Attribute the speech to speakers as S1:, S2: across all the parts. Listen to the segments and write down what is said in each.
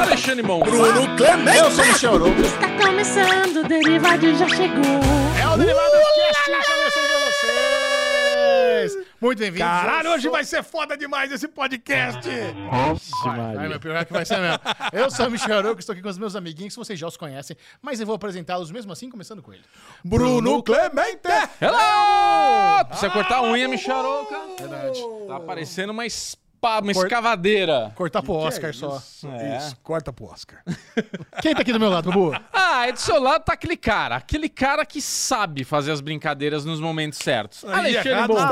S1: Alexandre Mão.
S2: Bruno Clemente.
S3: Eu sou Michel Arouca.
S4: Está começando, o Derivado já chegou.
S3: É o Derivado Cast começando pra vocês. Muito bem-vindos.
S1: Caralho, hoje vai ser foda demais esse podcast.
S3: Vai, vai, meu pior é que vai ser mesmo. Eu sou o Michel Arouca, estou aqui com os meus amiguinhos, que vocês já os conhecem, mas eu vou apresentá-los mesmo assim, começando com ele.
S2: Bruno Clemente.
S1: Hello! Precisa cortar a unha, Micharoca. Ah! Verdade. Tá parecendo uma espada, uma
S2: Cor-
S1: escavadeira.
S3: Cortar pro Oscar só.
S2: é
S3: É.
S2: Isso, isso, corta pro Oscar.
S3: Quem tá aqui do meu lado, Bubu?
S1: Ah, e do seu lado tá aquele cara. Aquele cara que sabe fazer as brincadeiras nos momentos certos. Alexandre
S2: errado
S1: Mão.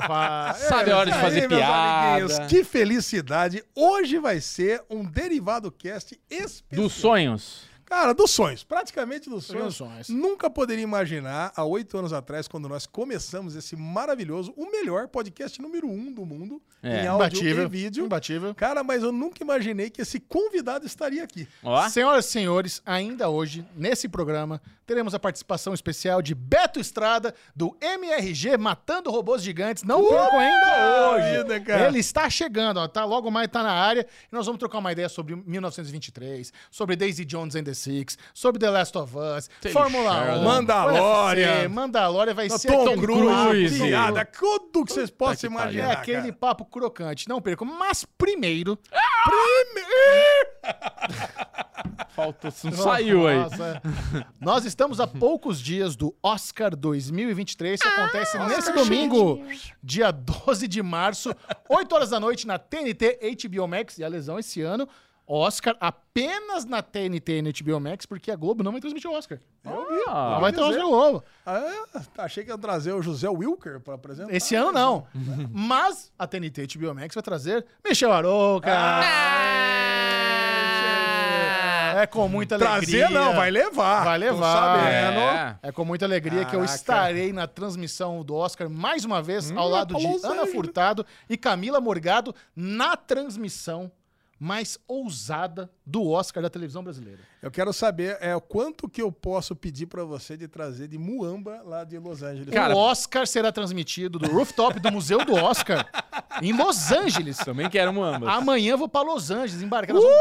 S2: está
S1: Sabe
S3: Alexandre Bonfá.
S1: a hora de
S2: É, Aí,
S1: fazer
S2: meus
S1: piada.
S2: amiguinhos, que felicidade. Hoje vai ser um derivado cast especial.
S1: Dos sonhos.
S2: Cara, dos sonhos, praticamente dos sonhos.
S3: Dos sonhos.
S2: Nunca poderia imaginar, há oito anos atrás, quando nós começamos esse maravilhoso, o melhor podcast número um do mundo,
S1: É.
S2: em áudio
S3: Imbatível.
S2: e vídeo.
S3: Imbatível.
S2: Cara, mas eu nunca imaginei que esse convidado estaria aqui.
S1: Ó.
S3: Senhoras e senhores, ainda hoje, nesse programa, teremos a participação especial de Beto Estrada, do MRG Matando Robôs Gigantes. Não percam ainda Tá hoje.
S2: vida, né, cara.
S3: Ele está chegando, ó, tá logo mais tá na área. E nós vamos trocar uma ideia sobre 1923, sobre Daisy Jones and the Six, sobre The Last of Us, Fórmula
S1: Sherlock.
S3: 1,
S2: Mandalorian.
S3: UFC, Mandalorian vai ser
S2: Tom,
S3: aquele
S2: Cruise,
S3: papo-
S2: piada, tudo que vocês possam
S1: que pariu.
S3: É
S2: imaginar.
S3: aquele
S2: cara.
S3: papo crocante, não percam. Mas primeiro,
S1: Faltou, não saiu aí.
S3: Nossa. é. Nós estamos a poucos dias do Oscar 2023, que acontece nesse domingo, dia 12 de março, 8 horas da noite, na TNT, HBO Max, e a lesão esse ano. Oscar apenas na TNT e no HBO Max, porque a Globo não vai transmitir o Oscar.
S1: Ah,
S3: não vai ter Oscar Globo.
S2: Ah, achei que ia trazer o José Wilker para apresentar.
S3: Esse ano não. Mas a TNT e HBO Max vai trazer Michel Arouca.
S1: Ah.
S3: é com muita alegria.
S2: Trazer não, vai levar.
S3: Vai
S2: Tô
S3: levar.
S2: sabendo.
S1: É.
S3: É com muita alegria que eu
S2: Caraca.
S3: estarei na transmissão do Oscar mais uma vez ao lado de
S2: Los
S3: Ana
S2: Angeles.
S3: Furtado e Camila Morgado na transmissão mais ousada do Oscar da televisão brasileira.
S2: Eu quero saber é, o quanto que eu posso pedir para você de trazer de Muamba lá de Los Angeles.
S1: Cara,
S3: o Oscar será transmitido do rooftop do Museu do Oscar em Los Angeles.
S1: Também quero um ambas.
S3: Amanhã eu vou pra Los Angeles embarcar. Nós vamos...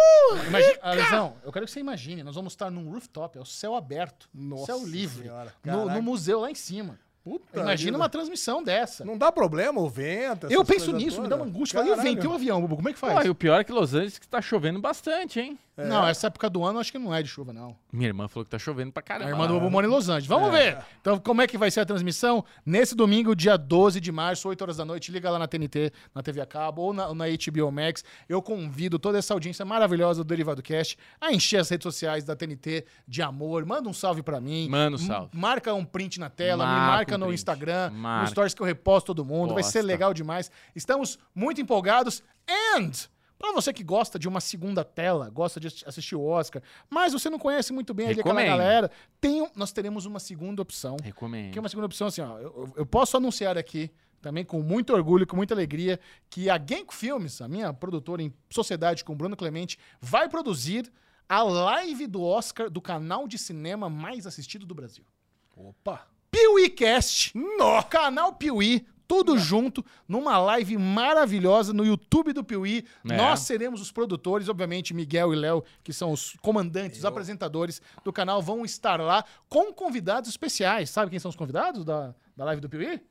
S3: Imagina- Alisão, eu quero que você imagine. Nós vamos estar num rooftop, é o céu aberto,
S2: Nossa
S3: céu livre,
S2: Senhora,
S3: no,
S2: caraca.
S3: no museu lá em cima.
S2: Puta
S3: Imagina
S2: vida.
S3: uma transmissão dessa.
S2: Não dá problema o vento,
S3: eu
S2: essas
S3: penso
S2: coisas
S3: nisso, me
S2: todas?
S3: dá uma angústia. Falei, e o
S2: Caralho.
S3: vento e o avião, Bubu, como é que faz?
S1: Ah, e o pior é que Los Angeles que tá chovendo bastante, hein?
S3: Não,
S2: É.
S3: essa época do ano acho que não é de chuva, não.
S1: Minha irmã falou que tá chovendo pra
S3: A
S1: caramba.
S3: irmã do Bubu mora em Los Angeles. Vamos ver. Então, como é que vai ser a transmissão? Nesse domingo, dia 12 de março, 8 horas da noite, liga lá na TNT, na TV a cabo ou na, na HBO Max. Eu convido toda essa audiência maravilhosa do Derivado Cast a encher as redes sociais da TNT de amor. Manda um salve pra mim.
S1: Manda um salve.
S3: M- Marca um print na tela, me
S1: Marca
S3: marca
S1: um
S3: no
S1: print.
S3: Instagram,
S1: Marca.
S3: no Stories que eu reposto todo mundo. Vai ser
S1: Posta.
S3: legal demais. Estamos muito empolgados. And... Pra você que gosta de uma segunda tela, gosta de assisti- assistir o Oscar, mas você não conhece muito bem ali aquela
S1: Recomendo.
S3: galera, galera, tem um- nós teremos uma segunda opção.
S1: Recomendo.
S3: Que é uma segunda opção, assim, ó. Eu, eu- eu posso anunciar aqui, também com muito orgulho, com muita alegria, que a Genko Filmes, a minha produtora em sociedade com o Bruno Clemente, vai produzir a live do Oscar do canal de cinema mais assistido do Brasil.
S2: Opa.
S3: PeeWeeCast. No canal Piuí. Tudo junto numa live maravilhosa no YouTube do Piuí.
S1: É.
S3: Nós seremos os produtores, obviamente, Miguel e Léo, que são os comandantes, os apresentadores do canal, vão estar lá com convidados especiais. Sabe quem são os convidados da, da live do Piuí?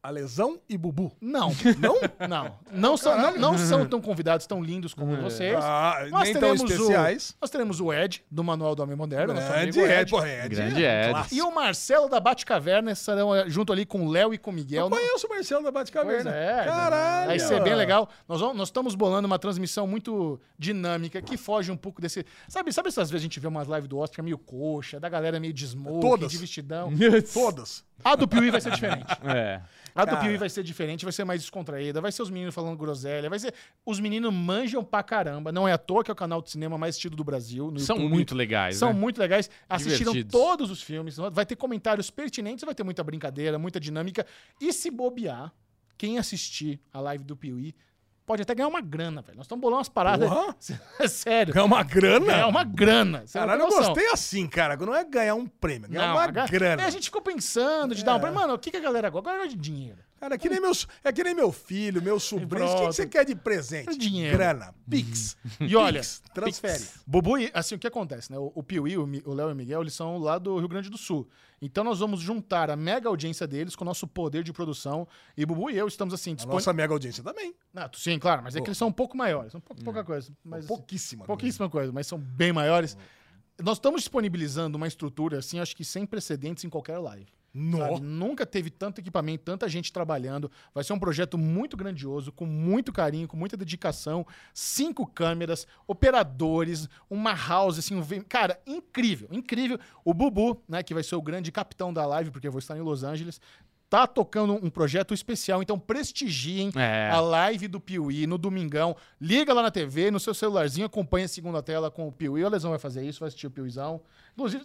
S2: A lesão e Bubu.
S3: Não. Não? Não. Não são, não, não são tão convidados, tão lindos como vocês.
S2: Ah,
S3: é Nós
S2: nem tão
S3: teremos,
S2: especiais.
S3: o, nós teremos o Ed, do Manual do Homem Moderno. nosso
S2: Grande
S3: amigo
S2: Ed, porra, Ed.
S1: Grande Ed.
S2: clássico.
S3: E o Marcelo da Batcaverna estarão eh, junto ali com o Léo e com o Miguel.
S2: Eu conheço o Marcelo da
S3: Pois
S2: Batcaverna.
S3: é.
S2: né? Caralho.
S3: Vai ser bem legal. Nós, vamos- nós estamos bolando uma transmissão muito dinâmica que foge um pouco desse. Sabe, sabe essas vezes a gente vê umas lives do Oscar meio coxa, da galera meio de smoke,
S2: Todas. Uhum.
S3: de vestidão?
S2: Todas.
S3: A do Piuí vai ser diferente.
S1: É.
S3: A do
S2: Cara.
S3: Piuí vai ser diferente, vai ser mais descontraída, vai ser os meninos falando groselha, vai ser. Os meninos manjam pra caramba. Não é à toa que é o canal de cinema mais assistido do Brasil. no
S1: São
S3: YouTube.
S1: muito legais,
S3: São
S1: né?
S3: muito legais. Assistiram
S1: Divertidos.
S3: todos os filmes. Vai ter comentários pertinentes, vai ter muita brincadeira, muita dinâmica. E se bobear, quem assistir a live do Piuí pode até ganhar uma grana, velho. Nós estamos bolando umas paradas.
S2: Porra.
S3: Sério.
S2: Ganhar uma grana?
S3: É uma grana. Você não
S2: Caralho, eu
S3: tem noção.
S2: gostei assim, cara. Não é ganhar um prêmio, é ganhar
S3: Não,
S2: uma
S3: a ga-
S2: grana.
S3: É, a gente ficou pensando de dar um
S2: É.
S3: prêmio. Mano, o que, que a galera gosta? A galera gosta de dinheiro.
S2: Cara, é que nem, meus, é que nem meu filho, meu sobrinho. O que, que
S3: pronto.
S2: você quer de presente?
S3: Dinheiro. Hum.
S2: Grana. Pix.
S3: E olha,
S2: Pix, transfere.
S3: Bubu, e- assim, o que acontece, né? O, o Piuí, o Mi- o Léo e o Miguel, eles são lá do Rio Grande do Sul. Então nós vamos juntar a mega audiência deles com o nosso poder de produção. E Bubu e eu estamos assim,
S2: A
S3: disponíveis.
S2: nossa Hum. mega audiência também.
S3: sim, claro, mas é
S2: Pô.
S3: que eles são um pouco maiores. São pou- pouca coisa. Mas, assim,
S2: Pouquíssima.
S3: pouquíssima coisa, mas são bem maiores. Nós estamos disponibilizando uma estrutura, assim, acho que sem precedentes em qualquer live.
S2: Nossa.
S3: Sabe? Nunca teve tanto equipamento, tanta gente trabalhando. Vai ser um projeto muito grandioso, com muito carinho, com muita dedicação. Cinco câmeras, operadores, uma house, assim, um... ve- cara, incrível, incrível. O Bubu, né, que vai ser o grande capitão da live, porque eu vou estar em Los Angeles, tá tocando um projeto especial, então prestigiem
S1: É.
S3: a live do Piuí no domingão. Liga lá na TV, no seu celularzinho, acompanha a segunda tela com o Piuí. A Lesão vai fazer isso, vai assistir o Piuizão. Inclusive,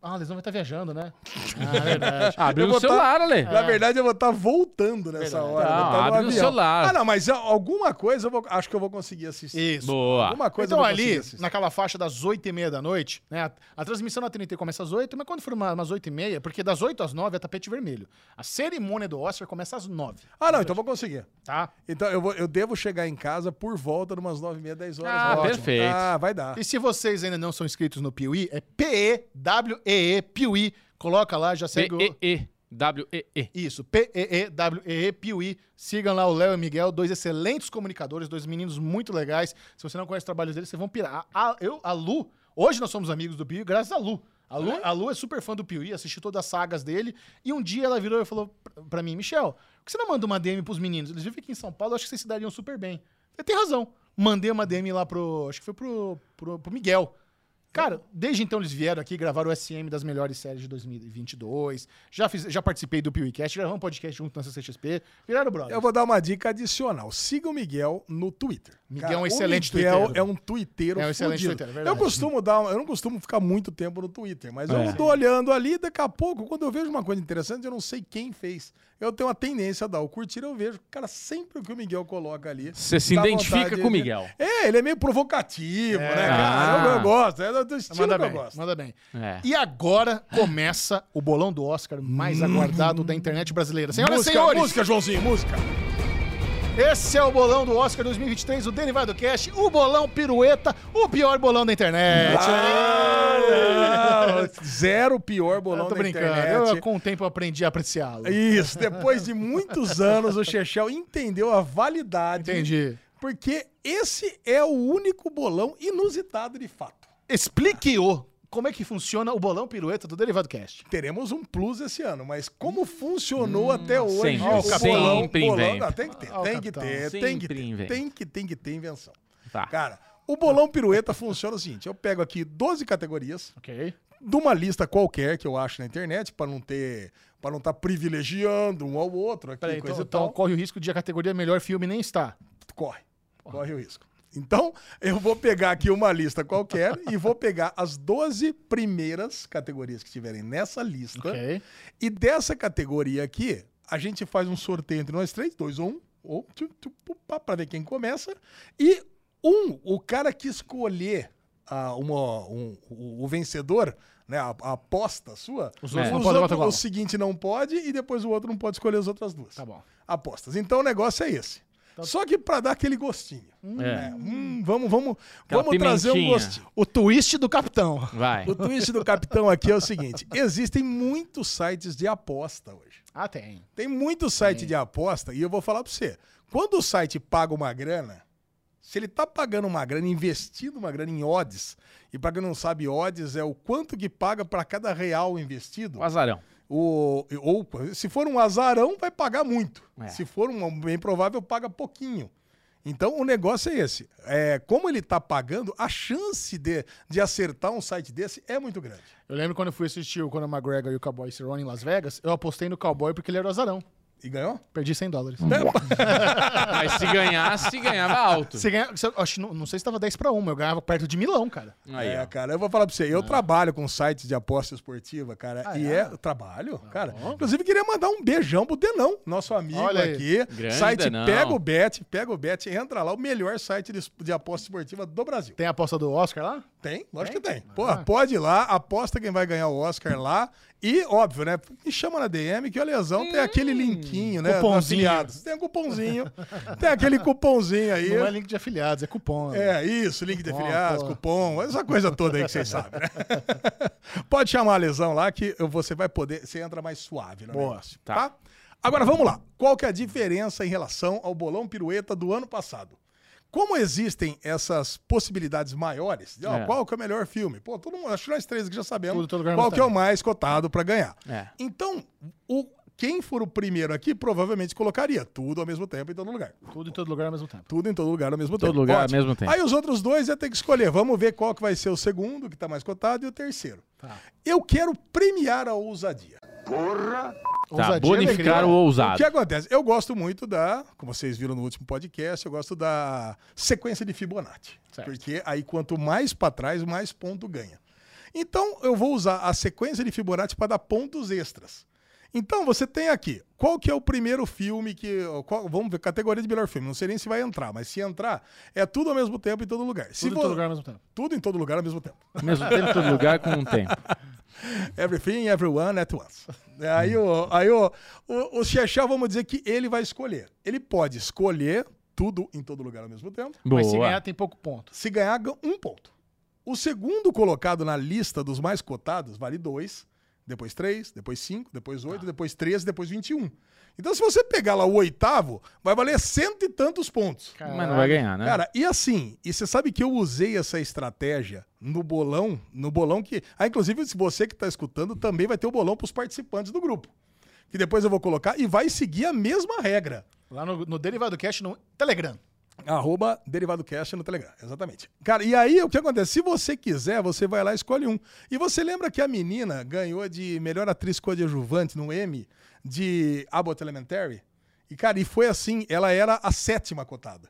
S3: ah, a Lesão vai estar viajando, né? Ah, verdade.
S1: Abre
S2: Eu
S1: o
S2: vou tá-
S1: celular, Ale.
S2: Na verdade, eu vou estar voltando nessa
S3: Ah. Verdade.
S2: hora.
S1: Não,
S2: vou tá
S1: abre no
S2: avião.
S1: celular.
S2: Ah, não, mas alguma coisa eu vou- acho que eu vou conseguir assistir.
S1: É.
S3: Isso.
S1: Boa.
S2: Alguma coisa eu
S3: então
S2: vou
S3: ali,
S2: conseguir assistir.
S3: naquela faixa das 8h30 da noite, né? A, a transmissão na TNT começa às 8 mas quando for uma- umas 8h30, porque das 8 às 9 é tapete vermelho. A cerimônia do Oscar começa às 9
S2: Ah, não, então eu vou conseguir.
S3: tá?
S2: Então eu, vou- eu devo chegar em casa por volta de umas 9h30, 10 horas.
S1: Ah, perfeito.
S2: Ah, vai dar.
S3: E se vocês ainda não são inscritos no Piuí, é P-E-W-E-E, Piuí. Coloca lá, já segue o...
S1: P-E-E-W-E-E.
S3: Isso, P-E-E-W-E-E, Piuí. Sigam lá o Léo e o Miguel, dois excelentes comunicadores, dois meninos muito legais. Se você não conhece o trabalho deles, vocês vão pirar. A, a- eu, a Lu, hoje nós somos amigos do Piuí, graças a Lu. A Lu, a Lu é super fã do Piuí, assistiu todas as sagas dele. E um dia ela virou e falou pra- pra mim, Michel, por que você não manda uma DM pros meninos? Eles vivem aqui em São Paulo, acho que vocês se dariam super bem. Você tem razão. Mandei uma DM lá pro... Acho que foi pro, pro, pro Miguel. Cara, desde então eles vieram aqui, gravaram o SM das melhores séries de 2022. Já, fiz, já participei do PewCast, gravamos um podcast junto na CCXP. Viraram brother.
S2: Eu vou dar uma dica adicional. Siga o Miguel no Twitter.
S3: Miguel é um excelente
S2: o Miguel
S3: tuiteiro.
S2: é um tuiteiro
S3: É um excelente
S2: fudido.
S3: tuiteiro, é
S2: eu
S3: verdade.
S2: costumo dar, um, eu não costumo ficar muito tempo no Twitter, mas
S1: É.
S2: eu tô olhando ali, daqui a pouco, quando eu vejo uma coisa interessante, eu não sei quem fez. Eu tenho uma tendência a dar o curtir, eu vejo, cara, sempre o que o Miguel coloca ali.
S1: Você se
S2: dá
S1: identifica
S2: vontade
S1: com o
S2: de-
S1: Miguel.
S2: É, ele é meio provocativo,
S3: É.
S2: né, cara? Eu,
S1: Ah.
S2: eu gosto, é do estilo
S3: manda
S2: que eu
S3: bem,
S2: gosto.
S3: manda bem.
S1: É.
S3: E agora começa o bolão do Oscar mais aguardado da internet brasileira. Senhoras e
S2: Hum. música,
S3: senhores,
S2: música, Joãozinho, música.
S3: esse é o bolão do Oscar 2023, o Derivado Cast, o bolão pirueta, o pior bolão da internet.
S2: Ah, não. Zero pior bolão
S3: eu tô
S2: da
S3: brincando,
S2: internet.
S3: eu, com o tempo eu aprendi a apreciá-lo.
S2: Isso, depois de muitos anos, o Chechel entendeu a validade.
S3: Entendi.
S2: Porque esse é o único bolão inusitado de fato.
S3: Explique-o como é que funciona o bolão pirueta do Derivado Cast.
S2: Teremos um plus esse ano, mas como funcionou até hoje
S1: Hum, sempre,
S2: o bolão,
S1: sempre
S2: bolão
S1: inventa.
S2: não, tem que ter,
S3: Ó, o
S2: tem que
S3: capitão.
S2: ter, tem que
S1: Sempre
S2: ter,
S1: inventa.
S2: tem que tem que ter invenção.
S1: Tá.
S2: Cara, o bolão pirueta funciona o seguinte, eu pego aqui 12 categorias,
S3: Ok.
S2: de uma lista qualquer que eu acho na internet, para não ter, para não estar privilegiando um ao outro aqui,
S3: Peraí,
S2: coisa e
S3: então,
S2: tal.
S3: então corre o risco de a categoria melhor filme nem estar.
S2: corre. Corre o risco. Então, eu vou pegar aqui uma lista qualquer e vou pegar as 12 primeiras categorias que tiverem nessa lista.
S3: Ok.
S2: E dessa categoria aqui, a gente faz um sorteio entre nós três, dois ou um, ou tchu, tchu, pu, pá, pra ver quem começa. E um, o cara que escolher ah, uma- um- o, o vencedor, né, a, a aposta sua, né,
S3: Os
S1: outros
S3: não podem votar igual.
S2: o seguinte não pode e depois o outro não pode escolher as outras duas
S3: Tá bom. Então tá
S2: apostas. Então o negócio é esse. Só que pra dar aquele gostinho.
S1: É.
S2: Hum, vamos, vamos,
S1: Aquela
S2: vamos trazer um
S1: pimentinha.
S2: gostinho.
S3: O twist do capitão.
S1: Vai.
S2: O twist do capitão aqui é o seguinte: existem muitos sites de aposta hoje.
S3: Ah, tem.
S2: Tem muito site de aposta e eu vou falar pra você. Quando o site paga uma grana, se ele tá pagando uma grana, investindo uma grana em odds, e pra quem não sabe, odds é o quanto que paga pra cada real investido.
S1: O azarão.
S2: O, ou se for um azarão, vai pagar muito.
S1: É.
S2: Se for um bem provável, paga pouquinho. Então o negócio é esse. É, como ele tá pagando, a chance de, de acertar um site desse é muito grande.
S3: Eu lembro quando eu fui assistir o Conor McGregor e o Cowboy Cerrone em Las Vegas, eu apostei no Cowboy porque ele era o azarão.
S2: E ganhou?
S3: Perdi 100 dólares.
S1: Mas se ganhar, se ganhava alto.
S3: Você ganha, você- acho, que não, não sei se tava 10 pra 1, eu ganhava perto de milão, cara.
S1: Aí,
S2: é,
S1: ó. Ah.
S2: cara, eu vou falar pra você, eu trabalho com sites de aposta esportiva, cara,
S3: Ah,
S2: e
S3: é?
S2: é, trabalho, cara. Inclusive, queria mandar um beijão pro Denão, nosso amigo
S3: Olha aí.
S2: aqui.
S1: Grande
S2: site
S1: Denão.
S2: Pega o Bet, Pega o Bet, entra lá, o melhor site de, de aposta esportiva do Brasil.
S3: Tem Ah. a aposta do Oscar lá?
S2: Tem, lógico que tem. Pô, pode ir lá, aposta quem vai ganhar o Oscar lá. E, óbvio, né? Me chama na DM que o Lesão tem
S1: Hum.
S2: aquele linkinho, né?
S3: Cupomzinho.
S2: do afiliados. Tem um cupomzinho. tem aquele cupomzinho aí. né?
S3: Não é link de afiliados, é cupom. né?
S2: É, isso, link de
S3: Cupom,
S2: afiliados,
S3: pô.
S2: cupom, essa coisa toda aí que vocês sabem, né? Pode chamar a lesão lá que eu- você vai poder, você entra mais suave no
S3: Boa,
S2: negócio,
S1: tá.
S2: tá? Agora vamos lá. Qual que é a diferença em relação ao bolão pirueta do ano passado? Como existem essas possibilidades maiores, de, ó,
S1: É.
S2: qual que é o melhor filme? Pô, todo mundo, acho que nós três que já sabemos
S3: Tudo, todo lugar
S2: qual
S3: mostrando.
S2: que é o mais cotado pra ganhar.
S1: É.
S2: Então, o, quem for o primeiro aqui provavelmente colocaria tudo ao mesmo tempo em todo lugar.
S3: Tudo em todo lugar ao mesmo tempo.
S2: Tudo em todo lugar ao mesmo tempo.
S1: lugar ao mesmo tempo.
S2: Aí os outros dois ia ter que escolher. Vamos ver qual que vai ser o segundo, que tá mais cotado, e o terceiro. Eu quero premiar a ousadia.
S1: Tá,
S3: Ousadia e
S1: bonificar
S3: alegria.
S1: é o
S2: O
S1: ousado.
S2: que acontece? Eu gosto muito da, como vocês viram no último podcast, eu gosto da sequência de Fibonacci.
S3: Certo.
S2: Porque aí quanto mais pra trás, mais ponto ganha. Então eu vou usar a sequência de Fibonacci para dar pontos extras. Então você tem aqui, qual que é o primeiro filme que, qual- vamos ver categoria de melhor filme, não sei nem se vai entrar, mas se entrar, é tudo ao mesmo tempo em todo lugar. se
S3: Tudo
S2: vo-
S3: em todo lugar ao mesmo tempo.
S2: tudo em todo lugar ao mesmo tempo.
S1: Mesmo tempo, todo lugar, com um tempo.
S2: Everything, everyone at once. É, Aí, o, aí o, o, o Xexá, vamos dizer que ele vai escolher. Ele pode escolher tudo em todo lugar ao mesmo tempo.
S1: Boa.
S3: Mas se ganhar tem pouco ponto.
S2: Se ganhar, ganha um ponto. O segundo colocado na lista dos mais cotados vale dois, depois três, depois cinco, depois oito, depois 13, depois 21. Então, se você pegar lá o oitavo, vai valer cento e tantos pontos.
S1: Mas não vai ganhar, né?
S2: Cara, e assim, e você sabe que eu usei essa estratégia no bolão, no bolão que. Ah, inclusive, se você que está escutando, também vai ter o bolão para os participantes do grupo. Que depois eu vou colocar e vai seguir a mesma regra.
S3: Lá no, no Derivado Cash, no Telegram.
S2: Arroba Derivado Cash no Telegram, exatamente. Cara, e aí o que acontece? Se você quiser, você vai lá e escolhe um. E você lembra que a menina ganhou de melhor atriz coadjuvante no M de Abbott Elementary? E, cara, e foi assim, ela era a sétima cotada.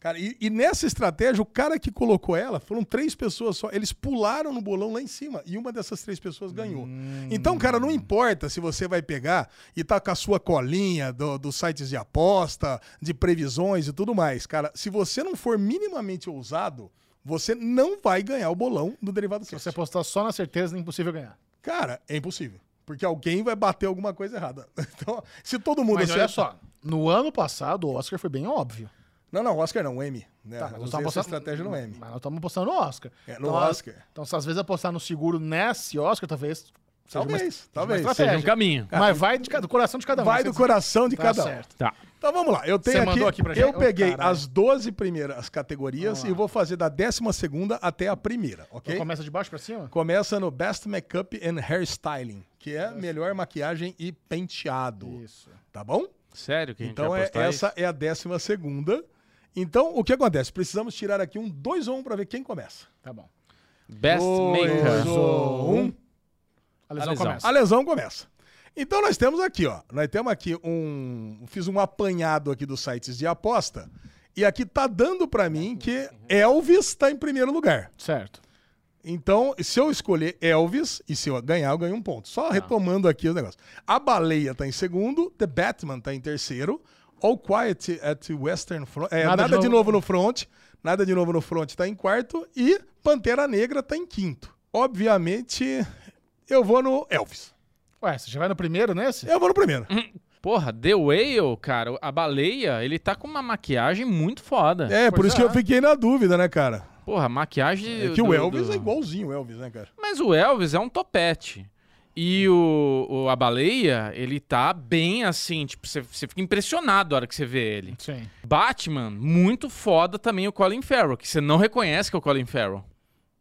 S2: Cara, e, e nessa estratégia, o cara que colocou ela, foram três pessoas só. Eles pularam no bolão lá em cima e uma dessas três pessoas ganhou.
S3: Hum.
S2: Então, cara, não importa se você vai pegar e tá com a sua colinha do- dos sites de aposta, de previsões e tudo mais. Cara, se você não for minimamente ousado, você não vai ganhar o bolão do derivado
S3: Se
S2: Cast.
S3: você apostar só na certeza, é impossível ganhar.
S2: Cara, é impossível. Porque alguém vai bater alguma coisa errada. Então, se todo mundo
S3: Mas olha
S2: acerta-
S3: só, no ano passado o Oscar foi bem óbvio.
S2: Não, não, Oscar não, M. Né?
S3: Tá,
S2: Usei
S3: mas nós estamos
S2: essa
S3: apostando-
S2: estratégia no M.
S3: Mas nós estamos apostando no Oscar.
S2: É, no
S3: então, a-
S2: Oscar.
S3: Então, se às vezes apostar no seguro nesse Oscar, talvez. seja uma
S2: Talvez,
S3: est- seja uma
S2: talvez.
S3: estratégia.
S1: Seja um caminho.
S3: Mas vai de cada- do coração de cada um.
S2: Vai
S3: Você
S2: do coração de
S3: tá
S2: cada um.
S3: certo.
S1: Tá.
S2: Então vamos lá, eu tenho
S3: Você
S2: aqui,
S3: mandou aqui pra
S2: eu
S3: gente? Ô,
S2: peguei
S3: caralho.
S2: as 12 primeiras categorias e vou fazer da 12ª até a primeira,
S3: Então
S2: ok?
S3: começa de baixo pra cima?
S2: Começa no Best Makeup and Hairstyling, que é melhor maquiagem e penteado,
S3: Isso.
S2: tá bom?
S1: Sério que a gente
S2: Então
S1: vai
S2: é,
S1: apostar
S2: essa é a 12ª. Então o que acontece? Precisamos tirar aqui um 2 ou 1 pra ver quem começa.
S3: Tá bom.
S1: isso? Best
S2: Dois
S1: Maker.
S2: ou um.
S1: A
S3: A lesão,
S1: lesão.
S3: começa.
S2: A lesão começa. Então nós temos aqui, ó. Nós temos aqui um. Fiz um apanhado aqui dos sites de aposta. E aqui tá dando pra mim que Elvis tá em primeiro lugar.
S3: Certo.
S2: Então, se eu escolher Elvis e se eu ganhar, eu ganho um ponto. Só retomando aqui o negócio. A baleia tá em segundo, The Batman tá em terceiro, All Quiet at the Western Front. é, nada, de, novo. no front. Nada de novo no front tá em quarto. E Pantera Negra tá em quinto. Obviamente, eu vou no Elvis.
S3: Ué, você já vai no primeiro nesse?
S2: Eu vou no primeiro.
S1: Porra, The Whale, cara, a baleia, ele tá com uma maquiagem muito foda.
S2: É, por
S3: Pois
S2: isso que
S3: é.
S2: eu fiquei na dúvida, né, cara?
S1: Porra, a maquiagem.
S2: É que o
S1: do-
S2: Elvis
S1: do-
S2: é igualzinho o Elvis, né, cara?
S1: Mas o Elvis é um topete. E o, o- a baleia, ele tá bem assim, tipo, você você fica impressionado a hora que você vê ele.
S3: Sim.
S1: Batman, muito foda também o Colin Farrell, que você não reconhece que é o Colin Farrell.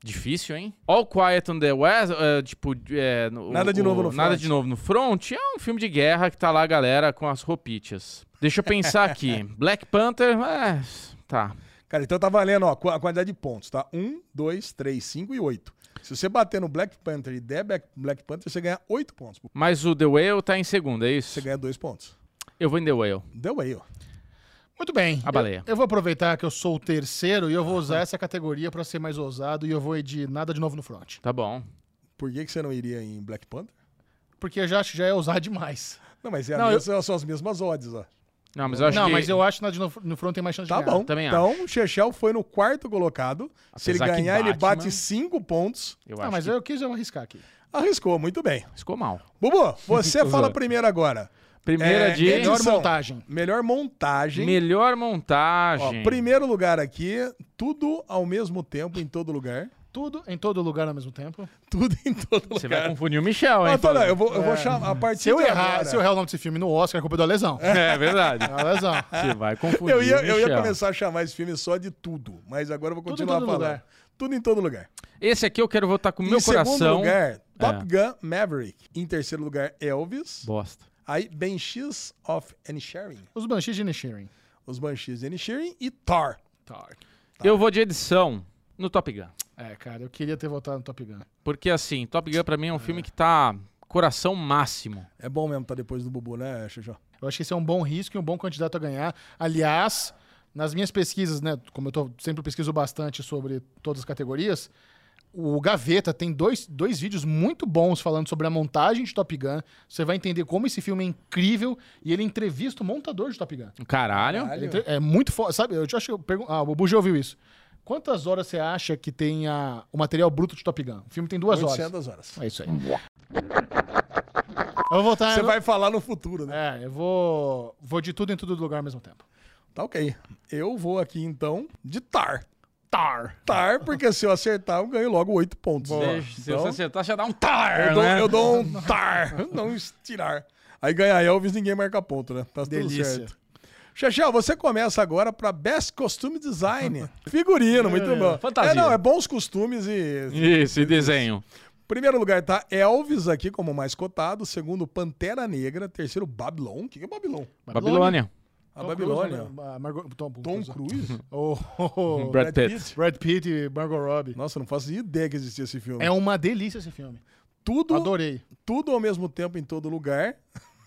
S1: Difícil, hein? All Quiet on the West, eh, tipo... eh, no-
S2: Nada de
S1: o-
S2: novo no
S1: Nada
S2: front.
S1: de novo no front. É um filme de guerra que tá lá a galera com as roupitas. Deixa eu pensar aqui. Black Panther, é... Tá.
S2: Cara, então tá valendo, ó, a quantidade de pontos, tá? Um, dois, três, cinco e oito. Se você bater no Black Panther e der Black, Black Panther, você ganha oito pontos.
S1: Mas o The Whale tá em segundo, é isso?
S2: Você ganha dois pontos.
S1: Eu vou em The Whale.
S2: Deu aí, ó.
S3: Muito bem.
S1: A baleia.
S3: Eu, eu vou aproveitar que eu sou o terceiro e eu vou usar essa categoria pra ser mais ousado e eu vou ir de nada de novo no front.
S1: Tá bom.
S2: Por que, que você não iria em Black Panther?
S3: Porque eu já, acho que já é ousar demais.
S2: Não, mas é a
S3: Não, eu-
S2: mesma- são as mesmas odds, ó.
S1: Não, mas eu acho
S3: não,
S1: que...
S3: mas eu acho que na de no, no front tem mais chance
S2: Tá
S3: de ganhar.
S2: bom.
S1: também
S2: então, o Chechel foi no quarto colocado. Se ele
S1: Apesar que
S2: ganhar, ele bate
S1: Batman-
S2: cinco pontos.
S1: Eu
S3: Não,
S1: acho
S3: mas
S1: que
S3: eu quis eu arriscar aqui.
S2: Arriscou, muito bem.
S1: ficou mal.
S2: Bubu, você fala primeiro agora.
S1: Primeira
S2: É,
S1: de...
S2: melhor
S3: Melhor
S2: Edição.
S3: montagem.
S2: Melhor montagem.
S1: Melhor
S2: Ó,
S1: montagem.
S2: primeiro lugar aqui, tudo ao mesmo tempo, em todo lugar.
S3: Tudo em todo lugar ao mesmo tempo.
S2: Tudo em todo
S1: Você vai
S2: lugar.
S1: confundir o Michel, hein? É.
S2: Ah, tô, não, eu vou, eu vou chamar a partir
S3: Se eu
S2: de
S3: errar,
S2: agora.
S3: se eu errar o nome desse filme no Oscar, é culpa da lesão. É
S1: É verdade.
S3: a lesão.
S1: Você vai confundir
S2: Eu ia,
S1: o
S2: eu ia
S1: Michel.
S2: começar a chamar esse filme só de tudo, mas agora eu vou
S3: Tudo em
S2: continuar
S3: todo
S2: falando.
S3: lugar.
S2: Tudo em todo lugar.
S1: Esse aqui eu quero votar com o meu
S2: em segundo
S1: coração. é.
S2: lugar, Top Gun Maverick. Em terceiro lugar, Elvis.
S1: Bosta.
S2: Aí, Banshees of Inisherin.
S3: Os Banshees de Nishirin.
S2: Os Banshees de Inisherin e Thor. Tá.
S1: Eu vou de edição no Top Gun.
S3: É, cara, eu queria ter votado no Top Gun.
S1: Porque assim, Top Gun pra mim é um filme que tá coração máximo.
S2: É bom mesmo tá depois do Bubu, né, Xuxu?
S3: Eu acho que esse é um bom risco e um bom candidato a ganhar. Aliás, nas minhas pesquisas, né? Como eu tô, sempre pesquiso bastante sobre todas as categorias, o Gaveta tem dois, dois vídeos muito bons falando sobre a montagem de Top Gun. Você vai entender como esse filme é incrível e ele entrevista o montador de Top Gun.
S1: Um Caralho.
S2: Caralho.
S3: Ele entre- É muito foda. Sabe, eu acho que eu pergun- Ah, o Bubu já ouviu isso. Quantas horas você acha que tem a- o material bruto de Top Gun? O filme tem duas horas.
S2: 800 horas.
S3: É isso aí. Eu vou voltar.
S2: Você
S3: eu-
S2: vai falar no futuro, né?
S3: É, eu vou. Vou de tudo em todo lugar ao mesmo tempo.
S2: Tá ok. Eu vou aqui, então, de Tar.
S3: Tar!
S2: Tar, porque se eu acertar, eu ganho logo 8 pontos. Então,
S1: Se- Se você acertar, já dá um tar,
S2: Eu dou,
S1: né?
S2: eu dou um tar, não estirar. Aí ganha Elvis, ninguém marca ponto, né? Tá
S3: Delícia.
S2: tudo certo. Xexel, você começa agora pra Best Costume Design. Figurino, muito bom.
S1: fantasia.
S2: É, não, é bons costumes e...
S1: Isso, e desenho.
S2: Primeiro lugar tá Elvis aqui como mais cotado. Segundo, Pantera Negra. Terceiro, Babylon. O que que é Babylon?
S1: Babilônia.
S2: A Babilônia.
S3: né? Tom,
S2: Tom Cruise?
S3: O o-
S1: Brad Pitt.
S3: Brad Pitt e Margot Robbie.
S2: Nossa, não faço ideia que existia esse filme.
S1: um
S3: É uma delícia esse filme.
S2: tudo,
S3: Adorei.
S2: tudo ao mesmo tempo em todo lugar.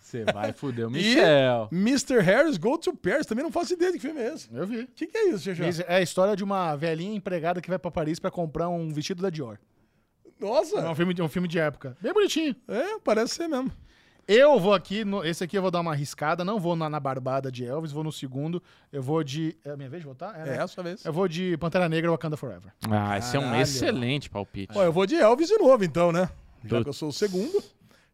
S1: Você vai fuder o Michel.
S2: Mr. Harris Go to Paris. Também não faço ideia de que filme é esse.
S3: Eu vi.
S2: O que, que é isso, Xexel?
S3: É a história de uma velhinha empregada que vai pra Paris pra comprar um vestido da Dior. É um
S2: Nossa,
S3: filme de, um filme de época. Bem bonitinho.
S2: é, parece ser mesmo.
S3: Eu vou aqui, no- esse aqui eu vou dar uma arriscada, não vou na, na barbada de Elvis, vou no segundo. Eu vou de. É a minha vez de votar?
S2: É
S3: né?
S2: essa vez.
S3: Eu vou de Pantera Negra Wakanda Forever.
S1: Ah, esse é um excelente palpite.
S2: Bom, eu vou de Elvis de novo, então, né? Já
S1: Putz.
S2: que eu sou o segundo.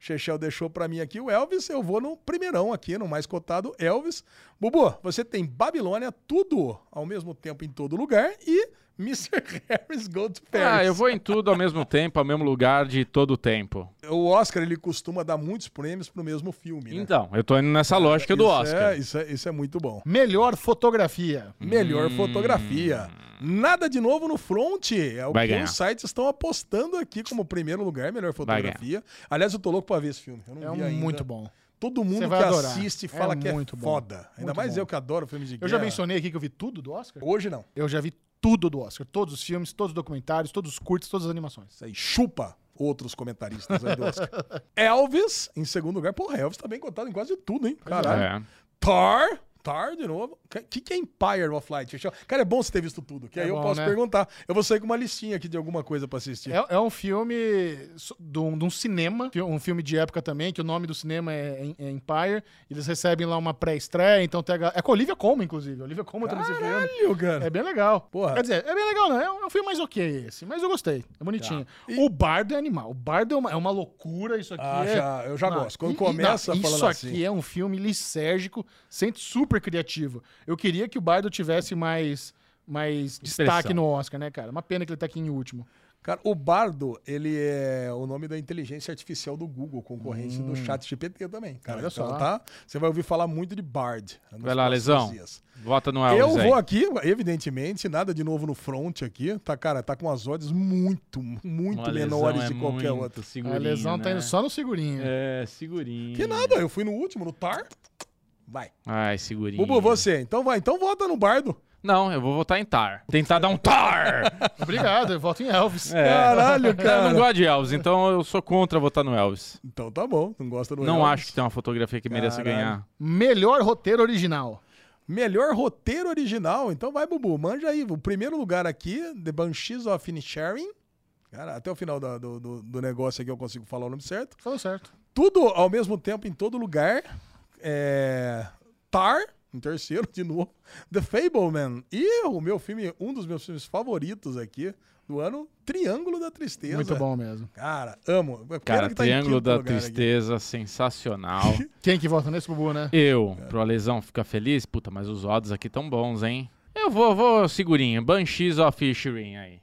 S2: Chechel deixou pra mim aqui o Elvis, eu vou no primeirão aqui, no mais cotado, Elvis. Bubu, você tem Babilônia, tudo ao mesmo tempo em todo lugar e Mr. Harris Go to Paris.
S1: Ah, eu vou em tudo ao mesmo tempo, ao mesmo lugar de todo o tempo.
S2: O Oscar, ele costuma dar muitos prêmios pro mesmo filme, né?
S1: Então, eu tô indo nessa lógica do
S2: Isso
S1: Oscar.
S2: É, isso, é, isso é muito bom.
S3: Melhor fotografia.
S2: Melhor
S1: Hum.
S2: fotografia. Nada de novo no front. É o
S1: Vai
S2: que
S1: ganhar.
S2: os sites estão apostando aqui como primeiro lugar, melhor
S1: Vai ganhar.
S2: fotografia. Aliás, eu tô louco pra ver esse filme. Eu não
S3: É
S2: vi
S3: um
S2: ainda.
S3: muito bom.
S2: Todo mundo
S3: Cê
S2: que
S3: vai adorar.
S2: assiste
S3: É
S2: fala que
S3: muito
S2: é
S3: bom.
S2: foda. Ainda
S3: Muito
S2: mais
S3: bom.
S2: eu que adoro filme de guerra.
S3: Eu já mencionei aqui que eu vi tudo do Oscar?
S2: Hoje não.
S3: Eu já vi tudo do Oscar. Todos os filmes, todos os documentários, todos os curtos, todas as animações.
S2: Isso aí chupa outros comentaristas aí do Oscar. Elvis, em segundo lugar. Porra, Elvis tá bem contado em quase tudo, hein?
S1: É.
S2: Caralho. Thor. Thor de novo. O que, que é Empire of Light? Deixa eu- Cara, é bom você ter visto tudo, que
S3: É
S2: aí eu
S3: bom,
S2: posso
S3: né?
S2: perguntar. Eu vou sair com uma listinha aqui de alguma coisa pra assistir.
S3: É, é um filme so- de um, de um cinema, fi- um filme de época também, que o nome do cinema é, em- é Empire. Eles recebem lá uma pré-estreia, então tem a, ga- É com a Olivia Colman, inclusive. A Olivia Colman tá nesse filme.
S2: Caralho, cara.
S3: É bem legal.
S2: Porra.
S3: Quer dizer, é bem legal, não. É um, é um filme mais ok esse, mas eu gostei. É bonitinho.
S2: Tá.
S3: O Bardo é animal. O Bardo é uma, é uma loucura, isso aqui.
S2: Ah,
S3: é-
S2: já- eu já
S3: Não,
S2: gosto. Quando
S3: e- e-
S2: começa
S3: não,
S2: falando
S3: Isso
S2: assim.
S3: aqui é um filme lisérgico, sendo super criativo. Eu queria que o Bardo tivesse mais, mais destaque no Oscar, né, cara? Uma pena que ele tá aqui em último.
S2: Cara, o Bardo, ele é o nome da inteligência artificial do Google, concorrente do chat GPT também. Cara,
S3: Olha
S2: então,
S3: só.
S2: tá? Você vai ouvir falar muito de Bard. nos
S1: Vai lá,
S2: próximos
S1: Lesão.
S2: dias.
S1: Vota no Elvis
S2: Eu
S1: aí.
S2: vou aqui, evidentemente, nada de novo no front aqui. Tá, cara, tá com as odds muito, muito
S1: Uma lesão
S2: menores
S1: é
S2: de qualquer
S1: muito
S2: outra.
S3: A
S1: segurinha,
S3: lesão tá
S1: né?
S3: indo só no segurinho.
S1: É, segurinho.
S2: Que nada, eu fui no último, no Tar. Vai.
S1: Ai, segurinho.
S2: Bubu, você. Então vai, então vota no Bardo.
S1: Não, eu vou votar em tar. Tentar dar um tar!
S3: Obrigado, eu voto em Elvis.
S2: Caralho,
S1: É. Eu não
S2: cara.
S1: gosto de Elvis, então eu sou contra votar no Elvis.
S2: Então tá bom, não gosta do
S1: Não
S2: Elvis.
S1: acho que tem uma fotografia que mereça
S2: Caralho.
S1: ganhar.
S3: Melhor roteiro original.
S2: Melhor roteiro original. Então vai, Bubu, manja aí. O primeiro lugar aqui, The Banshees of Inisherin. Cara, até o final da- do, do, do negócio aqui eu consigo falar o nome certo.
S3: Falou certo.
S2: Tudo ao mesmo tempo, em todo lugar. É... Tar, em terceiro de novo, The Fableman. E o meu filme, um dos meus filmes favoritos aqui do ano, Triângulo da Tristeza.
S3: Muito bom mesmo.
S2: Cara, amo. Pena
S1: Cara,
S2: que tá em
S1: Triângulo
S2: quinto
S1: da
S2: lugar aqui.
S1: Tristeza, sensacional.
S3: Quem que vota nesse Bubu, né?
S1: Eu, pro Alesão ficar feliz, puta, mas os odds aqui tão bons, hein? Eu vou, vou segurinho. Banshees of Ishirin aí.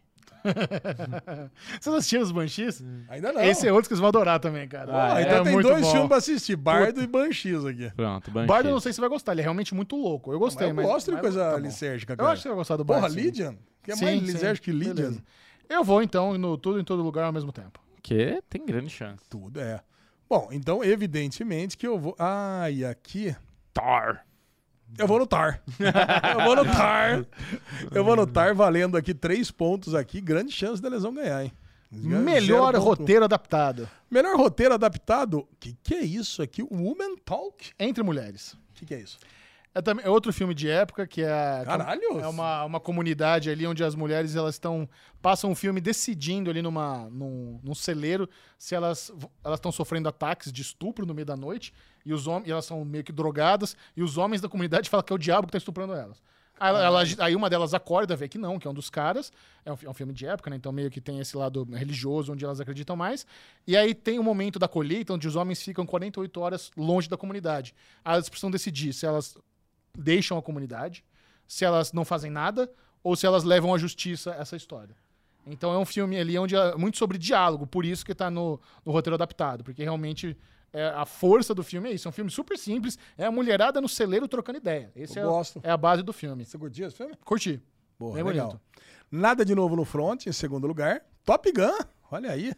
S3: Vocês assistiram os Banshees?
S2: Ainda não.
S3: Esse é outro que vocês vão adorar também, cara.
S2: Então. Ah,
S3: É
S2: então tem
S3: muito
S2: dois
S3: bom.
S2: filmes pra assistir, Bardo e Banshees aqui.
S1: Pronto, Banshees.
S3: Bardo, eu não sei se você vai gostar, ele é realmente muito louco. Eu
S2: Mas
S3: gostei,
S2: eu
S3: mas.
S2: gosto de
S3: mas
S2: coisa
S3: tá bom.
S2: lisérgica,
S3: Eu
S2: cara.
S3: acho que você vai gostar do Bardo.
S2: Porra,
S3: sim.
S2: Lydian? Que é
S3: Sim,
S2: mais
S3: sim.
S2: lisérgico que Lydian?
S3: Beleza. Eu vou, então, no Tudo em Todo Lugar ao mesmo tempo.
S1: Que tem grande chance.
S2: Tudo, é. Bom, então, evidentemente que eu vou... Ah, e aqui...
S1: Tar.
S2: Eu vou no Tar. eu vou no Tar. Eu vou no Tar valendo aqui três pontos aqui. Grande chance da lesão ganhar, hein? Zero
S3: Melhor
S2: ponto. um.
S3: roteiro adaptado.
S2: Melhor roteiro adaptado. Que que é isso aqui? Woman Talk?
S3: Entre mulheres.
S2: Que que é isso?
S3: É, também, é outro filme de época que é.
S2: Caralho!
S3: É uma, uma comunidade ali onde as mulheres elas estão. passam um filme decidindo ali numa, num, num celeiro se elas v- elas estão sofrendo ataques de estupro no meio da noite e os homens. e elas são meio que drogadas e os homens da comunidade falam que é o diabo que tá estuprando elas. Aí, ela- ela- aí uma delas acorda, vê que não, que é um dos caras. É um, fi- é um filme de época, né? Então meio que tem esse lado religioso onde elas acreditam mais. E aí tem o momento da colheita onde os homens ficam 48 horas longe da comunidade. Aí elas precisam decidir se elas deixam a comunidade, se elas não fazem nada ou se elas levam à justiça essa história. Então é um filme ali onde é muito sobre diálogo, por isso que tá no, no roteiro adaptado, porque realmente é, a força do filme é isso. É um filme super simples, é a mulherada no celeiro trocando ideia. Esse
S2: Eu
S3: é,
S2: gosto.
S3: é a base do filme.
S2: Você curtiu esse filme?
S3: Curti.
S2: Boa,
S3: Bem
S2: legal.
S3: bonito.
S2: Nada de novo no front, em segundo lugar. Top Gun, olha aí.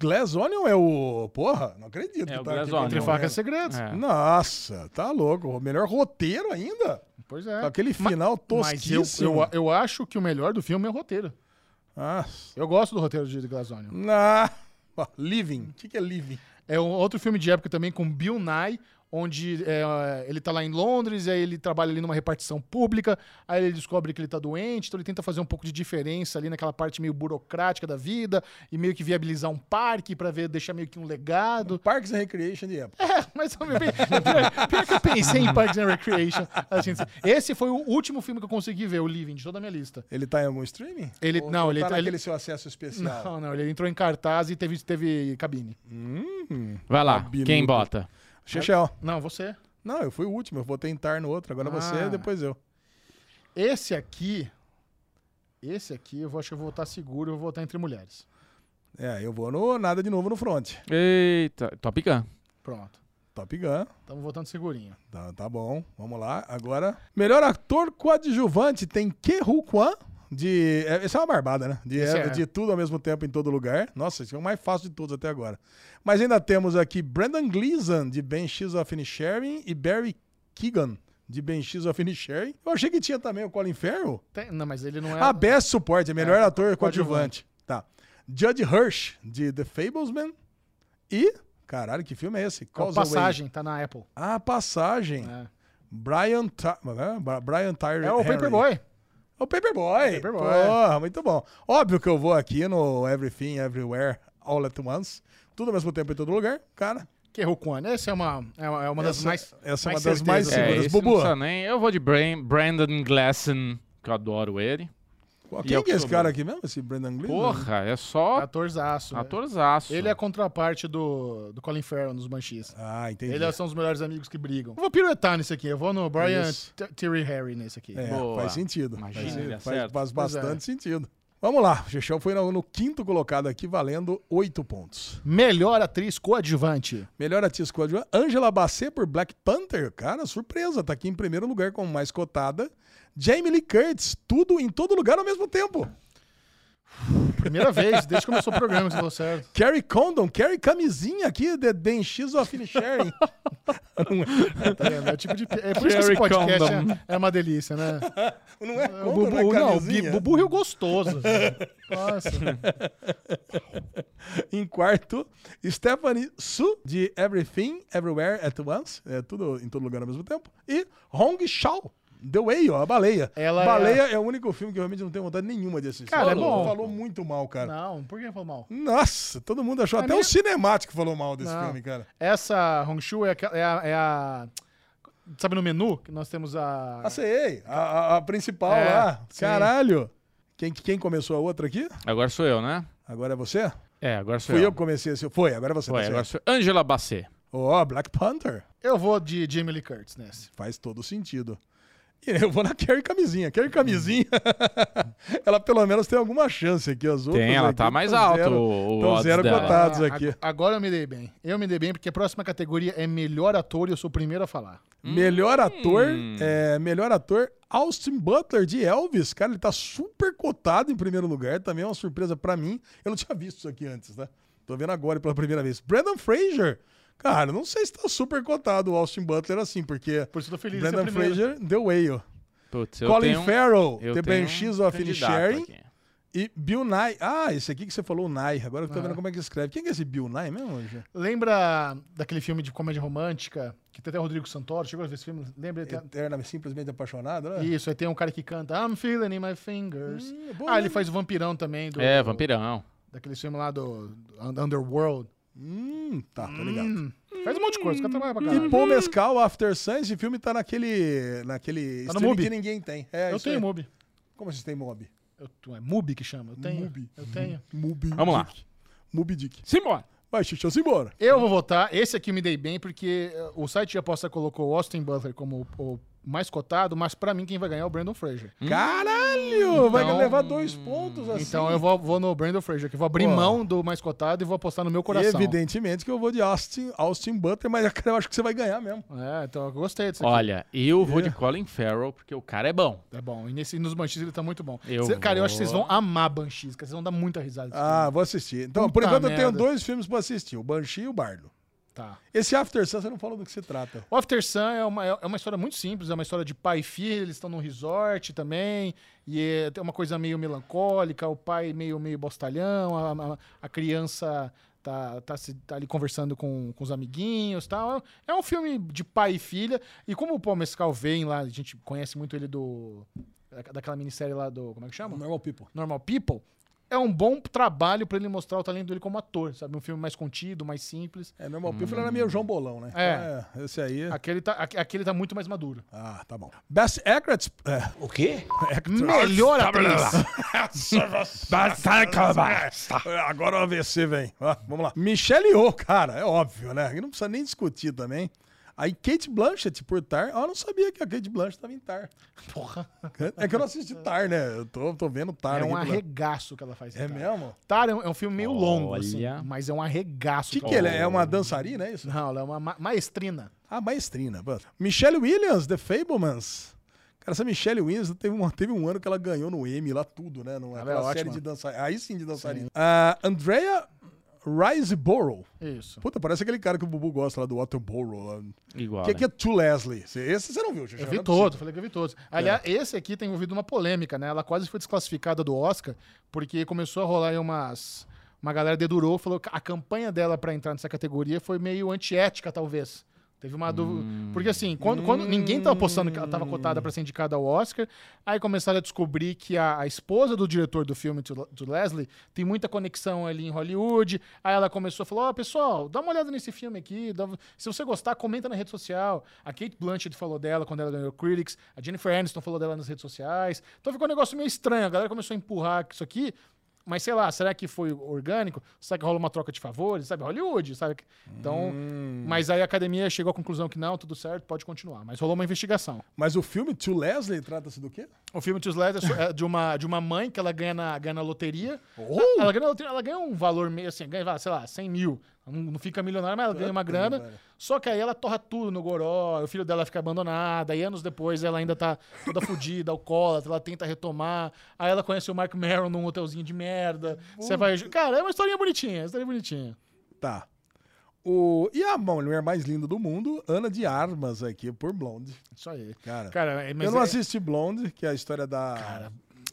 S2: Glass Onion é o... Porra, não acredito.
S1: É
S2: que
S1: o
S2: tá
S1: Glass
S2: aqui
S1: Onion.
S3: Entre
S1: Não,
S3: facas e segredos.
S1: É.
S2: Nossa, tá louco. Melhor roteiro ainda.
S3: Pois é.
S2: Com aquele
S3: Ma-
S2: final
S3: Mas eu,
S2: tosquíssimo.
S3: eu, eu acho que o melhor do filme é o roteiro.
S2: Nossa.
S3: Eu gosto do roteiro de Glazonion.
S2: Na... Ó, Living. O que, que é Living?
S3: É um outro filme de época também com Bill Nye, onde é, ele tá lá em Londres, e aí ele trabalha ali numa repartição pública, aí ele descobre que ele tá doente, então ele tenta fazer um pouco de diferença ali naquela parte meio burocrática da vida e meio que viabilizar um parque pra ver, deixar meio que um legado.
S2: Parks and Recreation de época.
S3: É, mas eu, me- pior, pior que eu pensei em Parks and Recreation. Assim, esse foi o último filme que eu consegui ver, o Living, de toda a minha lista.
S2: Ele tá em algum streaming?
S3: Ele-
S2: Ou-
S3: não,
S2: ou
S3: ele
S2: tá
S3: tá-
S2: naquele
S3: ele-
S2: seu acesso especial.
S3: Não, não, ele entrou em cartaz e teve, teve cabine.
S2: Hum,
S1: Vai lá,
S2: Biluta.
S1: quem bota?
S3: É.
S2: Chechel.
S3: Não, você.
S2: Não, eu fui o último. Eu vou tentar no outro. Agora você
S3: Ah.
S2: e depois eu.
S3: Esse aqui. Esse aqui eu vou, acho que eu vou votar seguro, eu vou votar entre mulheres.
S2: É, eu vou no Nada de Novo no Front.
S1: Eita, Top Gun.
S3: Pronto.
S2: Top Gun.
S3: Estamos votando segurinho.
S2: Tá, tá bom. Vamos lá. Agora, melhor ator coadjuvante tem Kehu Kwan. De, é, essa é uma barbada, né? De,
S3: Esse é.
S2: de tudo ao mesmo tempo em todo lugar. Nossa, esse é o mais fácil de todos até agora. Mas ainda temos aqui Brandon Gleeson, de Ben X of Sharing, e Barry Keegan, de Ben X of Sharing. Eu achei que tinha também o Colin Farrell.
S3: Tem- não, mas ele não é.
S2: Ah, Best Support, é melhor
S3: É,
S2: ator coadjuvante.
S3: coadjuvante.
S2: Tá. Judge Hirsch, de The Fablesman. E. Caralho, que filme é esse?
S3: é o
S2: Causeway.
S3: passagem, tá na Apple.
S2: Ah, Passagem.
S3: É,
S2: Brian, Ty- mas é? Bra- Brian Tyree.
S3: É o
S2: Henry.
S3: Paperboy.
S2: É o Paperboy.
S3: Paperboy. é.
S2: Porra, muito bom. Óbvio que eu vou aqui no Everything, Everywhere, All at Once. Tudo ao mesmo tempo em todo lugar. Cara,
S3: Que errou com Essa é uma, é uma, é uma das
S2: Essa-
S3: mais.
S2: essa é uma das mais
S3: certezas.
S1: É,
S2: seguras.
S1: esse
S2: Bubu.
S1: não precisa nem. Eu vou de Bran- Brandon Gleason, que eu adoro ele.
S2: qual-
S1: é
S2: quem
S1: o
S2: que é
S1: que
S2: esse
S1: sobrou.
S2: cara aqui mesmo? Esse Brandon Gleeson?
S1: Porra, é
S3: É,
S1: só
S3: Atorzaço. né?
S1: atorzaço.
S3: Ele é a contraparte do, do Colin Farrell nos Banshees.
S2: Ah, entendi.
S1: é
S3: Eles são os melhores amigos que brigam. é. Eu vou piruetar nesse aqui. Eu vou no Brian
S2: Isso.
S3: T- Terry Harry nesse aqui.
S2: É,
S1: Boa.
S2: faz sentido.
S1: Imagina,
S2: faz,
S1: ele
S2: faz-
S1: acerta.
S2: faz
S3: Pois é.
S2: bastante sentido. Vamos lá. O Chechel foi no, no quinto colocado aqui, valendo oito pontos.
S3: Melhor atriz coadjuvante.
S2: Melhor atriz coadjuvante, Angela Bassett por Black Panther. Cara, surpresa, tá aqui em primeiro lugar como mais cotada. Jamie Lee Curtis, tudo em todo lugar ao mesmo tempo.
S3: Primeira vez, desde que começou o programa, se deu certo.
S2: Carrie Condon, Carrie Camisinha aqui, The Ben X of Sharing.
S3: Tá vendo? É, o tipo de... é por isso que esse
S1: Jerry
S3: podcast
S1: Condon.
S3: é, é uma delícia, né?
S2: Não é
S3: O
S2: Condon,
S3: Bubu,
S2: é
S3: não, o
S2: Camisinha.
S3: Bi- Bubu Rio Gostoso. assim. Nossa.
S2: Em quarto, Stephanie Su, de Everything, Everywhere at Once. É tudo em todo lugar ao mesmo tempo. E Hong Shao. The Way, ó, a baleia.
S3: Ela é-
S2: baleia é... o único filme que eu realmente não tenho vontade nenhuma de assistir.
S3: Cara, é
S2: Todo
S3: bom.
S2: mundo Falou muito mal, cara.
S3: Não, por que falou mal?
S2: Nossa, todo mundo achou.
S3: É
S2: Até o
S3: meio-
S2: cinemático falou mal desse
S3: Não.
S2: filme, cara.
S3: Essa Hong Shu é, aquela- é a, é a sabe, no menu, que nós temos a.
S2: Ah, sei. A, a- a principal
S3: É,
S2: lá.
S3: sim.
S2: Caralho. Quem, quem começou a outra aqui?
S1: Agora sou eu, né?
S2: Agora é você?
S1: É, agora sou
S2: Fui
S1: eu.
S2: eu que comecei esse. Foi, agora você
S1: Foi,
S2: tá
S1: agora
S2: certo.
S1: sou Angela Basset.
S2: Ó, Black Panther.
S3: Eu vou de Jamie Lee Curtis nesse.
S2: Faz todo sentido. E eu vou na Carrie Camisinha. Carrie Camisinha, ela pelo menos tem alguma chance aqui. As outras
S1: Tem, ela
S2: aqui
S1: tá mais
S2: tão
S1: alto
S2: zero-
S1: o, o
S2: tão
S1: odds
S2: zero
S1: dela.
S2: cotado. Dados
S3: Ah,
S2: aqui.
S3: ag- Agora eu me dei bem. Eu me dei bem porque a próxima categoria é melhor ator e eu sou o primeiro a falar.
S1: Hum.
S2: Melhor ator, é, melhor ator, Austin Butler de Elvis. Cara, ele tá super cotado em primeiro lugar. Também é uma surpresa pra mim. Eu não tinha visto isso aqui antes, né? Tô vendo agora pela primeira vez. Brandon Fraser. Cara, não sei se tá super cotado o Austin Butler assim, porque
S3: Por isso eu tô feliz de ser o
S2: Brandon
S3: primeiro.
S2: Fraser deu whale.
S1: Putz, eu
S2: Colin
S1: tenho, um-
S2: Farrell,
S1: eu
S2: The
S1: tenho
S2: Banshees
S1: um
S2: of
S1: candidato
S2: Inisherin.
S1: aqui.
S2: E Bill Nye. Ah, esse aqui que você falou, o Nye. Agora
S1: Ah.
S2: eu tô vendo como é que escreve. Quem que é esse Bill Nye mesmo? Anjo?
S3: Lembra daquele filme de comédia romântica que tem até o Rodrigo Santoro? Chegou a ver esse filme? Lembra?
S1: Tá.
S3: Tem-
S2: Eterna, É, simplesmente apaixonado, né?
S3: Isso, aí tem um cara que canta I'm feeling in my fingers.
S2: Hum, é bom,
S3: ah, ele
S2: né?
S3: faz o vampirão também. Do,
S1: É, vampirão.
S3: Daquele filme lá do, do Un- Underworld.
S2: Hum, tá, tá ligado.
S3: Faz um monte de coisa, o cara trabalha pra
S2: E
S3: caralho.
S2: Paul Mescal, After Sun, esse filme tá naquele. naquele
S3: Tá no
S2: streaming
S3: Mubi.
S2: que ninguém tem. É,
S3: eu
S2: isso
S3: tenho
S2: aí.
S3: Mubi.
S2: Como assim vocês têm Mob?
S3: Eu, tu- é Mubi que chama, eu tenho.
S2: Mubi.
S3: Eu tenho.
S2: Mubi.
S1: Vamos lá.
S2: Dick. Mubi Dick.
S1: Simbora.
S2: Vai, Xuxa, simbora.
S3: Eu vou votar. Esse aqui eu me dei bem porque eh, o site de aposta colocou o Austin Butler como o, o mais cotado, mas pra mim quem vai ganhar é o Brandon Fraser.
S2: Hum. Caralho! vai
S3: Então-
S2: levar dois pontos assim.
S3: Então eu vou, vou no Brandon Fraser, que eu vou abrir
S2: Pô.
S3: mão do mais cotado e vou apostar no meu coração.
S2: Evidentemente que eu vou de Austin, Austin Butler, mas cara, eu acho que você vai ganhar mesmo.
S3: É, então eu gostei disso aqui.
S1: Olha, eu vou
S2: É.
S1: de Colin Farrell porque o cara é bom.
S3: É bom. E nesse, nos Banshees ele tá muito bom.
S1: Eu
S3: Cê- cara, eu acho que vocês
S1: vou.
S3: vão amar Banshees, cara. Vocês vão dar muita risada. desse
S2: Ah, vou assistir. Então, por
S3: Puta
S2: enquanto eu tenho
S3: merda.
S2: dois filmes pra assistir: o Banshee e o Bardo.
S3: filme. Tá.
S2: Esse After Sun, você não falou do que se trata.
S3: O After Sun é uma, é uma história muito simples, é uma história de pai e filho, eles estão num resort também, e é, tem uma coisa meio melancólica, o pai meio, meio bostalhão, a, a- a criança tá, tá, se- tá ali conversando com, com os amiguinhos e tal. É um filme de pai e filha, e como o Paul Mescal vem lá, a gente conhece muito ele do... daquela minissérie lá do... como é que chama?
S2: Normal People.
S3: Normal People, é um bom trabalho pra ele mostrar o talento dele como ator, sabe? Um filme mais contido, mais simples.
S2: É, Normal People era meio João Bolão, né?
S3: É.
S2: Então, é, esse aí.
S3: Aquele tá, aque- aquele tá muito mais maduro.
S2: Ah, tá bom. Best Actress. É, Tá
S5: O quê?
S3: Melhor atriz.
S2: Agora o AVC vem. Ó, vamos lá. Michelle Yeoh, cara, é óbvio, né? Aqui Não precisa nem discutir também. Aí Kate Blanchett por Tar. Ah, eu não sabia que a Kate Blanchett tava em Tar.
S3: Porra.
S2: É que eu não assisti Tar, né? Eu tô, tô vendo Tar
S3: É
S2: aqui
S3: um
S2: do lado.
S3: arregaço que ela faz.
S2: É mesmo?
S3: Tar é um, é um filme meio longo,
S1: Olha.
S3: assim, mas é um arregaço.
S2: O que, que ele é? É uma dançarina, é isso?
S3: Não, ela é uma ma- maestrina.
S2: Ah, maestrina. pô. Michelle Williams, The Fablemans. Cara, essa Michelle Williams teve, uma, teve um ano que ela ganhou no M lá tudo, né? Numa,
S3: Ela é
S2: aquela série
S3: ótima.
S2: de dançarina. Aí sim de dançarina. Ah, Andrea Riseborough.
S3: Isso.
S2: Puta, parece aquele cara que o Bubu gosta lá do Waterboro. Lá.
S1: Igual.
S2: Que
S1: né?
S2: aqui é To Leslie. Cê- Esse você não viu, Xuxa.
S3: Eu
S2: não
S3: vi
S2: é possível.
S3: todos, falei que eu vi todos. Aliás, esse aqui tem envolvido uma polêmica, né? Ela quase foi desclassificada do Oscar, porque começou a rolar aí umas. Uma galera dedurou, falou que a campanha dela pra entrar nessa categoria foi meio antiética, talvez. Teve uma dúvida. Porque assim, quando, quando ninguém tava postando que ela tava cotada pra ser indicada ao Oscar, aí começaram a descobrir que a, a esposa do diretor do filme, do, do Leslie, tem muita conexão ali em Hollywood. Aí ela começou a falar: Ó, pessoal, dá uma olhada nesse filme aqui. dá- se você gostar, comenta na rede social. A Kate Blanchett falou dela quando ela ganhou o Critics. A Jennifer Aniston falou dela nas redes sociais. Então ficou um negócio meio estranho. A galera começou a empurrar isso aqui. Mas sei lá, será que foi orgânico? Será que rola uma troca de favores? Sabe, Hollywood, sabe? Então, mas aí a academia chegou à conclusão que não, tudo certo, pode continuar. Mas rolou uma investigação.
S2: Mas o filme To Leslie trata-se do quê?
S3: O filme Two Letters é de uma, de uma mãe que ela ganha na, ganha na loteria.
S2: Oh!
S3: Ela, ganha na loteria, ela ganha um valor meio assim, ganha, sei lá, 100 mil. Ela Não, não fica milionária, mas ela ganha uma grana. Só que aí ela torra tudo no goró, o filho dela fica abandonado, aí anos depois ela ainda tá toda fodida, alcoólatra, ela tenta retomar. Aí ela conhece o Mark Maron num hotelzinho de merda. Você vai. Cara, é uma historinha bonitinha, uma historinha bonitinha.
S2: Tá. O... E a mulher mais linda do mundo, Ana de Armas, aqui, por Blonde.
S3: Isso aí.
S2: Cara,
S3: Cara, é- mas
S2: eu não
S3: é-
S2: assisti Blonde, que é a história da...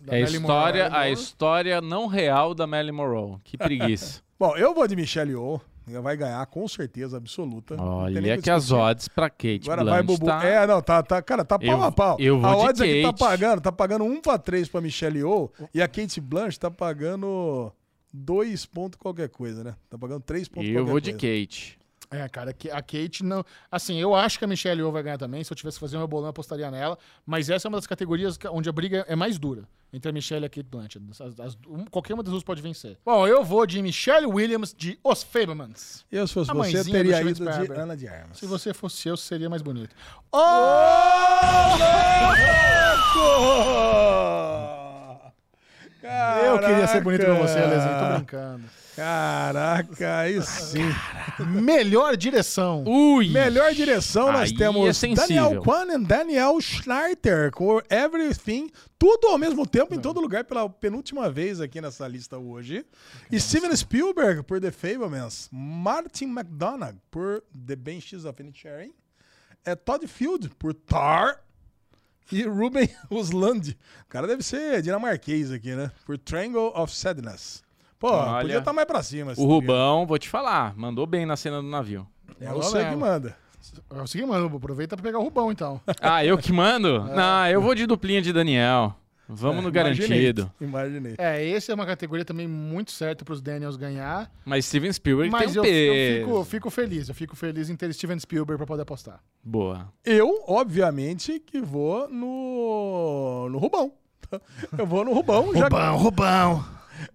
S3: da
S1: É a
S3: Marilyn Monroe,
S1: história,
S3: Marilyn
S1: a
S3: Monroe.
S1: história não real da Marilyn Monroe. Que preguiça.
S2: Bom, eu vou de Michelle Yeoh. Ela Vai ganhar, com certeza, absoluta. Não tem nem o
S1: Olha que
S2: discutir.
S1: as odds pra Kate
S2: Agora vai,
S1: Blanchett
S2: Bubu.
S1: tá...
S2: É, não, tá, tá, cara, tá pau
S1: Eu-
S2: a pau.
S1: eu vou
S2: a
S1: de
S2: odds aqui tá
S1: Kate.
S2: pagando, tá pagando 1 pra 3 pra Michelle Yeoh e a Kate Blanche tá pagando 2 pontos qualquer coisa, né? Tá pagando 3 pontos
S1: Eu
S2: qualquer
S1: vou de
S2: coisa.
S1: Kate.
S3: É, cara, que- a Kate não. Assim, eu acho que a Michelle Yeoh vai ganhar também. Se eu tivesse que fazer uma bolão, eu apostaria nela. Mas essa é uma das categorias que- onde a briga é mais dura entre a Michelle e a Kate Blanchett. As- as- um- qualquer uma das duas pode vencer. Bom, eu vou de Michelle Williams de Os Fablemans.
S2: Eu, se fosse
S3: A
S2: você,
S3: mãezinha do
S2: teria
S3: Chris
S2: ido de
S3: Barber.
S2: Ana de Armas.
S3: Se você fosse eu, seria mais bonito. Oh! Eu queria ser bonito pra você, Lezinho. Tô brincando.
S2: Caraca, aí sim.
S3: Melhor direção.
S1: Ui!
S2: Melhor direção, nós
S1: Aí é
S2: temos
S1: sensível.
S2: Daniel Kwan e Daniel Schneider com Everything, tudo ao mesmo tempo,
S1: É.
S2: em todo lugar, pela penúltima vez aqui nessa lista hoje. E Steven Spielberg por The Fablemans, Martin McDonagh por The Benches of Sharing, é Todd Field por Tar e Ruben Osland, o cara deve ser dinamarquês aqui, né? Por Triangle of Sadness. Pô,
S1: Olha.
S2: podia estar mais pra cima. esse
S1: O Rubão, vou te falar, mandou bem na cena do navio.
S2: É o sei que manda.
S3: É o seguinte, mano, aproveita pra pegar o Rubão, então.
S1: Ah, eu que mando?
S2: É.
S1: Não, eu vou de duplinha de Daniel. Vamos no garantido.
S2: Imaginei.
S3: É, essa é uma categoria também muito certa pros Daniels ganhar.
S1: Mas Steven Spielberg
S3: Mas
S1: tem
S3: eu,
S1: um
S3: eu
S1: peso.
S3: fico, fico feliz. Eu fico feliz em ter Steven Spielberg pra poder apostar.
S1: Boa.
S2: Eu, obviamente, que vou no, no Rubão. Eu vou no Rubão, já,
S3: Rubão.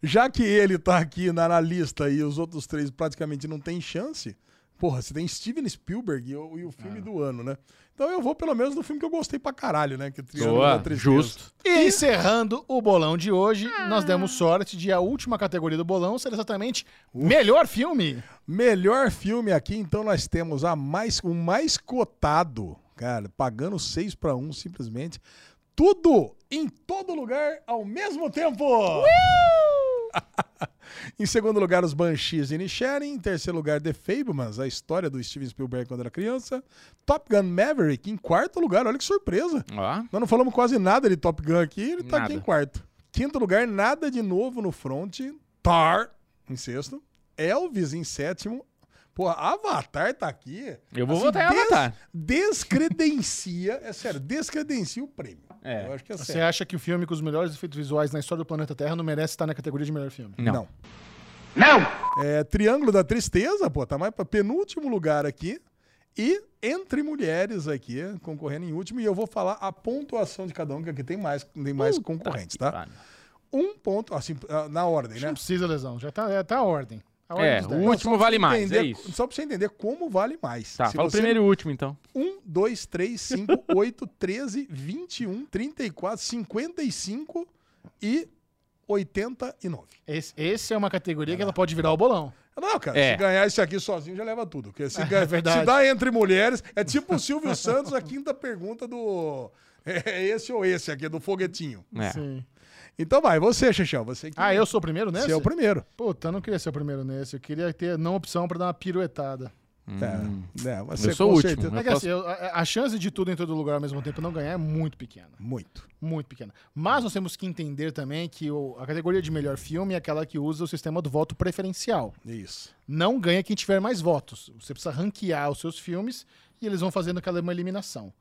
S2: já que ele tá aqui na, na lista e os outros três praticamente não tem chance. Porra, você tem Steven Spielberg e, o- e o
S1: É.
S2: filme do ano, né? Então eu vou pelo menos no filme que eu gostei pra caralho, né? Que Triângulo
S1: Boa,
S2: da Tristeza.
S1: justo.
S3: E encerrando o bolão de hoje, nós demos sorte de a última categoria do bolão ser exatamente melhor filme.
S2: Melhor filme aqui, então nós temos a mais, o mais cotado, cara, pagando 6 para 1 simplesmente. Tudo em todo lugar ao mesmo tempo. em segundo lugar, os Banshees e Nisharin. Em terceiro lugar, The Fablemans, a história do Steven Spielberg quando era criança. Top Gun Maverick em quarto lugar, olha que surpresa.
S1: Ó,
S2: Nós não falamos quase nada de Top Gun aqui, ele tá
S1: Nada.
S2: aqui em quarto. Quinto lugar, nada de novo no front. Tar em sexto. Elvis em sétimo. Pô, Avatar tá aqui.
S1: Eu vou votar em Avatar.
S2: Descredencia, é sério, descredencia o prêmio.
S1: É.
S2: Eu acho que é
S3: Você
S2: sério.
S3: acha que o filme com os melhores efeitos visuais na história do planeta Terra não merece estar na categoria de melhor filme?
S1: não.
S2: Não. É, Triângulo da Tristeza, pô, tá mais pra penúltimo lugar aqui. E entre mulheres aqui, concorrendo em último. E eu vou falar a pontuação de cada um, que aqui tem mais, tem mais concorrentes, tá?
S1: Vale.
S2: Um ponto, assim, na ordem, né?
S3: Não precisa, Lesão. Já tá, é, tá a ordem. A ordem
S1: É,
S3: dos
S1: o
S3: dez.
S1: último vale mais, é
S2: entender-
S1: isso.
S2: Só pra você entender como vale mais.
S1: Tá,
S2: Se
S1: fala o
S2: você-
S1: primeiro e o último, então.
S2: 1, 2, 3, 5, 8, 13, 21, 34, 55 e 89.
S3: Esse, esse é uma categoria que ela pode virar o bolão.
S2: Não, cara,
S1: É.
S2: se ganhar isso aqui sozinho já leva tudo. Porque se, ganha,
S3: verdade.
S2: se dá entre mulheres, é tipo o Silvio Santos, a quinta pergunta do. É esse ou esse aqui, do foguetinho.
S1: É.
S3: Sim.
S2: Então vai, você, Xixão, você que.
S3: Ah, eu sou o primeiro nesse?
S2: Você é o primeiro.
S3: Puta, eu não queria ser o primeiro nesse. Eu queria ter não opção pra dar uma piruetada.
S2: É, é, você
S1: Hum. Eu sou
S2: com
S1: o último,
S2: certeza-
S1: né?
S3: É que
S1: posso-
S3: assim, eu- a, a chance de tudo em todo lugar ao mesmo tempo não ganhar é muito pequena.
S2: Muito.
S3: Muito pequena. Mas nós temos que entender também que o- a categoria de melhor filme é aquela que usa o sistema do voto preferencial.
S2: Isso.
S3: Não ganha quem tiver mais votos. Você precisa ranquear os seus filmes e eles vão fazendo aquela uma eliminação.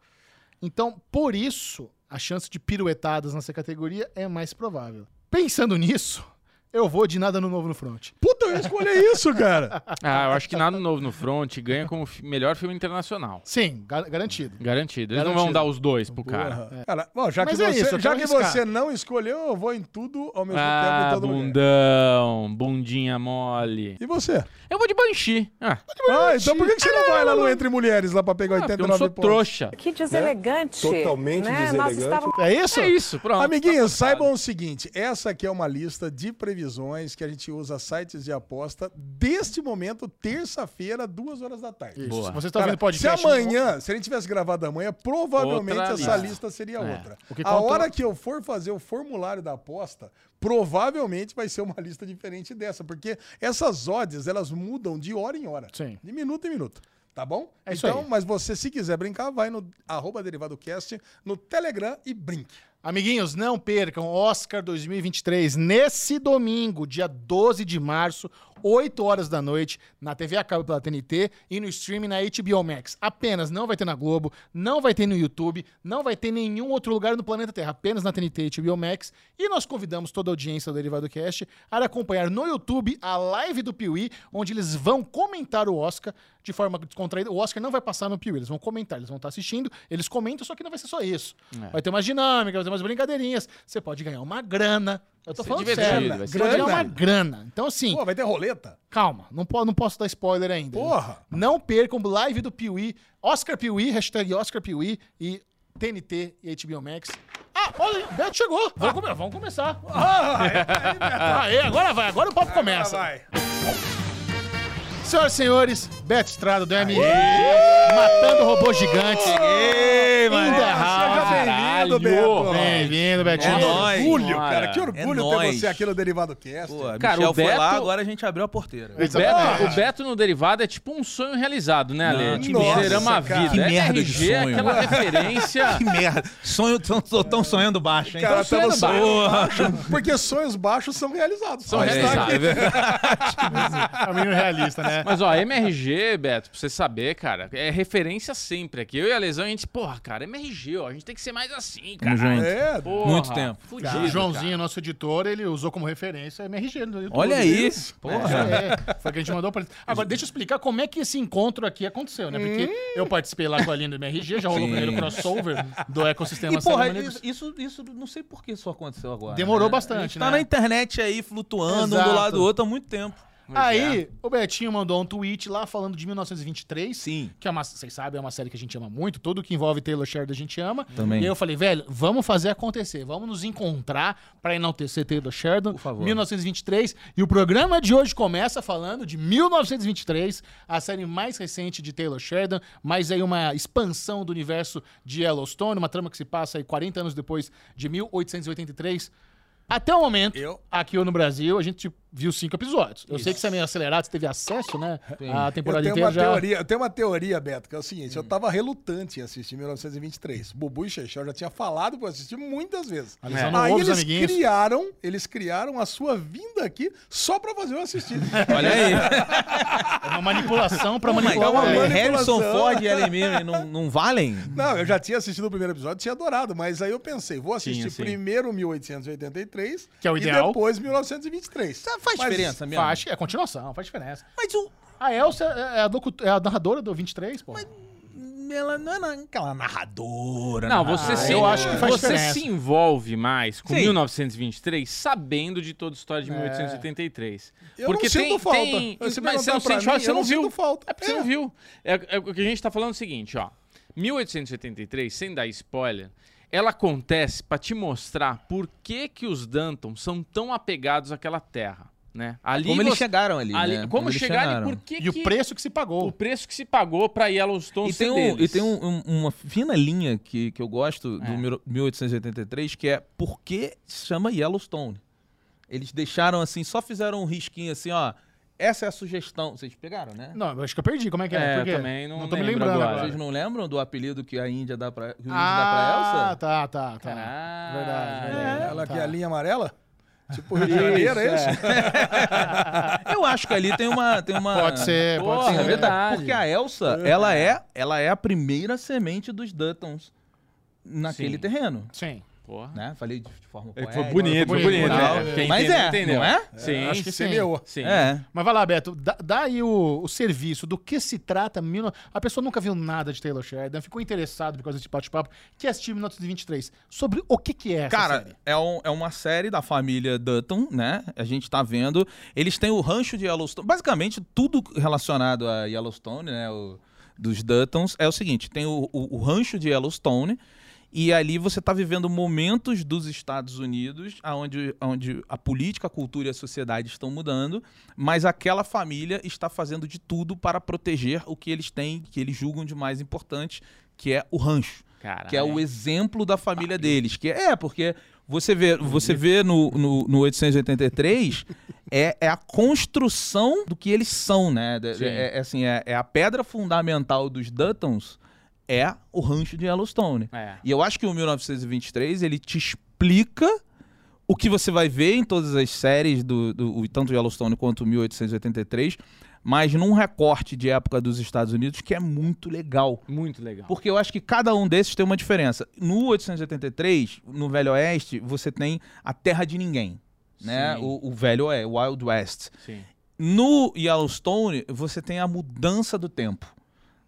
S3: Então, por isso, a chance de piruetadas nessa categoria é mais provável. Pensando nisso, eu vou de nada no novo no front.
S2: Puta, eu escolhi isso, cara.
S1: Ah, eu acho que nada novo no front ganha como fi- melhor filme internacional.
S3: Sim, ga- garantido.
S1: Garantido. Eles não vão
S3: Garantido.
S1: dar os dois pro cara.
S2: Porra. Cara, bom, já que,
S3: Mas
S2: você,
S3: é isso, eu
S2: já
S3: quero
S2: que
S3: arriscar.
S2: você não escolheu, eu vou em tudo ao mesmo
S1: Ah,
S2: tempo em todo lugar.
S1: bundão, bundinha mole.
S2: E você?
S1: Eu vou de Banshee. Ah,
S2: Ah, então por que, que você não vai lá
S3: Ah.
S2: no Entre Mulheres lá pra pegar
S1: ah, porque eu
S2: 89
S1: não sou
S2: pontos?
S1: trouxa.
S5: Que deselegante.
S6: um, né? Totalmente
S5: né? Nós
S6: deselegante.
S5: estávamos
S3: É isso?
S1: É isso, pronto.
S2: Amiguinhos, saibam o seguinte: essa aqui é uma lista de previsões que a gente usa sites de aposta deste momento, terça-feira, duas horas da tarde.
S3: Isso.
S1: Boa.
S3: Se você está
S2: Cara,
S3: vendo Tá podcast.
S2: se amanhã, se a gente tivesse gravado amanhã, provavelmente
S1: Outra
S2: essa
S1: lista.
S2: lista seria outra.
S3: É. O que
S2: A
S3: contou-
S2: hora que eu for fazer o formulário da aposta, provavelmente vai ser uma lista diferente dessa, porque essas odds, elas mudam de hora em hora.
S3: Sim.
S2: De minuto em minuto. Tá bom?
S3: É isso
S2: então,
S3: aí.
S2: mas você, se quiser brincar, vai no arroba derivadocast no Telegram e brinque.
S3: Amiguinhos, não percam Oscar 2023 nesse domingo, dia 12 de março, 8 horas da noite, na TV a cabo pela TNT e no streaming na HBO Max. Apenas não vai ter na Globo, não vai ter no YouTube, não vai ter em nenhum outro lugar no planeta Terra, apenas na TNT e HBO Max. E nós convidamos toda a audiência do Derivado Cast a acompanhar no YouTube a live do Piuí, onde eles vão comentar o Oscar de forma descontraída. O Oscar não vai passar no Piuí, eles vão comentar, eles vão estar assistindo, eles comentam, só que não vai ser só isso.
S1: É.
S3: Vai ter umas dinâmicas, vai ter umas brincadeirinhas. Você pode ganhar uma grana. Eu tô
S1: ser
S3: falando
S1: divertido,
S3: sério.
S1: vai
S3: Você
S1: ser
S3: pode ganhar uma
S2: divertido.
S3: grana. Então, assim,
S2: Pô, vai ter roleta?
S3: calma. Não, po- não posso dar spoiler ainda.
S2: Porra!
S3: Não percam live do Piuí, Oscar Piuí, hashtag Oscar Piuí e TNT e HBO Max. Ah, olha, o Beto chegou. Vamos, come- vamos começar.
S2: Ah.
S3: Aê, agora vai, agora o papo começa.
S2: Vai.
S3: Senhoras e senhores, Beto Estrada do ME, matando robôs gigantes.
S5: Ei,
S3: In the
S2: Seja
S3: house.
S2: bem-vindo,
S1: Caralho.
S2: Beto.
S3: é Bem-vindo, Betinho.
S5: É nóis.
S2: Que orgulho,
S1: Senhora.
S2: cara. Que
S5: É
S2: orgulho ter
S5: nóis.
S2: você aqui no Derivado Cast.
S5: Pô,
S1: Cara,
S5: Michel
S1: o
S5: foi
S1: Beto-
S5: lá, agora a gente abriu a porteira.
S1: O Beto, o Beto no derivado é tipo um sonho realizado, né, Ale?
S5: Não,
S1: Tipo,
S5: que
S2: merda,
S1: zeramos a
S2: cara.
S1: vida.
S5: Que
S1: É
S5: merda de
S1: RG,
S5: sonho.
S1: aquela referência.
S5: Que merda. Sonho, tão, tô tão sonhando baixo,
S3: Então
S5: hein?
S2: Cara,
S5: Cara,
S1: sonhando
S2: estamos Porque sonhos baixos são realizados.
S1: São
S2: Só está
S1: realizados.
S2: aqui.
S3: É um menino realista, né?
S1: Mas, ó, MRG, Beto, pra você saber, cara, é referência sempre aqui. Eu e a Lesão, a gente, porra, cara, MRG, ó, a gente tem que ser mais assim, cara.
S5: Tamo junto.
S2: É,
S1: Porra,
S5: Muito tempo.
S1: Fudido,
S3: o Joãozinho, nosso editor, ele usou como referência a MRG no YouTube.
S5: Olha aí. Porra.
S3: É, foi o que a gente mandou pra eles. Agora, deixa eu explicar como é que esse encontro aqui aconteceu, né? Porque eu participei lá com a Aline do MRG, já rolou o
S5: Sim.
S3: primeiro crossover do ecossistema
S5: E, porra,
S3: Salamanders.
S5: isso, isso, isso- não sei por que isso aconteceu agora.
S3: Demorou
S5: né?
S3: bastante,
S5: A gente tá
S3: né?
S5: na internet aí, flutuando um
S3: Exato.
S5: do lado do outro há muito tempo.
S3: Aí,
S5: é.
S3: o Betinho mandou um tweet lá falando de 1923.
S5: Sim.
S3: Que é uma, vocês sabem, é uma série que a gente ama muito. Tudo que envolve Taylor Sheridan a gente ama.
S5: Também.
S3: E aí eu falei, velho, vamos fazer acontecer. Vamos nos encontrar pra enaltecer Taylor Sheridan. Por
S5: favor.
S3: 1923. E o programa de hoje começa falando de 1923, a série mais recente de Taylor Sheridan, mas aí uma expansão do universo de Yellowstone, uma trama que se passa aí 40 anos depois de 1883. Até o momento,
S2: Eu-
S3: aqui no Brasil, a gente viu cinco episódios. Eu sei que você é meio acelerado, você teve acesso, né? A
S2: Eu
S3: temporada
S2: tenho,
S3: inteira
S2: uma
S3: já. Hum.
S2: teoria, eu tenho uma teoria, Beto, que é o seguinte: eu tava relutante em assistir 1923. Bubu e Chechel já tinha falado pra eu assistir muitas vezes.
S3: A lesão
S2: É.
S3: não
S2: Aí
S3: ouve os
S2: eles
S3: amiguinhos.
S2: criaram, eles criaram a sua vinda aqui só pra fazer eu assistir.
S5: Olha aí.
S3: É uma manipulação pra
S5: Oh my
S3: manipular
S5: God,
S3: o
S2: uma
S3: amor.
S2: mano-
S5: Harrison
S2: manipulação.
S5: Ford e Ellen Mirren não, não valem?
S2: Não, eu já tinha assistido o primeiro episódio, tinha adorado, mas aí eu pensei, vou assistir
S5: Sim, sim.
S2: primeiro 1883
S3: Que é o
S2: e
S3: ideal.
S2: depois 1923.
S5: Faz
S2: Mas-
S5: diferença mesmo.
S3: Faz, é continuação, faz diferença.
S5: Mas o,
S3: A Elsa é a, locu- é a narradora do 23, pô.
S5: ela não é na- aquela narradora.
S1: Não,
S5: né?
S1: você,
S3: Ah,
S1: se,
S3: eu acho que faz
S1: você
S3: diferença.
S1: se envolve mais com
S5: Sim.
S1: 1923 sabendo de toda a história de 1883.
S2: É. Eu não sinto falta. Eu, se
S1: mas você não
S2: perguntar pra
S1: sente falta,
S2: mim,
S1: você
S2: eu
S1: não viu.
S2: sinto falta.
S1: É porque você não viu. É, é o que a gente tá falando é o seguinte, ó. 1883, sem dar spoiler, ela acontece pra te mostrar por que que os Danton são tão apegados àquela terra, né? Ali
S5: Como eles
S1: você-
S5: chegaram ali,
S1: ali-
S5: né?
S1: Como, chegaram, e por que
S3: E
S1: que-
S3: o preço que se
S1: o
S3: pagou.
S1: preço que se pagou pra Yellowstone
S5: E
S1: ser
S5: tem, um-
S1: deles.
S5: e tem um- um- uma fina linha que, que eu gosto
S1: É.
S5: do mil- 1883, que é por que se chama Yellowstone? Eles deixaram assim, só fizeram um risquinho assim, ó. Essa é a sugestão. Vocês pegaram, né?
S3: Não, eu acho que eu perdi. Como é que é?
S1: É,
S3: Por quê?
S1: também não
S3: tô me
S1: lembro
S3: lembrando
S1: agora.
S3: agora.
S5: Vocês não lembram do apelido que a Índia dá pra, que o índio dá pra
S3: Ah,
S5: Elsa?
S3: tá, tá, tá.
S1: Caralho.
S3: Verdade, verdade.
S2: Ela que é a
S3: Tá.
S2: linha amarela? Tipo Rio de Janeiro, é isso?
S5: Eu acho que ali tem uma. Tem uma
S3: tá. Pode ser, pode
S1: Porra,
S3: ser.
S1: é verdade.
S5: Porque a Elsa, ela é, ela é a primeira semente dos Duttons naquele
S1: Sim.
S5: terreno.
S3: Sim.
S1: Porra.
S5: né? Falei de de forma
S1: É,
S5: poética.
S1: foi bonito, foi bonito.
S3: bonito,
S1: né?
S3: né?
S1: Quem
S5: Mas
S1: entendeu,
S5: é,
S1: entendeu.
S5: não é?
S1: Sim,
S2: Acho que
S1: sim.
S2: semeou.
S1: Sim.
S5: É.
S3: Mas vai lá, Beto, dá, dá aí o, o serviço do que se trata. 19 A pessoa nunca viu nada de Taylor Sheridan, ficou interessado por causa desse bate-papo, que é assistiu 1923. Sobre o que, que é essa série?
S5: Cara, é, um- é uma série da família Dutton, né? A gente tá vendo. Eles têm o rancho de Yellowstone. Basicamente, tudo relacionado a Yellowstone, né? O- dos Duttons, é o seguinte: tem o, o- o rancho de Yellowstone. E ali você tá vivendo momentos dos Estados Unidos, onde, onde a política, a cultura e a sociedade estão mudando, mas aquela família está fazendo de tudo para proteger o que eles têm, que eles julgam de mais importante, que é o rancho.
S1: Caralho.
S5: Que é o exemplo da família deles. Que é, porque você vê, você vê no, no, no 883 é, é a construção do que eles são, né? Da-
S1: Sim.
S5: É, é assim, é, é a pedra fundamental dos Duttons é o rancho de Yellowstone.
S1: É.
S5: E eu acho que o 1923 ele te explica o que você vai ver em todas as séries do, do o- tanto Yellowstone quanto 1883, mas num recorte de época dos Estados Unidos que é muito legal.
S1: Muito legal.
S5: Porque eu acho que cada um desses tem uma diferença. No 883, no Velho Oeste, você tem a terra de ninguém, né?
S1: Sim.
S5: O, o Velho Oeste, Wild West.
S1: Sim.
S5: No Yellowstone, você tem a mudança do tempo.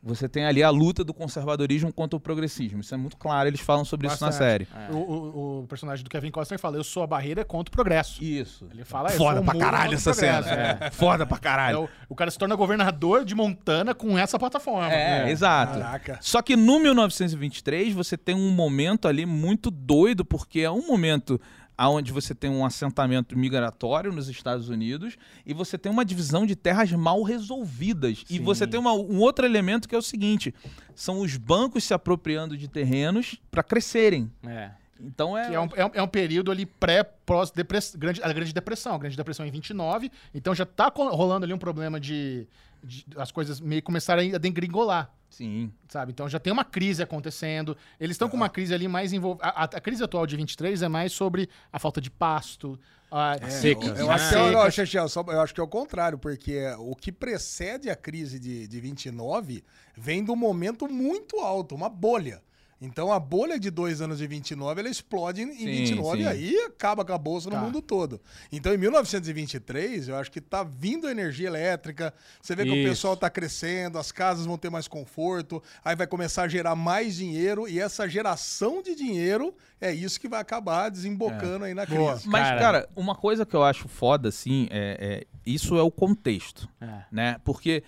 S5: Você tem ali a luta do conservadorismo contra o progressismo. Isso é muito claro, eles falam sobre isso na
S3: Bastante.
S5: série.
S1: É.
S3: O, o- o personagem do Kevin Costner fala: Eu sou a barreira é contra o progresso.
S5: Isso.
S3: Ele fala: "É, "Eu
S5: Foda
S3: sou o
S5: pra
S3: muro
S5: caralho
S3: contra o
S5: essa
S3: um progresso",
S5: cena.
S3: né?
S5: Foda pra caralho.
S3: É, o, o cara se torna governador de Montana com essa plataforma.
S5: É, exato.
S2: Caraca.
S5: Só que no 1923 você tem um momento ali muito doido, porque é um momento onde você tem um assentamento migratório nos Estados Unidos e você tem uma divisão de terras mal resolvidas. E
S1: Sim.
S5: você tem uma- um outro elemento que é o seguinte: são os bancos se apropriando de terrenos para crescerem.
S1: É.
S5: Então é.
S3: Que é um, é um- é um período ali pré-grande a Grande Depressão. A Grande Depressão em 29. Então já tá co- rolando ali um problema de, de- as coisas meio começarem a degringolar.
S5: Sim.
S3: Sabe? Então já tem uma crise acontecendo. Eles estão com uma crise ali mais envolvida. A, a- a crise atual de 23 é mais sobre a falta de pasto. A,
S5: Tá
S2: É,
S1: Secas,
S2: eu- eu,
S1: né?
S2: acho que é, o-
S3: Secas.
S2: não, Chechel, só- eu acho que é o contrário, porque o que precede a crise de, de 29 vem de um momento muito alto, uma bolha. Então a bolha de dois anos de 29, ela explode em
S5: Sim,
S2: 29
S5: sim.
S2: e aí acaba com a bolsa
S3: Tá.
S2: no mundo todo. Então em 1923, eu acho que tá vindo energia elétrica, você vê que o
S5: Isso.
S2: pessoal tá crescendo, as casas vão ter mais conforto, aí vai começar a gerar mais dinheiro e essa geração de dinheiro é isso que vai acabar
S5: É.
S2: desembocando aí na crise.
S5: Mas,
S1: Cara.
S5: cara, uma coisa que eu acho foda, assim, é- é isso é o contexto.
S1: É.
S5: né? Porque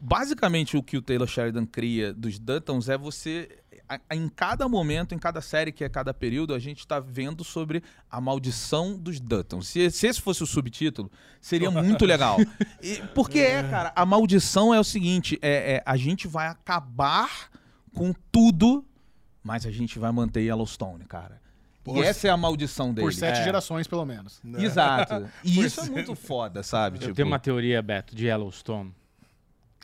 S5: basicamente o que o Taylor Sheridan cria dos Duttons é você a- a- em cada momento, em cada série que é cada período, a gente tá vendo sobre a maldição dos Duttons. Se, se esse fosse o subtítulo, seria muito legal. E- porque é, cara, a maldição é o seguinte, é, é, a gente vai acabar com tudo, mas a gente vai manter Yellowstone, cara.
S2: Pô,
S5: e essa é a maldição dele.
S3: Por sete
S1: É.
S3: gerações, pelo menos.
S2: né?
S5: Exato. E isso é muito foda, sabe? Tipo,
S1: Eu tenho uma teoria, Beto, de Yellowstone.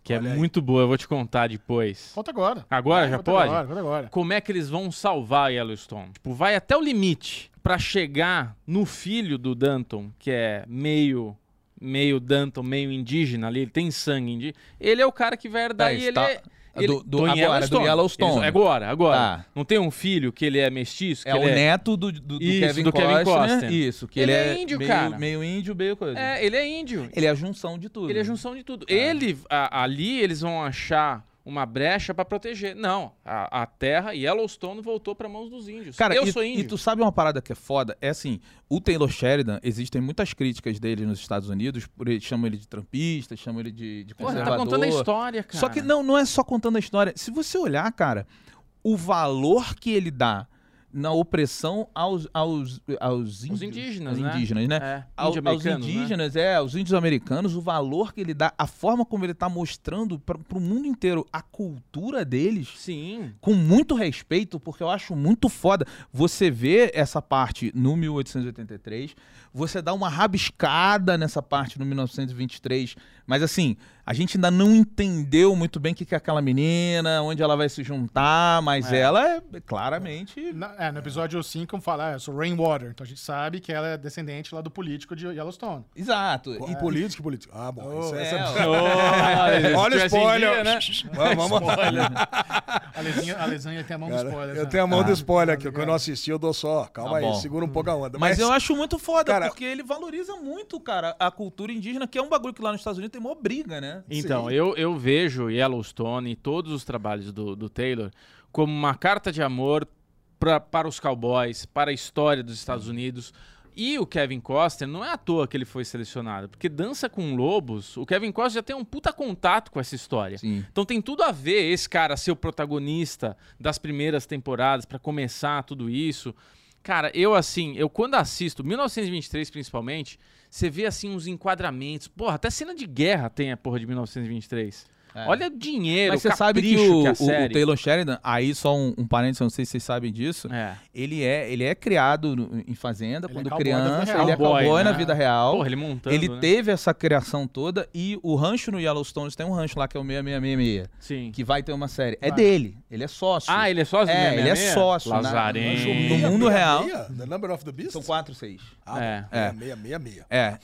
S1: Que é
S2: Olha aí.
S1: muito boa, eu vou te contar depois.
S3: Conta agora.
S1: Agora já
S3: Conta
S1: pode?
S3: Agora, conta agora.
S1: Como é que eles vão salvar Yellowstone? Tipo, vai até o limite pra chegar no filho do Danton, que é meio meio Danton, meio indígena ali, ele tem sangue indígena. Ele é o cara que vai herdar
S5: É,
S1: e ele
S5: está-
S1: é ele-
S5: do- do- agora, do Yellowstone.
S1: Eles- agora, agora.
S5: Tá.
S1: Não tem um filho que ele é mestiço? Que
S5: É o
S1: ele
S5: neto do, do, do
S1: Isso,
S5: Kevin,
S1: do Kevin
S5: Costner.
S1: Costner.
S5: Isso, que
S1: Ele
S5: ele,
S1: é índio,
S5: meio,
S1: cara.
S5: Meio índio, meio coisa.
S1: é, ele é índio.
S5: Ele é a junção de tudo.
S1: Ele é a junção de tudo. Ele, a- ali, eles vão achar uma brecha pra proteger. Não, a, a terra, Yellowstone, voltou pra mãos dos índios.
S5: Cara,
S1: eu
S5: e,
S1: sou índio.
S5: e tu sabe uma parada que é foda? É assim, o Taylor Sheridan, existem muitas críticas dele nos Estados Unidos, por ele, chamam ele de trampista, chamam ele de, de
S1: Pô, ele
S5: conservador.
S1: tá contando a história, cara.
S5: Só que não, não é só contando a história. Se você olhar, cara, o valor que ele dá na opressão aos, aos, aos índios,
S1: indígenas,
S5: aos
S1: né?
S5: indígenas, né?
S1: É,
S5: Ao-
S1: índio
S5: aos
S1: americano, né?
S5: indígenas, é, aos índios americanos, o valor que ele dá, a forma como ele tá mostrando pra, pro mundo inteiro a cultura deles,
S1: Sim.
S5: com muito respeito, porque eu acho muito foda. Você vê essa parte no 1883, você dá uma rabiscada nessa parte no 1923, mas assim, a gente ainda não entendeu muito bem o que, que é aquela menina, onde ela vai se juntar, mas
S1: É.
S5: ela é claramente.
S3: Na- é, no episódio 5, fala, ah, eu sou Rainwater. Então a gente sabe que ela é descendente lá do político de Yellowstone.
S1: É.
S5: Exato.
S2: E político, político. Ah, bom.
S5: Oh,
S2: isso é, essa-
S1: Olha
S2: Olha o spoiler.
S1: né?
S2: Vamos, vamos.
S3: A lesinha, a lesanha tem a mão do
S2: Cara,
S3: spoiler.
S2: eu
S3: né?
S2: tenho a mão do
S3: Ah,
S2: spoiler aqui.
S3: tá
S2: Quando eu
S3: ligado.
S2: assisti, eu dou só. Calma
S5: Tá
S2: aí,
S5: bom.
S2: segura um pouco a onda.
S5: Mas eu acho muito foda,
S2: Cara-
S5: porque ele valoriza muito, cara, a cultura indígena, que é um bagulho que lá nos Estados Unidos tem mó briga, né?
S1: Então, eu, eu vejo Yellowstone e todos os trabalhos do, do Taylor como uma carta de amor pra, para os cowboys, para a história dos Estados Unidos. E o Kevin Costner, não é à toa que ele foi selecionado, porque Dança com Lobos, o Kevin Costner já tem um puta contato com essa história.
S5: Sim.
S1: Então tem tudo a ver esse cara ser o protagonista das primeiras temporadas pra começar tudo isso. Cara, eu assim, eu quando assisto 1923 principalmente, você vê assim uns enquadramentos. Porra, até cena de guerra tem a porra de 1923. Olha o dinheiro,
S5: É.
S1: o
S5: Mas você sabe que
S1: capricho
S5: o,
S1: a
S5: o- o
S1: série-
S5: Taylor Sheridan, aí só um, um parênteses, eu não sei se vocês sabem disso,
S1: É.
S5: ele é, ele é criado no- em fazenda
S3: Ele é
S5: quando
S3: cowboy na vida
S5: criança,
S3: real.
S5: ele é
S1: Cowboy,
S5: cowboy na
S1: né?
S5: vida real.
S1: Porra, ele montando,
S5: ele
S1: né?
S5: teve essa criação toda e o rancho no Yellowstone tem um rancho lá que é o 6666,
S1: Sim.
S5: que vai ter uma série. É
S3: Vai.
S5: dele, ele é sócio.
S1: Ah, ele é sócio do
S5: É, ele é
S1: 666?
S5: sócio, né?
S1: Lazarento.
S5: No mundo real.
S2: The Number of the Beast?
S5: São quatro, seis.
S2: Ah,
S1: É.
S2: é. 666.
S5: É.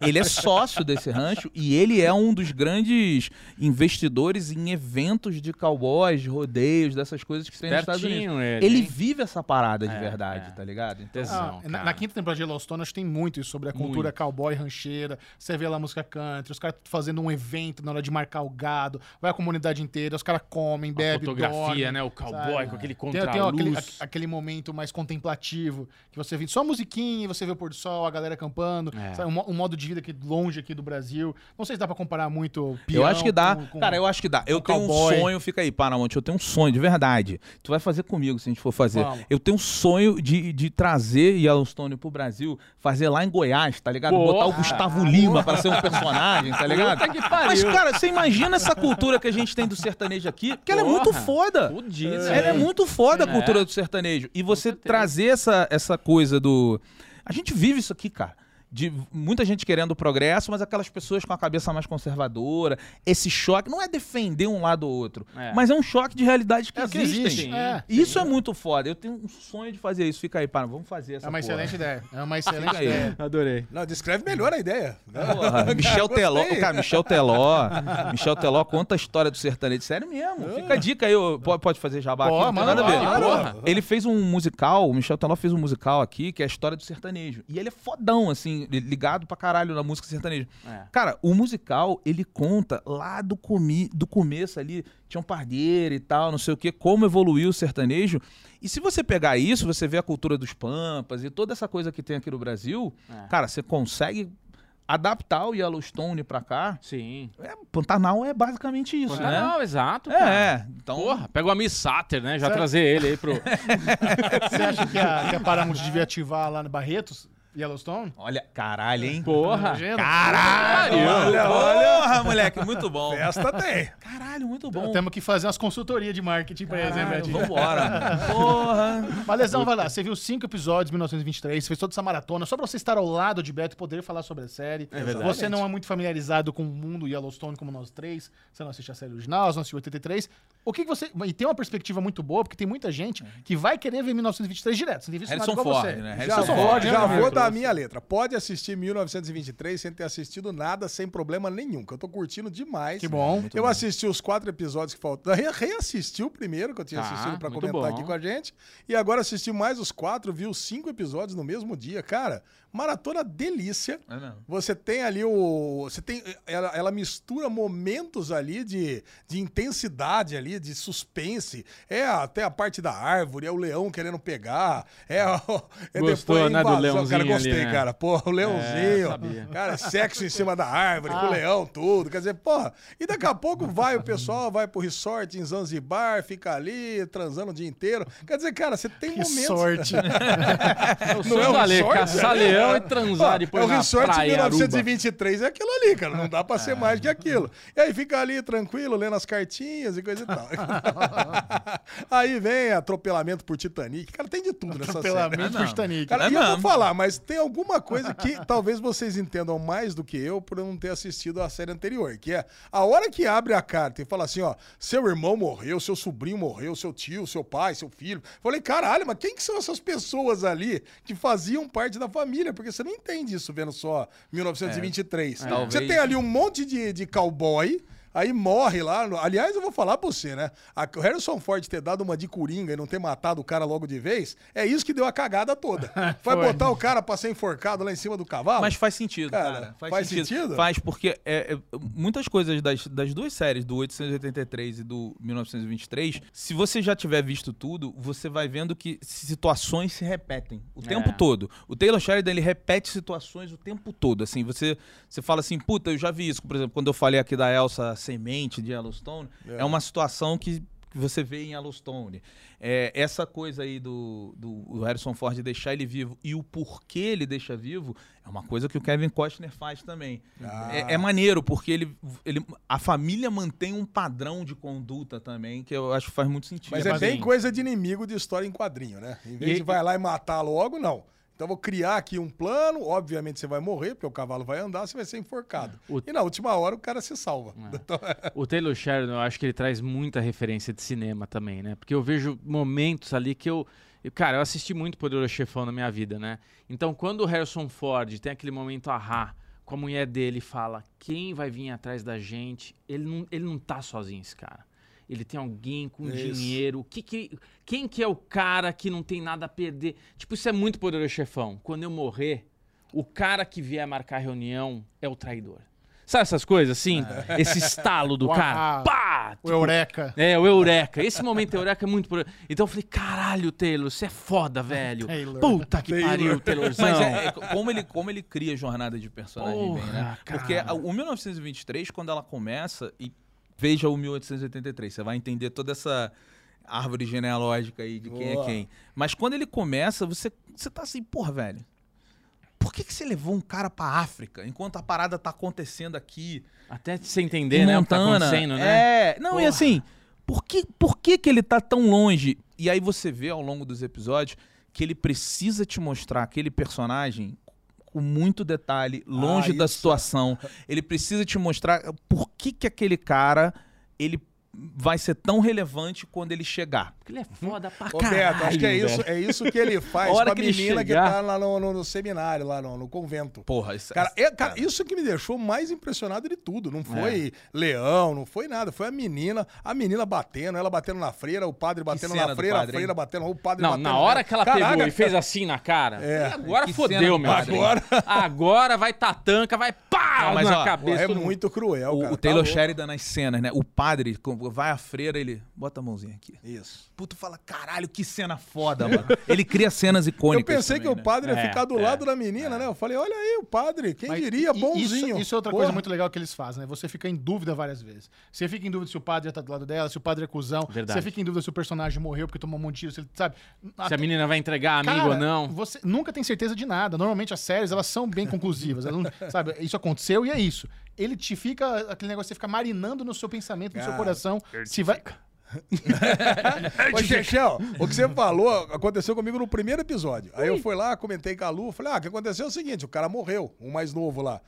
S5: Ele é sócio desse rancho e ele é um dos grandes investidores em eventos de cowboys, rodeios, dessas coisas que tem nos Estados Unidos.
S1: Certinho
S3: né,
S1: ele.
S5: Ele
S1: hein?
S5: vive essa parada de
S1: É,
S5: verdade,
S1: é.
S5: tá ligado? Então,
S1: Tesão,
S3: Ah, na,
S1: cara.
S3: na quinta temporada de Yellowstone, acho que tem muito isso sobre a cultura cowboy rancheira. Você vê lá a música country, os caras fazendo um evento na hora de marcar o gado, vai a comunidade inteira, os caras comem,
S1: A
S3: bebem,
S1: fotografia,
S3: dormem,
S1: né? O cowboy
S3: sabe?
S1: com aquele
S3: Tem, tem
S1: contraluz.
S3: aquele, a- aquele momento mais contemplativo, que você vê só a musiquinha, você vê o pôr do sol, a galera acampando,
S1: É.
S3: sabe? Um, mo- um modo de vida aqui longe aqui do Brasil. Não sei se dá pra comparar muito
S5: eu acho que dá.
S3: com- com-
S5: Cara, eu acho que dá. Eu tenho
S3: cowboy.
S5: um sonho, fica aí, Paramount. Eu tenho um sonho, de verdade. Tu vai fazer comigo se a gente for fazer.
S3: Vamos.
S5: Eu tenho um sonho de, de trazer Yellowstone pro Brasil, fazer lá em Goiás, tá ligado?
S1: Porra.
S5: Botar o Gustavo Lima pra ser um personagem, tá ligado?
S1: Puta que pariu.
S5: Mas, cara, você imagina essa cultura que a gente tem do sertanejo aqui? Porque ela é muito
S1: Porra.
S5: foda.
S1: Fudido,
S5: Ela é
S1: né?
S5: muito foda a
S1: É.
S5: cultura do sertanejo. E você
S1: certeza.
S5: trazer essa, essa coisa do. A gente vive isso aqui, cara. De muita gente querendo o progresso, mas aquelas pessoas com a cabeça mais conservadora, esse choque. Não é defender um lado ou outro,
S1: É.
S5: mas é um choque de realidade que,
S3: É o que
S5: existem.
S3: existe.
S1: Sim.
S3: É.
S5: Isso é muito foda. Eu tenho um sonho de fazer isso. Fica aí, para. Vamos fazer essa
S3: É uma
S5: porra.
S3: excelente ideia. É uma excelente
S5: Fica aí.
S3: ideia.
S1: Adorei.
S2: Não, descreve melhor a ideia. né?
S5: Porra, Michel
S2: Gostei.
S5: Teló, cara, Michel Teló, Michel Teló conta a história do sertanejo, sério mesmo. Fica a dica aí, ô, po- pode fazer jabá
S3: Pô,
S5: aqui, não tem
S3: manda
S5: nada a ver.
S3: bala,
S1: porra.
S5: Ele fez um musical, o Michel Teló fez um musical aqui, que é a história do sertanejo. E ele é fodão, assim, li- ligado pra caralho na música sertaneja.
S1: É.
S5: Cara, o musical, ele conta lá do, comi do começo ali, tinha um pardeiro e tal, não sei o quê, como evoluiu o sertanejo. E se você pegar isso, você vê a cultura dos pampas e toda essa coisa que tem aqui no Brasil,
S1: É.
S5: cara, você consegue adaptar o Yellowstone pra cá.
S1: Sim.
S5: É, Pantanal é basicamente isso, né?
S1: Não, exato, cara.
S5: É, é, então...
S1: Porra, pega o Amiss Satter, né? Já
S3: Sabe-
S1: trazer ele aí pro...
S3: Você acha que a, que a Paramount devia ativar lá no Barretos, Yellowstone?
S5: Olha, caralho, hein?
S1: Porra.
S5: É,
S3: Imagina.
S1: Caralho.
S5: Olha, olha. Porra, moleque, muito bom.
S2: Festa tem.
S5: Caralho, muito bom.
S3: Temos que fazer umas consultorias de marketing pra eles, hein,
S5: Caralho,
S3: Betinho?
S5: Vambora. Porra.
S3: Mas, Lesão, vai lá. Você viu cinco episódios de 1923, fez toda essa maratona, só pra você estar ao lado de Beto e poder falar sobre a série. você não é muito familiarizado com o mundo Yellowstone como nós três, você não assiste a série original, você não assistiu 83. O que, que você... E tem uma perspectiva muito boa, porque tem muita gente que vai querer ver 1923 direto, sem ter visto
S5: É. Harrison
S3: nada igual
S5: Ford,
S3: você.
S5: né?
S2: Já
S5: Harrison
S2: vou,
S5: Ford.
S2: já
S1: né?
S2: vou dar a minha letra. Pode assistir 1923 sem ter assistido nada, sem problema nenhum, que eu tô curtindo demais.
S3: Que bom.
S2: Eu assisti os quatro episódios que faltam. Re- Reassisti o primeiro que eu tinha
S1: Tá,
S2: assistido pra
S1: muito
S2: comentar
S1: bom.
S2: aqui com a gente. E agora assisti mais os quatro, vi os cinco episódios no mesmo dia. Cara, maratona delícia.
S5: É mesmo.
S2: Você tem ali o. Você tem, ela, ela mistura momentos ali de, de intensidade ali, de suspense. É até a parte da árvore, é o leão querendo pegar. É, o- é
S1: Gostou,
S2: é
S1: né, do leãozinho
S2: Cara, gostei,
S1: ali, né?
S2: cara. Porra, o
S1: É,
S2: leãozinho.
S1: sabia.
S2: cara, sexo em cima da árvore, com
S3: Ah.
S2: o leão, tudo. Quer dizer, porra. E daqui a pouco vai o pessoal, vai pro resort em Zanzibar, fica ali transando o dia inteiro. Quer dizer, cara, você tem
S3: Que
S2: momentos.
S3: sorte.
S1: Eu sou do Ale, caçar leão e transar
S2: Ó,
S1: depois
S2: É o
S1: na
S2: Resort
S1: praia, Aruba. É.
S2: 1923, é aquilo ali, cara. Não dá pra ser mais que aquilo. E aí fica ali tranquilo, lendo as cartinhas e coisa e tal. aí vem atropelamento por Titanic. Cara, tem de tudo nessa série.
S3: Atropelamento por Titanic.
S2: Cara,
S5: É
S2: e eu vou
S5: mesmo.
S2: falar, mas tem alguma coisa que talvez vocês entendam mais do que eu por eu não ter assistido a série anterior, que é a hora que abre a carta e fala assim, ó, seu irmão morreu, seu sobrinho morreu, seu tio, seu pai, seu filho. Falei, caralho, mas quem que são essas pessoas ali que faziam parte da família? Porque você não entende isso vendo só 1923.
S5: talvez.
S2: Você tem ali um monte de, de cowboy... Aí morre lá. no- Aliás, eu vou falar pra você, né? A- O Harrison Ford ter dado uma de coringa e não ter matado o cara logo de vez, é isso que deu a cagada toda. Vai
S3: Foi.
S2: botar o cara pra ser enforcado lá em cima do cavalo?
S5: Mas faz sentido,
S2: Cara,
S5: cara.
S2: faz sentido?
S5: Faz, porque é, é, muitas coisas das, das duas séries, do 883 e do 1923, se você já tiver visto tudo, você vai vendo que situações se repetem o tempo todo. O Taylor Sheridan, ele repete situações o tempo todo. Assim, você, você fala assim, puta, eu já vi isso. Por exemplo, quando eu falei aqui da Elsa Semente de Yellowstone, é, uma é situação que que você vê em Yellowstone. É, essa coisa aí do, do, do Harrison Ford deixar ele vivo e o porquê ele deixa vivo é uma coisa que o Kevin Costner faz também.
S2: Ah.
S5: É, é maneiro, porque ele, ele, a família mantém um padrão de conduta também, que eu acho que faz muito sentido.
S2: Mas é bem
S5: Sim.
S2: coisa de inimigo de história em quadrinho, né? Em vez de vai lá e matar logo, não. Então eu vou criar aqui um plano, obviamente você vai morrer, porque o cavalo vai andar, você vai ser enforcado.
S1: O-
S2: E na última hora o cara se salva. Então,
S1: O Taylor Sheridan, eu acho que ele traz muita referência de cinema também, né? Porque eu vejo momentos ali que eu. eu- Cara, eu assisti muito Poderoso Chefão na minha vida, né? Então, quando o Harrison Ford tem aquele momento ahá, com a mulher dele e fala: quem vai vir atrás da gente? Ele não, ele não tá sozinho, esse cara. Ele tem alguém com
S2: Isso.
S1: dinheiro. O que que- quem que é o cara que não tem nada a perder? Tipo, isso é muito Poderoso Chefão. Quando eu morrer, o cara que vier marcar reunião é o traidor. Sabe essas coisas assim? Esse estalo do
S3: Uau.
S1: cara. Pá!
S3: O Eureka.
S1: É, o Eureka. Esse momento Eureka é muito. pro- Então eu falei, caralho, Taylor, você é foda, velho.
S3: Taylor.
S1: Puta que
S2: Taylor.
S1: pariu, Taylorzão.
S5: Mas é, é co- como, ele, como ele cria a jornada de personagem bem, né?
S1: Porra,
S5: Porque
S1: cara.
S5: a- o 1923, quando ela começa, e veja o 1883, você vai entender toda essa árvore genealógica aí de quem
S2: Boa.
S5: é quem. Mas quando ele começa, você, você tá assim, porra, velho. Por que, que você levou um cara pra África enquanto a parada tá acontecendo aqui?
S1: Até você entender,
S5: em
S1: né? O que tá
S5: Montana.
S1: acontecendo, né?
S5: É, não, e
S1: Porra.
S5: assim, por que, por que que ele tá tão longe? E aí você vê ao longo dos episódios que ele precisa te mostrar aquele personagem com muito detalhe, longe
S2: Ah,
S5: da
S2: isso.
S5: situação. Ele precisa te mostrar por que que aquele cara, ele vai ser tão relevante quando ele chegar.
S1: Porque ele é foda pra
S2: Roberto,
S1: caralho.
S2: acho que é isso,
S1: velho.
S2: é isso que ele faz
S1: A hora
S2: com a
S1: que ele
S2: menina que
S1: chegar-
S2: tá lá no, no- no seminário, lá no, no convento.
S5: Porra, isso
S2: Cara, é- cara, isso que me deixou mais impressionado de tudo. Não foi
S1: É.
S2: leão, não foi nada. Foi a menina, a menina batendo, ela batendo na freira, o padre batendo
S5: cena
S2: na
S5: do
S2: freira,
S5: padre,
S2: a freira
S5: hein?
S2: batendo, o padre
S1: Não,
S2: batendo.
S1: na
S2: nela.
S1: hora que ela pegou
S2: Caraca,
S1: e fez assim na cara,
S2: É.
S1: e agora
S5: Que
S1: fodeu,
S5: cena
S1: meu amigo.
S2: Agora-
S1: Agora vai tatanca, vai pá
S5: Não, mas,
S1: na
S5: ó,
S1: cabeça.
S2: É
S1: todo mundo.
S2: muito cruel,
S5: o,
S2: cara.
S5: o
S2: tá
S5: Taylor
S2: louco.
S5: Sheridan nas cenas, né? O padre com- vai à freira, ele bota a mãozinha aqui.
S1: é
S2: Isso.
S5: Puto fala, caralho, que cena foda, mano. Ele cria cenas
S2: Eu
S5: icônicas.
S2: pensei
S5: também,
S2: que
S5: né?
S2: o padre ia
S1: É,
S2: ficar do lado da menina, né? Eu falei, olha aí, o padre, quem
S3: Mas
S2: diria,
S3: i- i-
S2: bonzinho.
S3: Isso, isso é outra
S2: Porra.
S3: coisa muito legal que eles fazem, né? Você fica em dúvida várias vezes. Você fica em dúvida se o padre tá do lado dela, se o padre é cuzão.
S1: Verdade.
S3: Você fica em dúvida se o personagem morreu porque tomou um monte de tiro, se ele, sabe?
S1: Se a menina vai entregar amigo
S3: Cara,
S1: ou não.
S3: Você nunca tem certeza de nada. Normalmente as séries, elas são bem conclusivas. Elas não- sabe, isso aconteceu e é isso. Ele te fica, aquele negócio, você fica marinando no seu pensamento, no seu
S1: Ah,
S2: Cara,
S3: coração. Se vai...
S2: Ô, Chechel, o que você falou aconteceu comigo no primeiro episódio. Aí eu fui lá, comentei com a Lu, falei, ah, o que aconteceu é o seguinte, o cara morreu, o mais novo lá.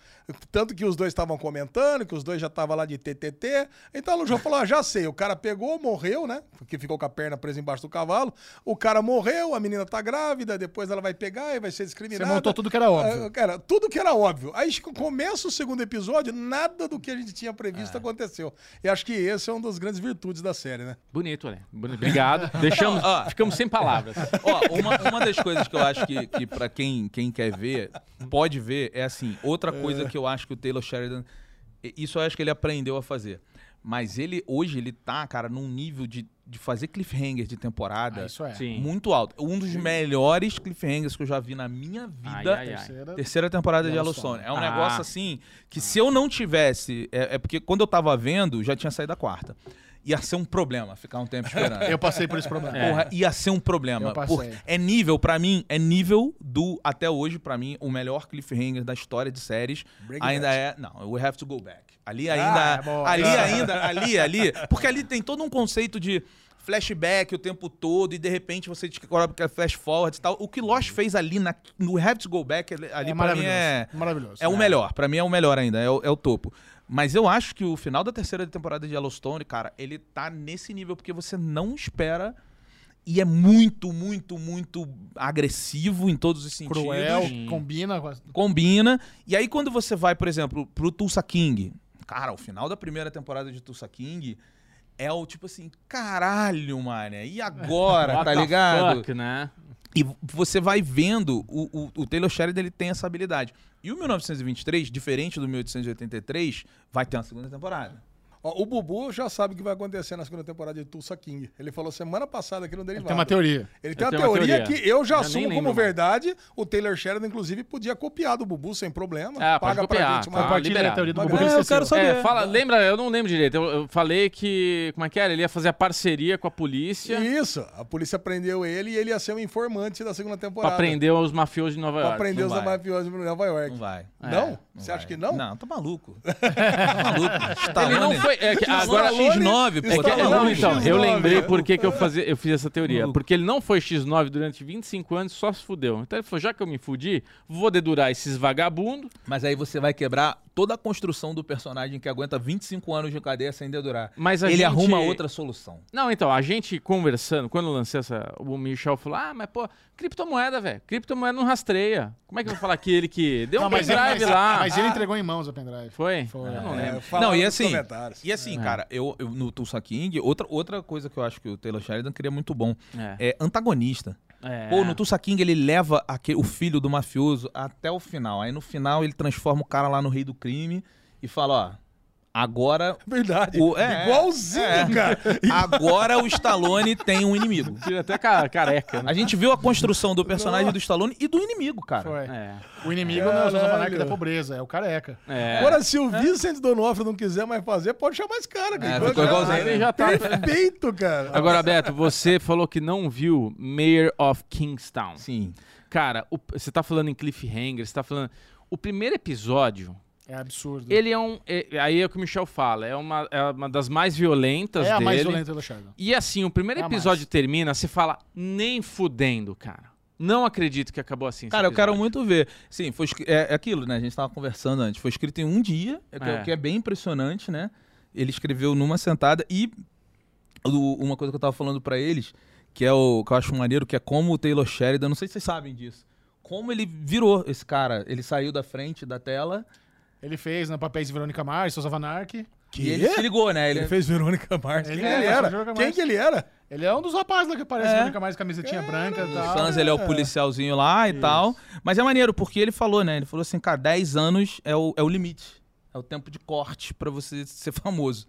S2: Tanto que os dois estavam comentando, que os dois já estavam lá de TTT. Então a Lu já falou, ah, já sei, o cara pegou, morreu, né? Porque ficou com a perna presa embaixo do cavalo. O cara morreu, a menina tá grávida, depois ela vai pegar e vai ser
S3: Você
S2: discriminada.
S3: montou tudo que era óbvio.
S2: Ah, Cara, tudo que era óbvio. Aí Chico, começa o segundo episódio, nada do que a gente tinha
S3: É.
S2: previsto aconteceu. E acho que esse é um das grandes virtudes da série, né?
S1: Bonito, né? Boni- Obrigado. Deixamos,
S5: Ó, ó.
S1: ficamos sem palavras.
S5: Ó, uma, uma das coisas que eu acho que, que para quem, quem quer ver, pode ver, é assim, outra coisa que eu acho que o Taylor Sheridan, e- isso eu acho que ele aprendeu a fazer. Mas ele, hoje, ele tá, cara, num nível de, de fazer cliffhanger de temporada
S3: Ah, isso é.
S1: Sim.
S5: muito alto. Um dos melhores cliffhangers que eu já vi na minha
S1: Ai,
S5: vida.
S1: ai, ai.
S3: Terceira-
S5: Terceira temporada de
S3: Yellowstone.
S5: Yellowstone. É um
S1: Ah.
S5: negócio assim que se eu não tivesse. É, é porque quando eu tava vendo, já tinha saído a quarta. Ia ser um problema ficar um tempo esperando.
S3: Eu passei por esse problema.
S1: É.
S5: Porra, ia ser um problema.
S3: Eu passei.
S5: Porque é nível, pra mim, é nível do, até hoje, pra mim, o melhor cliffhanger da história de séries.
S2: Breaking
S5: ainda
S2: Bad.
S5: é. Não, we have to go back. Ali
S3: Ah,
S5: ainda.
S3: é bom.
S5: ali
S3: Ah.
S5: ainda, ali, ali. Porque ali tem todo um conceito de flashback o tempo todo e de repente você descobre que é flash forward e tal. O que Lost fez ali na, no We Have to Go Back, ali
S3: É
S5: pra mim
S3: maravilhoso.
S5: é.
S3: Maravilhoso.
S5: É o melhor, pra mim é o melhor ainda, é o, é o topo. Mas eu acho que o final da terceira temporada de Yellowstone, cara, ele tá nesse nível porque você não espera e é muito, muito, muito agressivo em todos os
S3: É
S5: sentidos.
S3: Cruel,
S1: Sim.
S3: combina com as...
S5: Combina. E aí quando você vai, por exemplo, pro Tulsa King, cara, o final da primeira temporada de Tulsa King é o tipo assim, caralho, mané, e agora,
S1: What
S5: tá
S1: the
S5: ligado?
S1: fuck, né?
S5: E você vai vendo, o, o, o Taylor Sheridan ele tem essa habilidade. E o 1923, diferente do 1883, vai ter uma segunda temporada.
S2: Ó, o Bubu já sabe o que vai acontecer na segunda temporada de Tulsa King. Ele falou semana passada aqui no Derivado.
S3: Tem uma teoria.
S2: Ele tem
S1: Eu
S2: uma
S1: tenho uma
S2: teoria,
S1: teoria.
S2: que eu já
S1: Eu
S2: assumo
S1: nem
S2: como
S1: lembro mais.
S2: verdade. O Taylor Sheridan, inclusive, podia copiar do Bubu sem problema.
S1: Ah, pode copiar, tá.
S2: uma
S1: Compartilha liberado.
S3: a teoria do
S2: Uma
S3: Bubu. que
S5: grande-
S3: ele
S5: É, eu quero
S3: esqueceu.
S5: saber.
S1: É, fala, lembra, eu não lembro direito. Eu, eu falei que. Como é que era? Ele ia fazer a parceria com a polícia
S2: Isso, a polícia prendeu ele e ele ia ser o informante da segunda
S1: pra
S2: temporada.
S1: prender os mafiosos de Nova
S2: Pra
S1: York.
S2: prender
S5: não
S2: os
S5: vai.
S2: mafiosos de Nova York.
S5: Não vai.
S2: Não? Você
S5: vai.
S2: acha que não?
S5: Não, tá maluco. tá maluco. Stallone-
S1: Ele não foi. É, que agora.
S5: Stallone- X9, pô,
S1: É que-
S5: tá
S1: não,
S5: maluco.
S1: então, eu
S2: X9,
S1: lembrei
S2: é.
S1: por que que eu, fazia, eu fiz essa teoria.
S5: Maluco.
S1: Porque ele não foi X9 durante 25 anos, só se fudeu. Então ele falou: já que eu me fudi, vou dedurar esses vagabundos.
S5: Mas aí você vai quebrar toda a construção do personagem que aguenta 25 anos de cadeia sem dedurar.
S1: Mas a
S5: Ele
S1: gente-
S5: arruma outra solução.
S1: Não, então, a gente conversando, quando eu lancei essa. O Michel falou: ah, mas pô, criptomoeda, velho. Criptomoeda não rastreia. Como é que eu vou falar que ele que. Deu um
S3: Não, mas, ele,
S1: pendrive
S3: mas- é,
S1: lá.
S3: mas ele entregou em mãos o pendrive.
S1: Foi?
S3: Foi.
S1: Eu não
S2: É,
S1: lembro.
S2: fala
S5: não, e
S2: nos
S5: assim,
S2: comentários.
S5: e
S1: É.
S5: assim, cara, eu, eu- no Tulsa King, outra, outra coisa que eu acho que o Taylor Sheridan queria muito bom
S1: É.
S5: é antagonista.
S1: É.
S5: Pô, no Tulsa King ele leva aque- o filho do mafioso até o final. Aí no final ele transforma o cara lá no rei do crime e fala, ó, agora
S2: Verdade.
S5: O- é,
S2: Igualzinho,
S5: é.
S2: cara.
S5: agora o Stallone tem um inimigo.
S1: Tira até ca- careca, né?
S5: A gente viu a construção do personagem do Stallone e do inimigo, cara.
S3: Foi.
S1: É.
S3: O inimigo não é o Sousa
S2: Caralho.
S3: Vanarca da pobreza, é o careca.
S1: É.
S2: Agora, se o Vicente Donofrio não quiser mais fazer, pode chamar esse cara. que
S5: É,
S2: igual-
S5: ficou igualzinho.
S1: Ele já tá.
S2: Perfeito, cara.
S1: Agora, Beto, você falou que não viu Mayor of Kingstown.
S5: Sim.
S1: Cara, o- você tá falando em cliffhanger, você tá falando. O primeiro episódio,
S3: É absurdo.
S1: ele é um. é- aí é o que o Michel fala, é uma, é uma das mais violentas
S3: é a
S1: dele.
S3: mais violenta do Sheldon.
S1: E assim, o primeiro
S3: É a mais.
S1: episódio termina, você fala, nem fudendo, cara. Não acredito que acabou assim. esse
S5: Cara, eu quero
S1: episódio."
S5: muito ver. Sim, foi escri- é, é aquilo, né? A gente tava conversando antes. Foi escrito em um dia, é que- o
S1: É.
S5: que é bem impressionante, né? Ele escreveu numa sentada e o- uma coisa que eu tava falando pra eles, que é o que eu acho maneiro, que é como o Taylor Sheridan, não sei se vocês sabem disso. Como ele virou esse cara, ele saiu da frente da tela
S3: Ele fez né, papéis de Verônica Mars, Sousa Vanark.
S5: e ele se ligou, né? Ele,
S2: Ele fez Verônica Mars.
S3: Ele
S2: Quem
S3: é,
S2: ele
S3: mas
S2: era?
S3: Verônica
S2: Quem
S3: Mars.
S2: que ele era?
S3: Ele é um dos rapazes lá que parece
S5: É.
S3: Verônica Mars, camisetinha branca e
S5: O
S3: tal.
S5: Sanz, ele é o policialzinho lá e tal. Mas é maneiro, porque ele falou, né? Ele falou assim, cara, 10 anos é o, é o limite. É o tempo de corte pra você ser famoso.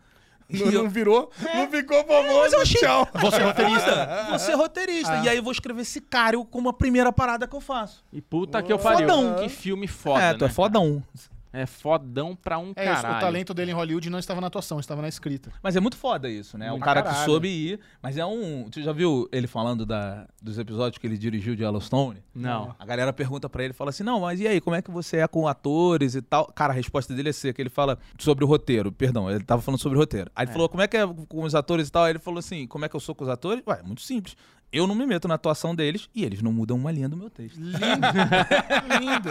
S5: E
S2: Não,
S5: eu-
S2: não virou, não ficou famoso.
S5: mas eu achei-
S2: Tchau.
S5: Você é roteirista. Você é roteirista. E aí eu vou escrever Sicário como a primeira parada que eu faço.
S1: E puta que eu pariu.
S5: Fodão.
S1: Que filme foda.
S5: é, tu é
S1: né,
S5: fodão.
S1: cara? É fodão pra um
S3: É
S1: caralho.
S3: isso, o talento dele em Hollywood não estava na atuação, estava na escrita.
S5: Mas é muito foda isso, né? É um
S1: Muito
S5: cara que
S3: caralho.
S5: soube ir. Mas é um... Tu já viu ele falando da- dos episódios que ele dirigiu de Yellowstone?
S1: Não.
S5: A galera pergunta pra ele, fala assim, não, mas e aí, como é que você é com atores e tal? Cara, a resposta dele é seca. Ele fala sobre o roteiro, perdão, ele tava falando sobre o roteiro. Aí ele falou, como é que é com os atores e tal? Aí ele falou assim, como é que eu sou com os atores? Ué, é muito simples. Eu não me meto na atuação deles e eles não mudam uma linha do meu texto.
S3: Lindo, lindo.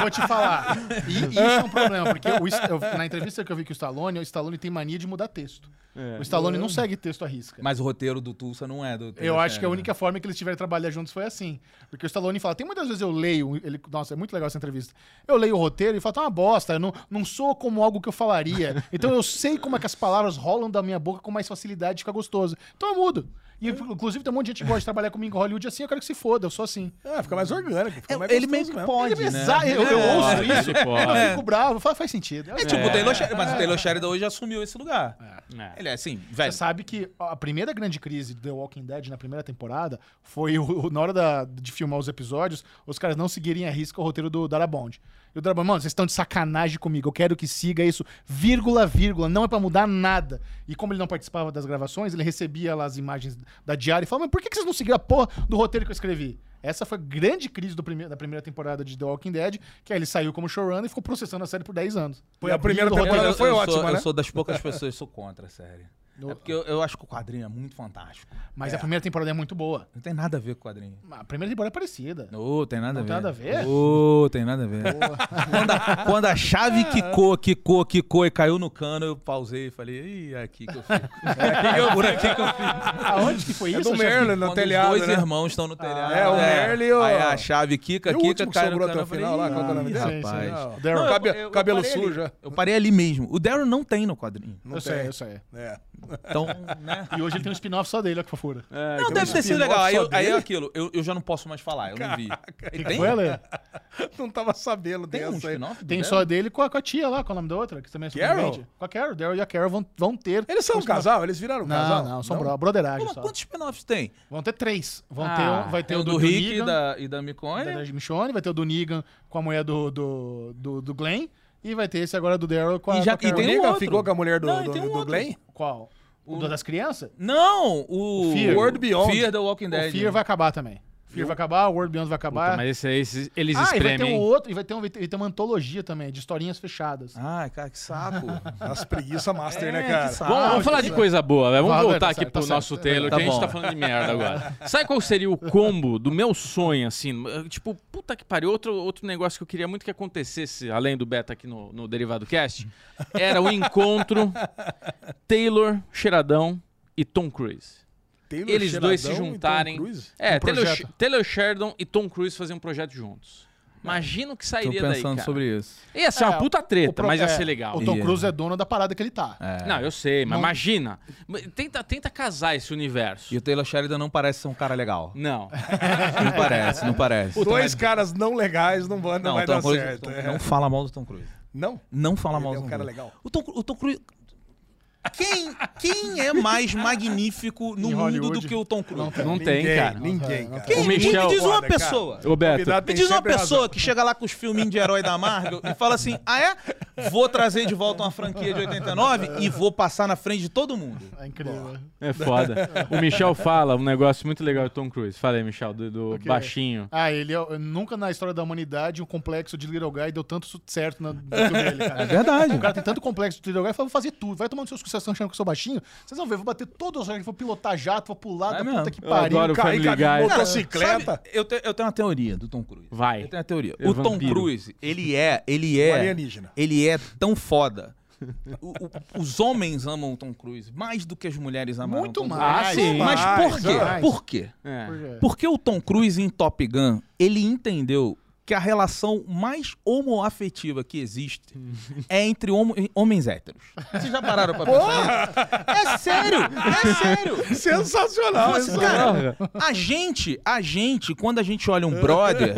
S3: Vou te falar. E isso é um problema, porque o Sta- eu- na entrevista que eu vi que o Stallone, o Stallone tem mania de mudar texto.
S1: É.
S3: O Stallone não segue texto à risca.
S5: Mas o roteiro do Tulsa não é do...
S3: Eu acho que a
S5: é
S3: única forma que eles tiveram de trabalhar juntos foi assim. Porque o Stallone fala, tem muitas vezes eu leio, ele, nossa, é muito legal essa entrevista. Eu leio o roteiro e falo, tá uma bosta, eu não, não sou como algo que eu falaria. Então eu sei como é que as palavras rolam da minha boca com mais facilidade, fica gostoso. Então eu mudo. E inclusive tem um monte de gente que gosta de trabalhar comigo em Hollywood assim, eu quero que se foda, eu sou assim.
S2: Ah, fica mais orgânico. Fica mais
S5: É, Ele
S2: gostoso
S5: meio que
S2: mesmo.
S5: pode,
S3: Ele é
S5: né?
S3: bizarro, eu- eu
S5: É.
S3: ouço
S1: Ele pode.
S3: Eu fico bravo, fala, faz sentido.
S5: É tipo o Taylor Sheridan, mas o Taylor Sheridan hoje assumiu esse lugar.
S1: É.
S5: Ele é assim,
S3: Você
S5: velho,
S3: sabe que a primeira grande crise do The Walking Dead na primeira temporada foi o- o- na hora da- de filmar os episódios, os caras não seguirem a risca o roteiro do Darabond. E o Darabond, mano, vocês estão de sacanagem comigo, eu quero que siga isso, vírgula, vírgula, não é pra mudar nada. E como ele não participava das gravações, ele recebia lá as imagens da diária e falava, mas por que que vocês não seguiram a porra do roteiro que eu escrevi? Essa foi a grande crise do prime- da primeira temporada de The Walking Dead, que aí ele saiu como showrunner e ficou processando a série por 10 anos.
S2: Foi a primeira
S3: Abrindo o roteiro-
S2: temporada foi
S5: eu
S2: ótima,
S5: sou,
S2: né?
S5: eu sou das poucas pessoas que sou contra, sério. É porque eu, eu acho que o quadrinho é muito fantástico.
S3: Mas a primeira temporada é muito boa.
S5: Não tem nada a ver com o quadrinho.
S3: A primeira temporada é parecida.
S5: Ô, tem nada
S3: Não tem
S5: a ver.
S3: nada a ver?
S5: Ô, tem nada a ver. quando, a, quando a chave quicou, quicou, quicou e caiu no cano, eu pausei e falei, ih, é aqui que eu fico. É aqui que eu- por aqui que eu fico.
S3: Aonde que foi
S2: É
S3: isso?
S2: do
S3: Jeff?
S2: Merlin no
S5: Quando
S2: telhado,
S5: os dois
S2: né?
S5: irmãos estão no telhado.
S2: é, o Merle e o-
S5: Aí a chave quica,
S2: E o
S5: quica,
S2: último que
S5: caiu no
S2: sobrou até
S5: cano.
S2: o
S5: eu falei,
S2: final lá,
S5: "Ih,
S2: qual que é o nome dele?"
S5: Rapaz.
S2: Não,
S3: Daryl.
S5: Não, eu-
S2: Cabe-
S5: eu- eu
S2: cabelo
S5: parei ali.
S2: sujo, é.
S5: Eu parei ali mesmo. O Daryl não tem no quadrinho.
S2: Não
S3: eu
S2: tem.
S3: sei, eu sei.
S2: É.
S5: Então, né?
S3: E hoje ele tem um spin-off só dele, olha que fofura.
S2: um
S5: Não, deve ter sido
S3: spin-off
S5: legal. Aí,
S3: só
S5: eu- aí é
S3: dele.
S5: aquilo, eu, eu já não posso mais falar, eu não vi. E
S3: Que foi, Ale?
S2: Não tava sabendo
S5: tem um
S2: dessa aí.
S5: spin-off?
S3: Tem
S5: dela?
S3: só dele com a, com a tia lá, qual é o nome da outra? Que também é
S2: Carol?
S3: sobrevivente. Com a Carol. Daryl e a Carol vão, vão ter.
S2: Eles são um casal? Eles viraram um
S3: Não,
S2: casal?
S3: não, são bro- broderagem
S5: Pô, mas
S3: só.
S5: quantos spin-offs tem?
S3: Vão ter três. Vão
S1: Ah,
S3: ter, um- vai ter
S5: Tem
S3: o do, do
S5: Rick e
S3: Negan,
S5: da, e da Micone.
S3: da, da Michonne, vai ter o do Negan com a mulher do, do, do, do Glenn, e vai ter esse agora do Daryl com a,
S5: E já-
S3: com a
S5: e
S2: O
S3: Carol.
S5: tem um
S2: Negan
S5: outro.
S2: ficou com a mulher do,
S5: Não, e
S2: do,
S5: tem um
S2: do
S5: outro.
S2: Glenn?
S3: Qual? O, do- das crianças?
S5: Não, o...
S3: Fear.
S2: World Beyond.
S5: Fear the Walking
S3: O
S5: Dead. né?
S3: Fear vai acabar também. Fear vai acabar, o World Beyond vai acabar.
S1: Puta, mas esse, esse, eles
S3: ah, e vai ter
S1: espremem.
S3: um
S1: hein?
S3: outro, e vai ter, um, vai ter- vai ter uma antologia também, de historinhas
S1: Ah,
S3: fechadas.
S5: Ai, cara, que saco.
S2: As preguiça master, né,
S5: É,
S2: cara?
S5: que saco.
S1: Bom, vamos falar de coisa boa, velho. Vamos
S3: Fala,
S1: voltar
S3: tá
S1: aqui
S3: certo,
S1: pro
S3: tá
S1: nosso
S3: certo.
S1: Taylor,
S5: Tá
S1: que a gente
S5: bom.
S1: tá falando de merda agora. Sabe qual seria o combo do meu sonho, assim? Tipo, puta que pariu. Outro, outro negócio que eu queria muito que acontecesse, além do beta aqui no, no Derivado Cast, era o encontro Taylor, Cheiradão e Tom Cruise.
S2: Taylor
S1: Eles dois se
S2: Sheridan e Tom
S1: juntarem.
S2: Cruise?
S1: É,
S3: Um
S1: Taylor,
S3: projeto.
S1: Taylor Sheridan e Tom Cruise faziam um projeto juntos. Imagina o que
S5: Tô
S1: sairia
S2: né,
S1: daí,
S5: pensando
S1: cara.
S5: sobre isso.
S1: Ia ser uma
S3: É,
S1: puta
S3: O
S1: treta,
S3: pro-
S1: mas ia
S3: é,
S1: ser legal.
S3: O Tom
S5: Ia.
S3: Cruise é dono da parada que ele tá.
S5: É.
S1: Não, eu sei, mas
S3: Não-
S1: imagina. Tenta, tenta casar esse universo.
S5: E o Taylor Sheridan não parece ser um cara legal.
S1: Não.
S5: Não parece, não parece.
S2: Dois caras não legais não, vão, não,
S5: Não,
S2: vai
S5: Tom
S2: dar
S5: Cruise,
S2: certo.
S5: Tom-
S2: é.
S5: não fala mal do Tom Cruise.
S2: Não?
S5: Não fala mal
S2: Ele é
S5: do Tom
S2: um cara
S5: Cruise.
S2: legal.
S5: O Tom, Cru- o Tom Cruise... Quem, quem é mais magnífico no
S3: Em
S5: mundo do
S3: Hollywood.
S5: que o Tom Cruise?
S1: Não tem,
S2: ninguém,
S1: cara.
S2: Ninguém, cara.
S5: Quem,
S1: O Michel-
S5: me diz uma
S2: Foda, cara.
S5: pessoa.
S1: Ô, Beto,
S2: Convidado
S5: Me
S2: tem
S5: diz uma
S2: sempre
S5: pessoa
S2: razão.
S5: que chega lá com os filminhos de herói da Marvel e fala assim: ah, é? Vou trazer de volta uma franquia de 89 e vou passar na frente de todo mundo.
S3: É incrível.
S1: É foda. O Michel fala um negócio muito legal do Tom Cruise. Fala aí, Michel, do, do
S3: Ok.
S1: baixinho.
S3: Ah, ele é, nunca na história da humanidade um complexo de Little Guy deu tanto su- certo na, no dele, cara.
S5: verdade.
S3: O cara tem tanto complexo de Little Guy, fala, vou fazer tudo. Vai tomando seus que vocês estão achando que eu sou baixinho. Vocês vão ver, vou bater todas as regras, vou pilotar jato, vou pular
S5: É
S3: da
S5: mesmo.
S3: puta que
S1: Eu
S3: pariu.
S1: adoro o
S2: Cara,
S1: Family
S2: e cara,
S1: Guy.
S2: motocicleta.
S5: eu, te- eu tenho uma teoria do Tom Cruise.
S1: Vai.
S5: Eu tenho uma teoria.
S1: É
S5: o Tom
S1: vampiro.
S5: Cruise, ele é, ele
S2: Um
S5: é,
S2: alienígena.
S5: ele é tão foda. O- o- os homens amam o Tom Cruise mais do que as mulheres amam.
S3: Muito
S5: Tom Cruise.
S3: mais.
S1: Ah, sim.
S5: Mas por quê?
S3: mais.
S5: Por quê?
S1: É.
S3: Porque-
S5: Porque o Tom Cruise em Top Gun, ele entendeu que a relação mais homoafetiva que existe é entre homo- homens héteros. Vocês já pararam pra pensar? nisso? É sério, é sério.
S2: Sensacional.
S5: Mas,
S2: isso.
S5: cara,
S1: Tá
S5: a gente, a gente, quando a gente olha um brother,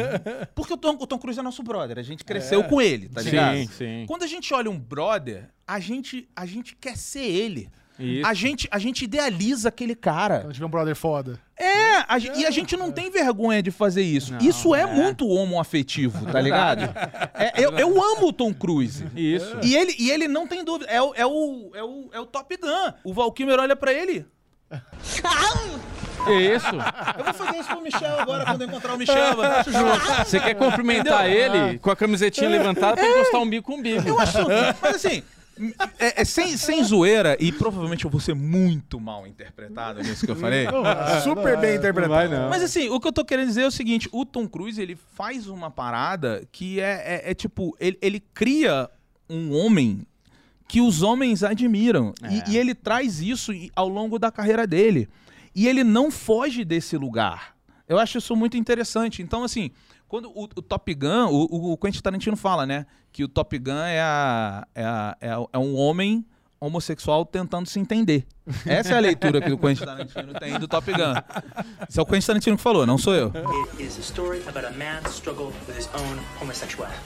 S5: porque o Tom, o Tom Cruise é nosso brother, a gente cresceu com ele, tá ligado?
S1: É. Sim, sim.
S5: Quando a gente olha um brother, a gente, a gente quer ser ele.
S1: Isso.
S5: A gente, a gente idealiza aquele cara.
S3: Quando tiver um brother foda.
S5: É, a ge- e a gente não tem vergonha de fazer isso.
S1: Não,
S5: isso é,
S1: é.
S5: muito homoafetivo, tá ligado? É, eu, eu amo o Tom Cruise.
S1: Isso.
S5: E ele, e ele não tem dúvida. É, o- é o, é, o, é o Top Gun. O Valkymer olha pra ele.
S1: É isso.
S5: Eu vou fazer isso pro Michel agora, quando eu encontrar o Michel. mano. Acho justo.
S1: Você quer cumprimentar ele com a camisetinha levantada pra encostar um bico com um bico.
S5: Eu acho. Mas assim. É, é sem, sem zoeira, e provavelmente eu vou ser muito mal interpretado nisso que eu falei.
S2: Ah,
S3: Ah, é.
S2: Super bem interpretado.
S5: Mas assim, o que eu tô querendo dizer é o seguinte: o Tom Cruise ele faz uma parada que é, é- é tipo, ele, ele cria um homem que os homens admiram. E, e ele traz isso e- ao longo da carreira dele. E ele não foge desse lugar. Eu acho isso muito interessante. Então, assim, quando o, o Top Gun, o, o Quentin Tarantino fala, né? Que o Top Gun é, a- é a- é a- é um homem homossexual tentando se entender. Essa é a leitura que o Quentin Tarantino tem do Top Gun. Isso é o Quentin Tarantino que falou, não sou eu.
S6: It is a story about a man's struggle with his own homosexuality.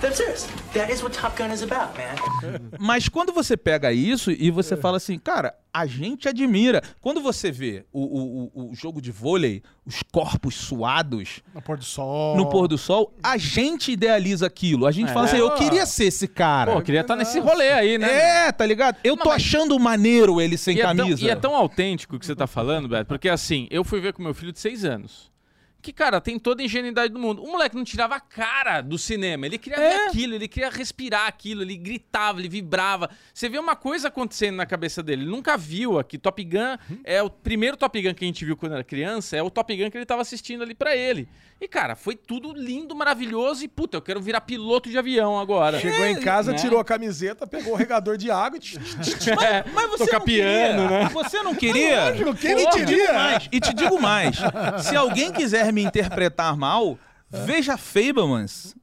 S6: That's serious. That is what Top Gun is about, man.
S5: Mas quando você pega isso e você fala assim, cara, a gente admira. Quando você vê o, o- o- o jogo de vôlei, os corpos suados
S3: No pôr do sol.
S5: no pôr do sol, a gente idealiza aquilo. A gente fala assim, eu queria ser esse cara.
S1: É. Pô, queria estar nesse rolê aí, né?
S5: É, tá ligado? Eu tô achando maneiro ele sem
S1: e É
S5: camisa.
S1: tão, e é tão autêntico que você tá falando, Beto, porque assim, eu fui ver com meu filho de seis anos. Que, cara, tem toda a ingenuidade do mundo. O moleque não tirava a cara do cinema. Ele queria ver aquilo, ele queria respirar aquilo, ele gritava, ele vibrava. Você vê uma coisa acontecendo na cabeça dele. Ele nunca viu aqui. Top Gun é o primeiro Top Gun que a gente viu quando era criança, é o Top Gun que ele tava assistindo ali pra ele. E, cara, foi tudo lindo, maravilhoso. E, puta, eu quero virar piloto de avião agora.
S2: Chegou em casa,
S1: né?
S2: tirou a camiseta, pegou o regador de água e... tch, tch, tch.
S5: Mas, mas você
S1: É, Tocar
S5: não queria.
S1: piano, né?
S5: Você não queria.
S2: Lógico, quem
S5: E te
S2: diria?
S5: digo mais. E te digo
S3: É.
S5: mais. Se alguém quiser me interpretar mal, veja Fablemans.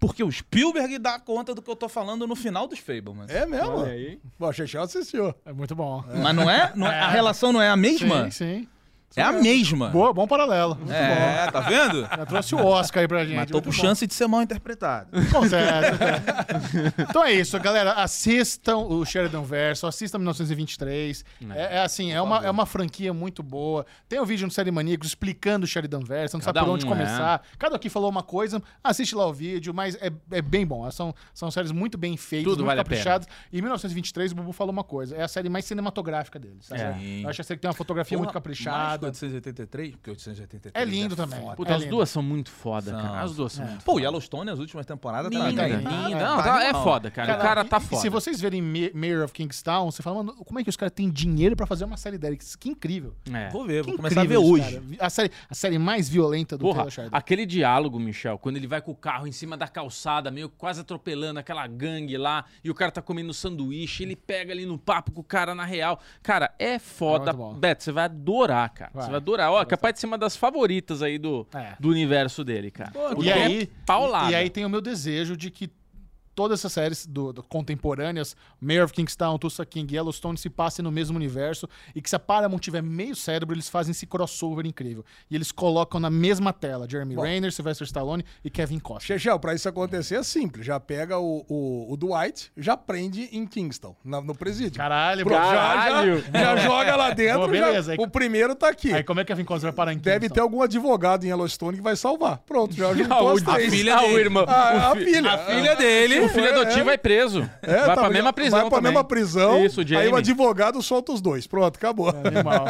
S5: Porque o Spielberg dá conta do que eu tô falando no final dos Fablemans.
S2: É mesmo?
S1: Olha aí.
S2: Bom, Chechel assistiu.
S3: É muito bom.
S5: Mas não é? Não é- A relação não é a mesma?
S3: Sim, sim.
S5: É a mesma.
S3: Boa, bom paralelo. Muito bom.
S5: É, tá vendo?
S3: Já trouxe o Oscar aí pra gente.
S5: Mas tô
S3: muito
S5: com
S3: bom.
S5: chance de ser mal interpretado.
S3: Acontece. acontece. então é isso, galera. Assistam o Sheridan Verso, assistam 1923. É, é assim, é uma, é uma franquia muito boa. Tem um vídeo no Série Maníacos explicando o Sheridan Verso, não
S1: Cada
S3: sabe por onde
S1: um,
S3: começar. Cada aqui falou uma coisa, assiste lá o vídeo, mas é, é bem bom. São, são séries muito bem feitas,
S1: Tudo
S3: muito
S1: vale a
S3: caprichadas. E 1923, o Bubu falou uma coisa: é a série mais cinematográfica deles. sabe?
S5: É.
S3: Eu acho que a série que tem uma fotografia muito caprichada.
S5: 883? Porque 883
S3: É lindo também.
S1: Puta,
S3: É
S1: as
S3: lindo.
S1: duas são muito foda, cara.
S5: São.
S1: As duas são muito
S5: Pô, Yellowstone, as últimas temporadas, tá
S1: foda.
S5: linda.
S3: linda.
S1: Não, tá- é foda, cara. O cara
S3: e-
S1: tá
S3: e
S1: foda.
S3: Se vocês verem Ma- Mayor of Kingstown, você fala, mano, como é que os caras têm dinheiro pra fazer uma série dela? Que incrível.
S1: É.
S5: Vou ver, vou
S3: Que
S5: começar a ver
S3: incrível isso,
S5: hoje.
S3: cara. A série, a série mais violenta do
S1: Porra,
S3: Taylor Sheridan.
S1: aquele diálogo, Michel, quando ele vai com o carro em cima da calçada, meio quase atropelando aquela gangue lá, e o cara tá comendo sanduíche, ele pega ali no papo com o cara na real. Cara, é foda.
S3: É muito bom.
S1: Beto, você vai adorar, cara.
S3: Vai.
S1: Você vai adorar. Ó, capaz de ser uma das favoritas aí do,
S3: É.
S1: do universo dele, cara. Porque
S3: E aí,
S1: é paulada.
S3: e aí tem o meu desejo de que todas essas séries do, do- contemporâneas, Mayor of Kingstown, Tulsa King, Yellowstone, se passem no mesmo universo e que se a Paramount tiver meio cérebro, eles fazem esse crossover incrível. E eles colocam na mesma tela Jeremy Renner, Sylvester Stallone e Kevin Costner.
S2: Chechel, pra isso acontecer é simples. Já pega o, o, o Dwight, já prende em Kingston, na- no presídio.
S3: Caralho,
S2: Pro- já-
S1: caralho.
S2: Já, já joga lá dentro.
S3: Pô, beleza.
S2: já- o primeiro tá aqui.
S3: Aí como é que Kevin Costner vai parar em
S2: Deve
S3: Kingston?
S2: ter algum advogado em Yellowstone que vai salvar. Pronto, já juntou as
S1: o-
S5: A
S2: três.
S5: filha
S1: Ah,
S5: dele.
S1: o irmão.
S2: A-
S1: o
S2: a filha.
S1: A filha dele. O filho
S2: É,
S1: adotivo
S2: é.
S1: vai preso.
S2: É,
S1: vai
S2: tá,
S1: pra mesma prisão
S2: Vai pra
S1: também.
S2: mesma prisão.
S1: Isso, o
S2: aí
S1: Jamie.
S2: o advogado solta os dois. Pronto, acabou.
S3: Animal.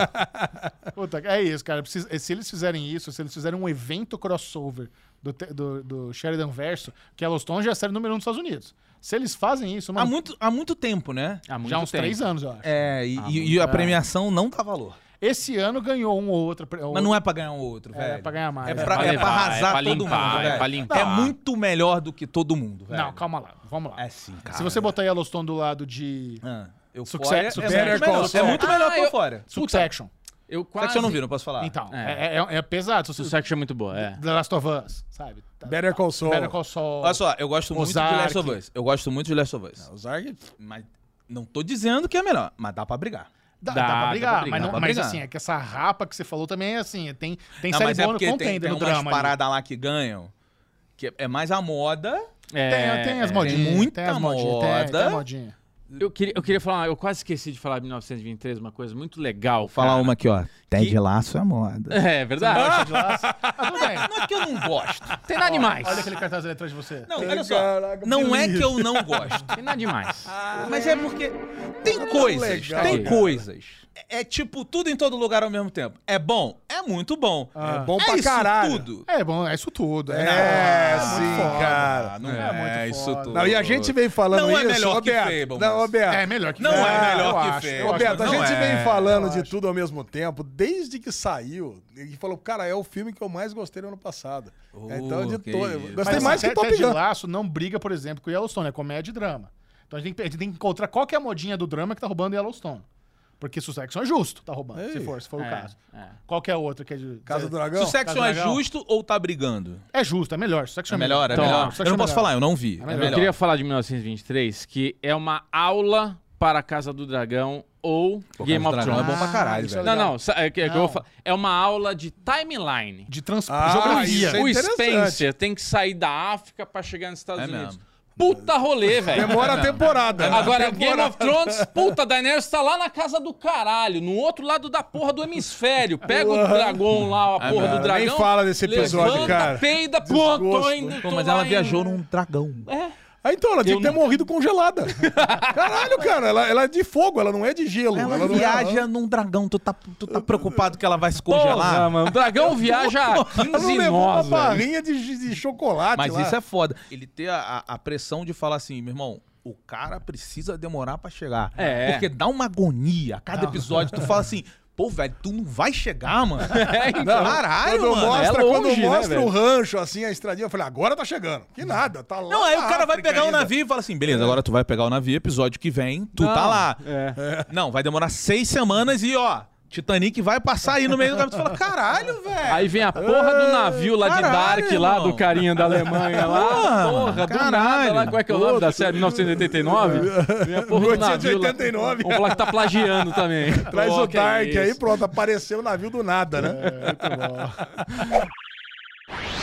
S3: Puta, é isso, cara. Precisa- se eles fizerem isso, se eles fizerem um evento crossover do, te- do, do Sheridan Verso, que Yellowstone já é a série número um dos Estados Unidos. Se eles fazem isso,
S5: Há
S3: mano,
S5: muito, há muito tempo, né?
S1: Há muito
S3: já há uns
S1: tempo.
S3: três anos, eu acho.
S5: É, e, e- e a premiação não dá valor.
S3: Esse ano ganhou um ou outro. pre-
S5: Mas não é pra ganhar um outro, velho.
S3: pra ganhar mais.
S5: É
S3: É
S5: pra,
S1: pra
S5: é pra
S1: levar,
S5: arrasar
S1: é pra
S5: todo
S1: limpar,
S5: mundo,
S1: é
S5: velho.
S1: pra limpar.
S5: É muito melhor do que todo mundo, velho.
S3: Não, calma lá. Vamos lá.
S5: É sim, cara.
S3: se você botar Yellowstone do lado de
S5: Ah,
S3: Success-
S5: Euphoria
S3: Success-
S5: é muito melhor.
S2: Success.
S5: É muito melhor que
S1: Ah, eu-
S5: Euphoria.
S3: Succession.
S1: Eu
S5: Só
S1: quase...
S5: que você não viu, não posso falar.
S3: Então,
S1: É.
S3: é, é- é pesado. Se
S1: O
S3: você...
S1: Succession é muito boa, é.
S3: The Last of Us, sabe? Tá-
S2: Better Call Saul.
S3: Better Call Saul.
S5: Olha só, eu gosto muito de Last
S3: Ozark.
S5: of Us. Eu gosto muito de Last of
S2: É,
S5: Us.
S2: Ozark,
S5: Mas não tô dizendo que é melhor, mas dá pra brigar.
S3: Dá,
S1: Dá, dá
S3: dá pra
S1: pra
S3: brigar,
S1: brigar,
S3: mas,
S5: dá
S3: não-
S5: pra
S3: mas
S5: brigar.
S3: assim, é que essa rapa que você falou também é assim, é- tem, tem
S5: Não,
S3: série
S5: mas é
S3: boa no
S5: porque tem,
S3: contender
S5: tem
S3: no
S5: umas
S3: drama. ali.
S5: paradas lá que ganham, que é- é mais a moda.
S1: É,
S3: Tem, tem as
S1: é.
S3: modinhas. Tem,
S5: muita
S3: as modinhas. Tem, tem
S5: moda.
S3: a modinha.
S1: Eu queria, eu queria falar, eu quase esqueci de falar de 1923, uma coisa muito legal.
S5: Falar
S1: cara.
S5: uma aqui, ó. Ted Laço é moda.
S1: É, é verdade.
S3: Ah, tudo bem.
S5: Não é que eu não gosto.
S1: Tem nada demais.
S3: Olha aquele cartaz ali atrás de você.
S5: Não,
S2: Ai,
S5: olha só.
S2: caraca,
S5: não é
S2: beleza.
S5: que eu não gosto.
S1: Tem nada demais.
S5: Mas é porque tem coisas,
S2: legal,
S5: tem
S1: cara.
S5: coisas. É, é tipo tudo em todo lugar ao mesmo tempo. É bom, é muito bom.
S3: Ah.
S2: é bom
S5: é
S2: pra
S5: isso
S2: caralho.
S5: tudo. Ah,
S3: É bom, é isso tudo.
S2: É, sim, cara.
S5: Não é,
S3: muito
S5: isso
S3: foda.
S5: tudo.
S2: Não, e a gente vem falando
S5: Não é
S2: isso.
S5: melhor
S2: ô,
S5: que
S2: Beto.
S5: Fable,
S2: Não, ô,
S5: mas-
S2: Beto.
S3: É melhor que
S5: Não
S3: Fable.
S5: é
S3: Eu
S5: melhor que
S3: acho,
S5: Fable.
S3: eu acho,
S2: Roberto, a
S5: não
S2: gente
S5: é.
S2: vem falando de tudo ao mesmo tempo, desde que saiu. E falou, cara, é o filme que eu mais gostei no ano passado. então, de
S5: que
S2: todo.
S5: isso.
S2: Gostei
S3: Mas,
S2: mais
S3: assim,
S2: que Top
S3: Ted
S2: Gun.
S3: Laço não briga, por exemplo, com Yellowstone, é comédia e drama. Então a gente tem que, a gente tem que encontrar qual que é a modinha do drama que tá roubando Yellowstone. Porque Succession é justo, tá roubando, se
S2: Ei.
S3: for, se for
S1: É,
S3: o caso.
S1: é.
S3: Qual que é a outra que é de...
S2: Casa do Dragão.
S5: Succession
S3: Casa
S5: é
S3: Dragão.
S5: justo ou tá brigando?
S3: É justo, é melhor. Succession
S5: É melhor, é
S1: Então,
S5: melhor.
S3: Succession
S5: Eu não
S3: é
S5: posso
S3: melhor.
S5: falar, eu não vi.
S3: melhor.
S5: É
S1: Eu queria
S5: melhor.
S1: falar de 1923, que é uma aula para a Casa do Dragão ou Game
S5: Casa
S1: of
S5: do Dragão
S1: Thrones.
S5: é bom pra caralho,
S3: isso
S5: velho.
S3: é
S1: Não,
S3: legal.
S1: não, sa- é que- é que eu
S3: Não.
S1: vou falar- é uma aula de timeline.
S3: De trans...
S2: Ah,
S3: geografia.
S2: isso é
S1: o
S2: interessante.
S1: Spencer tem que sair da África para chegar nos Estados
S5: É
S1: Unidos.
S5: mesmo.
S1: Puta rolê, velho.
S2: Demora a temporada.
S1: Agora, Game
S2: Demora-
S1: of Thrones, puta, Daenerys tá lá na casa do caralho, no outro lado da porra do hemisfério. Pega o dragão lá, a porra
S2: cara,
S1: do dragão.
S2: É nem fala desse episódio,
S1: levanta,
S2: cara.
S1: peida, pô, tô
S2: Desgosto.
S1: indo.
S5: Pô,
S1: tô
S5: mas
S1: lá
S5: ela
S1: em-
S5: viajou num dragão.
S1: É,
S2: Ah, então, ela tinha
S1: Eu
S2: que ter
S1: não-
S2: morrido congelada. Caralho, cara, ela, ela é de fogo, ela não é de gelo.
S5: Ela,
S2: não é-
S5: viaja num dragão. Tu tá, tu tá preocupado que ela vai se
S1: porra,
S5: congelar?
S1: mano. O dragão viaja a
S2: Ela
S1: 15
S2: não levou uma
S1: nós, velho.
S2: barrinha de, de chocolate
S5: Mas
S2: lá.
S5: isso é foda. Ele ter a, a- a pressão de falar assim, meu irmão, o cara precisa demorar pra chegar.
S1: É.
S5: Porque dá uma agonia. A cada episódio tu fala assim, pô, velho, tu não vai chegar, mano.
S1: É, então.
S5: Caralho,
S2: Quando
S5: mano.
S2: mostra,
S1: é
S2: quando
S1: longe, né,
S2: mostra
S1: velho?
S2: o rancho, assim, a estradinha, eu falei, agora tá chegando. Que nada, tá lá.
S5: Não, aí
S2: na
S5: o cara vai
S2: África
S5: pegar o
S2: ainda.
S5: navio e fala assim, beleza, agora tu vai pegar o navio, episódio que vem, tu tá lá.
S1: É.
S5: Não, vai demorar seis semanas e ó, Titanic vai passar aí no meio do caminho. Tu fala, caralho, velho.
S1: Aí vem a porra do navio lá
S5: caralho,
S1: de Dark, lá
S5: irmão.
S1: do carinha da Alemanha lá.
S5: Porra,
S1: Porra, do nada
S5: caralho.
S1: lá. Qual é que é o nome da série? 1989? Vem a porra do navio lá.
S2: 1989.
S1: Vamos falar que tá plagiando também.
S2: Traz
S1: Pô,
S2: o
S1: que
S2: Dark
S1: isso.
S2: aí, pronto, apareceu o navio do nada, né?
S5: É,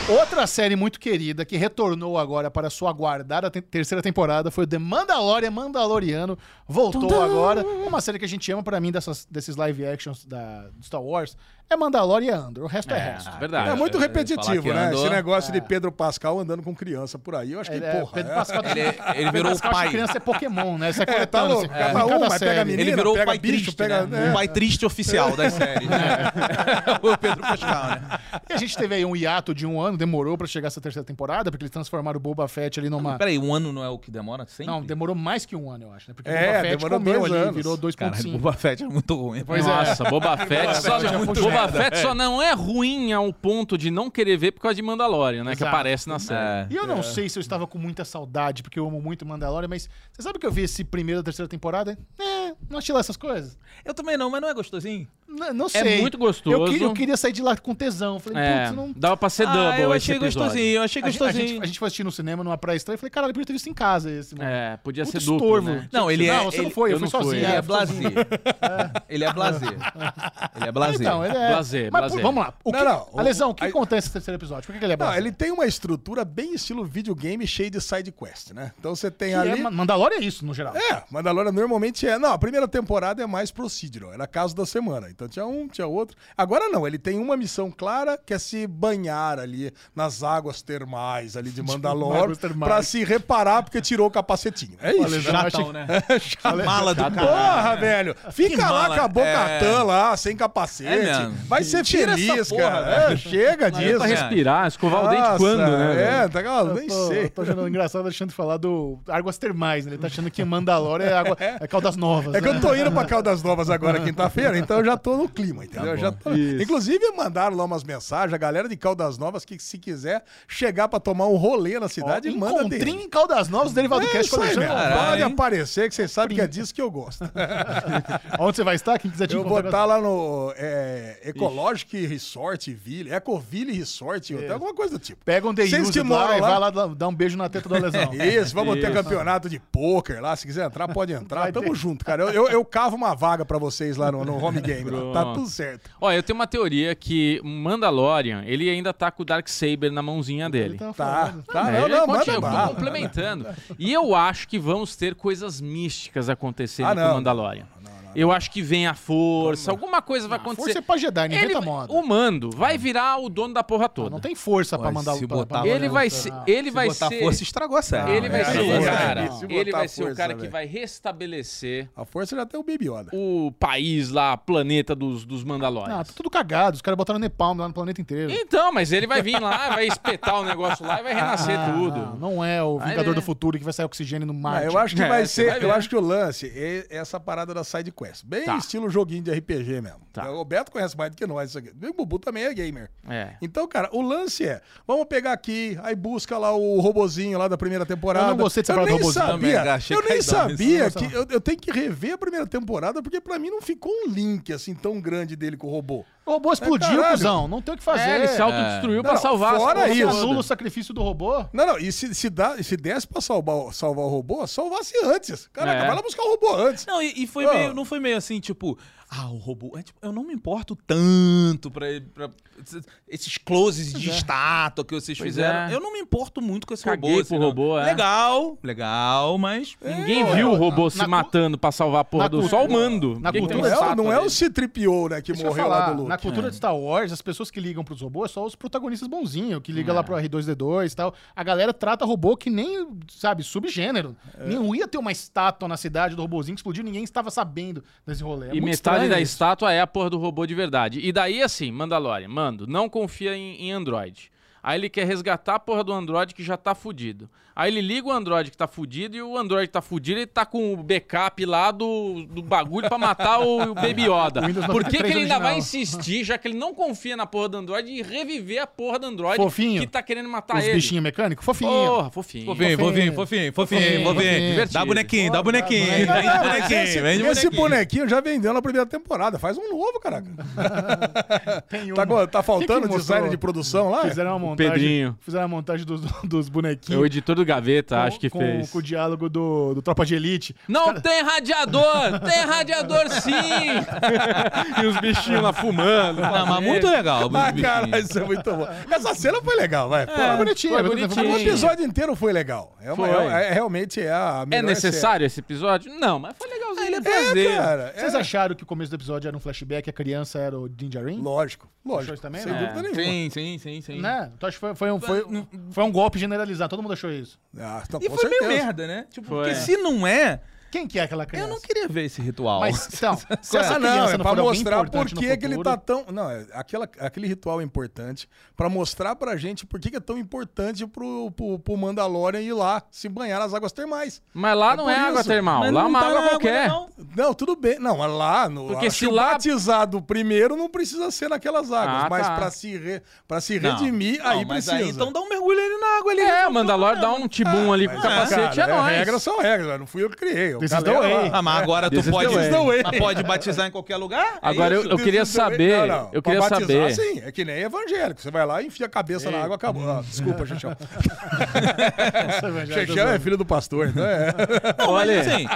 S3: Outra série muito querida que retornou agora para sua aguardada te- terceira temporada foi The Mandalorian Mandaloriano. Voltou agora. É uma série que a gente ama para mim dessas, desses live actions da, do Star Wars. É Mandalorian e Andor. O resto é, resto.
S1: Verdade.
S2: É muito
S5: tá, eu- eu ia falar
S2: repetitivo,
S5: que
S2: né?
S5: andou. É.
S2: Esse negócio de Pedro Pascal andando com criança por aí, eu acho que,
S3: Ele é-
S2: porra.
S3: Pedro
S2: é-
S3: Pascal,
S5: Ele, ele
S3: Pedro
S5: virou o
S3: Pascal acha que
S5: pai.
S3: criança é Pokémon, né? Você é,
S2: É, tá
S3: coletâneo,
S2: louco.
S3: você-
S2: Cada
S3: cada
S2: um, mas
S3: série.
S2: pega a menina,
S5: Ele virou
S2: pega
S5: o pai
S2: bicho,
S5: triste,
S2: pega...
S5: né?
S2: é.
S5: O pai triste oficial das séries. né? o Pedro Pascal, né?
S3: E a gente teve aí um hiato de um ano, demorou pra chegar essa terceira temporada, porque eles transformaram o Boba Fett ali numa.
S5: Peraí, um ano não é o que demora sempre?
S3: Não, demorou mais que um ano, eu acho, né? Porque
S2: É, demorou dois anos.
S3: virou
S5: Caralho,
S3: 2.5.
S5: Boba Fett é muito ruim.
S3: Pois é.
S1: Nossa, Boba Fett, só,
S3: Fett é muito
S1: Boba
S3: merda,
S1: Fett só não é ruim ao ponto de não querer ver por causa de Mandalorian, né? Que
S3: Exato.
S1: aparece na série.
S5: É.
S3: E eu não sei se eu estava com muita saudade, porque eu amo muito Mandalorian, mas você sabe que eu vi esse primeiro da terceira temporada? É, não achei lá essas coisas.
S5: Eu também não, mas não é gostosinho?
S3: N- não sei.
S1: muito gostoso.
S3: Eu queria, eu queria sair de lá com tesão. Eu Falei,
S1: É,
S3: putz, não...
S1: dava pra ser
S5: ah,
S1: double
S5: eu
S1: esse
S5: achei
S1: episódio.
S5: gostosinho, eu achei
S3: A, gente- a
S5: gostosinho.
S3: gente, a gente foi assistir no cinema numa pré-estreia e falei, caralho, eu podia ter visto em casa esse, mano.
S1: É, podia
S3: Puta
S1: ser duplo,
S3: estorvo.
S1: né?
S5: Não, ele é-
S3: Não, você não
S5: ele-
S3: foi, eu,
S1: eu
S3: fui
S1: não fui,
S3: sozinho.
S5: Ele
S1: É,
S5: é
S3: eu fui sozinho.
S5: blazer. Ele é blazer. Ele é blazer.
S3: Então, ele é.
S1: Blazer,
S3: mas,
S1: blazer.
S3: pô, vamos lá. O
S2: Não,
S3: que...
S2: não, o-
S3: Alesão, o que acontece nesse terceiro episódio? Por que que ele é
S2: Não,
S3: blazer?
S2: ele tem uma estrutura bem estilo videogame cheio de side quest, né? Então você tem ali.
S3: Que é Ma- Mandalorian é isso, no geral.
S2: É, Mandalorian normalmente é. Não, a primeira temporada é mais procedural, era caso da semana. Então tinha um, tinha outro. Agora não, ele tem uma missão clara que é se banhar ali nas águas termais ali de Mandalor
S3: águas termais.
S2: pra se reparar porque tirou o capacetinho. É isso.
S3: Alesão,
S2: né?
S3: acho que-
S5: Chatão, né? Mala do caralho.
S2: Porra, velho. Fica lá
S5: mala.
S2: com a boca
S5: É.
S2: tã lá, sem capacete.
S5: É mesmo.
S2: Vai ser
S5: Tira essa
S2: feliz,
S5: porra,
S2: cara. É,
S5: velho.
S2: chega
S1: É
S2: disso.
S1: pra respirar, escovar o dente quando, né?
S2: É,
S1: velho?
S2: tá, eu nem
S3: Eu tô,
S2: sei.
S3: eu tô achando engraçado achando falar do águas termais, né? Ele tá achando que Mandalorian é, água, é Caldas Novas.
S2: É que
S3: né?
S2: eu tô indo pra Caldas Novas agora, quinta-feira, então eu já tô no clima, entendeu? Eu já tô- Inclusive, mandaram lá umas mensagens, a galera de Caldas Novas, que se quiser chegar pra tomar um rolê na cidade, manda manda
S3: Encontrinho
S2: DM.
S3: em Caldas Novas, derivado do
S2: É
S3: cast
S2: isso
S3: com
S2: aí,
S3: Alexandre
S2: meu.
S5: Caralho,
S2: Pode
S5: hein?
S2: aparecer, que vocês sabem que é disso que eu gosto.
S3: Alves. Onde você vai estar? Quem quiser te
S2: Eu vou
S3: encontrar,
S2: estar lá no é, Ecologic Resort Ville, Ecoville Resort, hotel, alguma coisa do tipo.
S3: Pega um day
S2: Vocês
S3: use
S2: que
S3: lá
S2: moram
S3: e
S2: lá-
S3: vai lá dar dar um beijo na teta do lesão.
S1: É.
S2: Isso, vamos ter campeonato de pôquer lá. Se quiser entrar, pode entrar. Tamo junto, cara. Eu, eu, eu cavo uma vaga pra vocês lá no, no home game. lá. Tá
S1: Pronto.
S2: tudo certo.
S1: Ó, eu tenho uma teoria que Mandalorian, ele ainda tá com o Dark Saber na mãozinha dele.
S3: Então-
S2: Tá, tá.
S1: É,
S2: Não,
S1: ele continua,
S2: não, manda
S1: eu tô
S2: bala.
S1: complementando. E eu acho que vamos ter coisas místicas acontecendo
S2: Ah,
S1: com
S2: não.
S1: o Mandalorian. Eu acho que vem a força, alguma coisa vai acontecer.
S3: Força é pra Jedi, não
S2: tá
S3: inventa moda.
S1: o Mando vai virar o dono da porra toda.
S3: Não tem força pra
S5: Olha,
S3: mandar
S5: se
S3: pra-
S5: botar-
S3: pra-
S1: Ele vai
S3: pra-
S1: ser, ele vai
S5: botar
S1: ser,
S5: força, estragou a série.
S1: ele vai
S2: é,
S1: ser
S2: se
S1: o
S2: botar-
S1: cara,
S2: se botar
S1: ele vai ser o
S2: força,
S1: cara que
S2: velho.
S1: vai restabelecer
S2: A força já tem o Baby Yoda.
S1: o país lá, planeta dos, dos
S3: Ah,
S1: Mandalorians.
S3: tá tudo cagado. Os caras botaram Nepal lá no planeta inteiro.
S1: Então, mas ele vai vir lá, vai espetar o negócio lá e vai renascer tudo.
S3: Não, Ah, não é o Vingador
S1: ele-
S3: do Futuro que vai sair oxigênio no
S2: Ah,
S3: mar.
S2: eu acho que vai
S1: É, você
S2: ser.
S1: vai ver.
S2: eu acho que o lance é essa parada da side quest. Bem
S1: Tá.
S2: estilo joguinho de RPG mesmo.
S1: Tá.
S2: O Beto conhece mais do que nós isso aqui. O Bubu também é gamer.
S1: É.
S2: Então, cara, o lance é, vamos pegar aqui, aí busca lá o robozinho lá da primeira temporada.
S3: Eu não gostei dessa
S2: eu
S3: parada do
S2: nem
S3: robozinho.
S2: sabia,
S5: Também, achei
S2: Eu nem
S5: caidão,
S2: sabia
S3: isso eu não
S2: que eu, eu tenho que rever a primeira temporada porque pra mim não ficou um link assim tão grande dele com o robô.
S3: O robô explodiu,
S2: é caralho.
S3: cuzão. Não tem o que fazer.
S1: É, ele se autodestruiu
S2: Não,
S1: pra
S2: não,
S1: salvar as
S2: fora
S1: porra
S3: Você
S2: isso.
S1: toda.
S3: anula o sacrifício do robô?
S2: Não, não, e se, se, dá, se desse pra salvar, o- salvar o robô, salvasse antes. Caraca,
S1: É.
S2: vai lá buscar o robô antes.
S5: Não, e, e foi
S2: Ah.
S5: meio, não foi meio assim, tipo, ah, o robô. é tipo, eu não me importo tanto pra, pra esses- esses closes de estátua que vocês
S1: Pois
S5: fizeram.
S1: é.
S5: Eu não me importo muito com esse
S1: Caguei
S5: robô. assim,
S1: pro
S5: não.
S1: robô, é.
S5: Legal, legal, mas.
S1: Ninguém viu o robô se
S3: na cu-
S1: matando pra salvar a porra
S3: na
S1: do
S3: cu-
S1: sol, o mando.
S3: na
S1: Por que que tem
S2: Não
S3: cultura-
S1: um
S2: é,
S1: sapo
S2: não é o
S1: desse?
S2: Citripiou, né, que
S3: Deixa eu
S2: morreu
S3: falar,
S2: lá do Luke.
S3: Na
S1: É.
S3: cultura de Star Wars, as pessoas que ligam pros robôs são os protagonistas bonzinhos, que
S1: É.
S3: ligam lá pro R2D2 e tal. A galera trata robô que nem, sabe, subgênero.
S2: É.
S3: Não ia ter uma estátua na cidade do robôzinho que explodiu, ninguém estava sabendo desse rolê. É
S1: E
S3: muito
S1: metade
S3: estranho
S1: da
S3: isso.
S1: estátua é a porra do robô de verdade. E daí, assim, Mandalorian, mando, não confia em, em Android. Aí ele quer resgatar a porra do Android que já tá fudido. Aí ele liga o Android que tá fudido e o Android tá fudido ele tá com o backup lá do, do bagulho pra matar o, o Baby Yoda.
S3: Windows
S1: Por que, que
S3: 93
S1: ele ainda vai
S3: original.
S1: insistir, já que ele não confia na porra do Android, e reviver a porra do Android
S3: Fofinho.
S1: que tá querendo matar
S3: Os
S1: ele?
S3: bichinhos mecânicos? Fofinho.
S1: Porra, fofinho.
S5: Fofinho, fofinho, fofinho, fofinho, fofinho. Dá
S1: Divertido.
S5: bonequinho, dá bonequinho. Vende
S2: Mas É, esse,
S5: bonequinho,
S2: esse
S5: vende bonequinho.
S2: bonequinho já vendeu na primeira temporada. Faz um novo, caraca.
S3: Tem um-
S2: Tá, co- tá faltando
S3: Quem que
S2: design
S3: mostrou?
S2: de produção lá?
S3: Fizeram uma montagem.
S1: Pedrinho.
S3: Fizeram a montagem dos, dos
S1: É o
S3: bonequinhos.
S1: editor do Gaveta, acho que
S3: Então, com,
S1: fez.
S3: Com o diálogo do, do Tropa de Elite.
S1: Não tem radiador! Tem radiador sim! e os bichinhos lá fumando.
S5: Ah, mas muito legal. os
S2: Ah, cara,
S5: bonequinhos.
S2: isso é muito bom. Essa cena foi legal, vai. Pô,
S3: É,
S2: agora-
S3: bonitinho.
S1: foi
S3: é
S1: bonitinho.
S2: o
S1: Sim.
S2: episódio inteiro foi legal. É uma-
S1: Foi.
S2: é- é- realmente é a
S1: É
S2: melhor
S1: necessário esse episódio? Não, mas foi legalzinho. Ele é
S2: série. É, cara. é.
S3: Vocês acharam que o começo do episódio era um flashback e a criança era o Ninja Ring?
S2: Lógico,
S3: Achou
S2: lógico.
S3: isso também,
S2: sem
S3: né?
S2: dúvida nenhuma.
S5: Sim, sim, sim, sim.
S3: Né? Então acho que foi, foi um, foi, foi um golpe generalizado. Todo mundo achou isso.
S2: Ah, então,
S5: E
S2: com
S5: foi
S2: certeza.
S5: meio merda, né? Tipo,
S1: Foi.
S5: porque se não é,
S3: Quem que é aquela criança?
S5: eu não queria ver esse ritual.
S3: Mas, então, se essa
S2: Ah, não,
S3: criança
S2: é
S3: não,
S2: pra
S3: for alguém
S2: mostrar por
S3: importante no
S2: que que ele tá
S3: futuro-
S2: tão... Não, é, aquela, aquele ritual é importante pra mostrar pra gente por que que é tão importante pro, pro, pro Mandalorian ir lá se banhar nas águas termais.
S1: Mas lá não
S2: por
S1: é água
S2: isso.
S1: termal, lá é uma
S5: tá
S1: água
S5: na
S1: qualquer.
S5: não.
S2: Não, tudo bem. Não, mas lá no
S1: Porque
S2: acho
S1: se
S2: que o
S1: lá-
S2: batizado primeiro não precisa ser naquelas águas,
S1: Ah,
S2: mas
S1: tá.
S2: pra se re... para se
S5: Não.
S2: redimir
S5: Não,
S2: aí
S5: mas
S2: precisa.
S5: então dá um mergulho ali na água ali.
S1: É, Mandalor dá um tibum ali com o
S2: Mas,
S1: capacete,
S2: cara,
S1: é nóis. é
S2: Regras são regras, né? não fui eu que criei. eu
S3: This is
S2: galera
S3: the way.
S2: lá.
S5: Ah, mas agora tu
S1: This is
S5: pode,
S1: the way.
S5: mas pode batizar em qualquer lugar? É
S1: Agora eu,
S5: isso?
S1: eu queria
S2: This is the way.
S1: saber,
S2: Não, não,
S1: eu
S2: pra
S1: queria
S2: batizar,
S1: saber.
S2: Sim, é que nem evangélico. Você vai lá e enfia a cabeça na água, acabou. Ah, desculpa, Xexão.
S3: né?
S2: Xexão é filho do pastor, então é.
S5: Não, mas
S1: Olha.
S5: assim,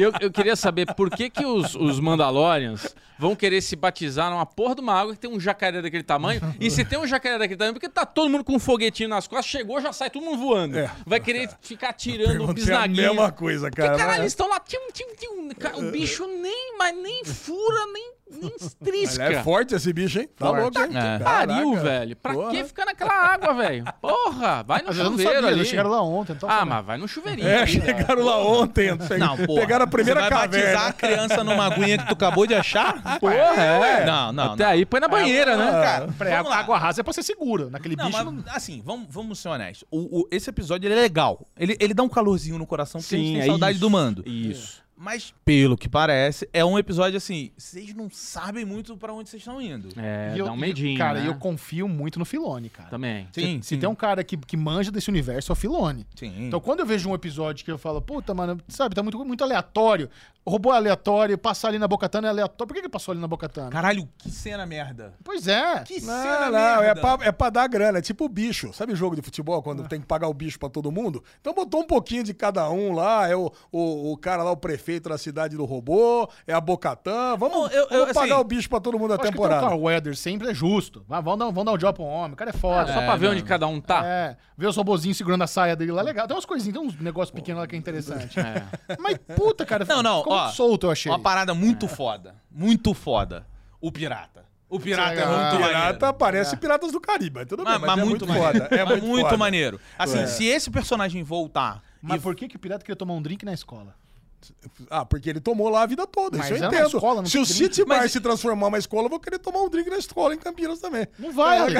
S1: Eu, eu queria saber por que, que os, os Mandalorians vão querer se batizar numa porra de uma água que tem um jacaré daquele tamanho. E se tem um jacaré daquele tamanho, porque tá todo mundo com um foguetinho nas costas, chegou, já sai todo mundo voando.
S2: É.
S1: Vai querer ficar atirando o
S2: Perguntei a
S1: bisnaguinho.
S2: mesma coisa, cara. né?
S1: Porque, caralho, é eles estão lá. Tim, tim, tim, Cara, o bicho nem, mas nem fura, nem, nem
S2: Ele
S1: estrisca.
S2: é forte esse bicho, hein? Tá
S3: Forte.
S2: louco, hein?
S5: É.
S1: Pariu,
S2: Caraca.
S1: velho. Pra
S2: Porra.
S1: que ficar naquela água, velho? Porra, vai no
S3: Mas eu não
S1: chuveiro
S3: sabia,
S1: ali.
S3: eles chegaram lá ontem. Então
S1: Ah,
S3: foi-
S1: mas vai no chuveirinho.
S2: É, chegaram lá ontem. pe-
S5: não, porra.
S2: pegaram a primeira
S5: Você vai batizar
S2: caverna.
S5: a criança numa aguinha que tu acabou de achar? Porra,
S1: é.
S5: Não, não,
S1: Até
S5: Ah, não.
S1: aí põe na banheira, né?
S5: Cara,
S3: Peraí,
S5: vamos
S3: a
S5: lá.
S3: água rasa é pra ser segura. Naquele
S5: Não,
S3: bicho.
S5: mas assim, vamos, vamos ser honestos. O, o- esse episódio ele é legal. Ele, ele dá um calorzinho no coração porque a gente
S1: Sim,
S5: tem
S1: é
S5: saudade
S1: isso.
S5: do mando.
S1: Isso.
S5: Mas, pelo que parece, é um episódio assim. Vocês não sabem muito pra onde vocês estão indo.
S1: É,
S3: e eu-
S1: dá um medinho.
S3: e, Cara,
S1: né?
S3: e eu confio muito no Filone, cara.
S1: Também.
S3: Se,
S5: Sim,
S3: se
S5: sim.
S3: tem um cara que, que manja desse universo, é o Filone.
S5: Sim.
S3: Então, quando eu vejo um episódio que eu falo, puta, mano, sabe, tá muito, muito aleatório. Robô é aleatório, passar ali na Bocatana é aleatório. Por que, que passou ali na Bocatana?
S5: Caralho, que cena merda.
S3: Pois é.
S5: Que cena
S2: Não, não, é
S5: merda. Ah.
S2: pra, é pra dar grana. É tipo o bicho. Sabe jogo de futebol, quando tem que pagar o bicho pra todo mundo? Então botou um pouquinho de cada um lá. É o, o, o cara lá, o prefeito da cidade do robô. É a Bocatã.
S5: Não,
S2: Vamos,
S5: eu- eu,
S2: vamos
S5: assim,
S2: pagar o bicho pra todo mundo
S3: Eu
S2: da
S3: acho
S5: um
S3: que
S2: temporada.
S3: trocar o Weather sempre é justo. Vai, vão, dar, vão dar um job pra um homem, o cara é foda.
S1: Só pra ver onde cada um tá.
S3: É, ver os robozinhos segurando a saia dele lá, legal. Tem umas coisinhas, tem uns negócios pequenos lá que é interessante. Mas puta, cara,
S5: Não, não,
S3: ficou
S5: ó,
S3: muito solto, eu achei.
S5: Uma parada muito foda. Muito foda. O pirata. O pirata é
S3: Isso é legal.
S5: muito maneiro. É.
S2: Pirata parece Piratas do Caribe, mas tudo
S5: Mas,
S2: bem, mas,
S5: mas
S2: é
S5: muito,
S2: muito,
S5: maneiro.
S2: foda. É
S5: Mas muito,
S2: muito, foda.
S5: maneiro. Assim, se esse personagem voltar.
S3: Mas por que, que o pirata queria tomar um drink na escola?
S2: Ah, porque ele tomou lá a vida toda,
S3: Mas
S2: isso eu
S3: é uma
S2: entendo.
S3: escola, não
S2: se
S3: tem
S2: o
S3: drink.
S2: City Bar
S5: Mas-
S2: se transformar uma escola, eu vou querer tomar um drink na escola em Campinas também.
S3: Não vai, Ale.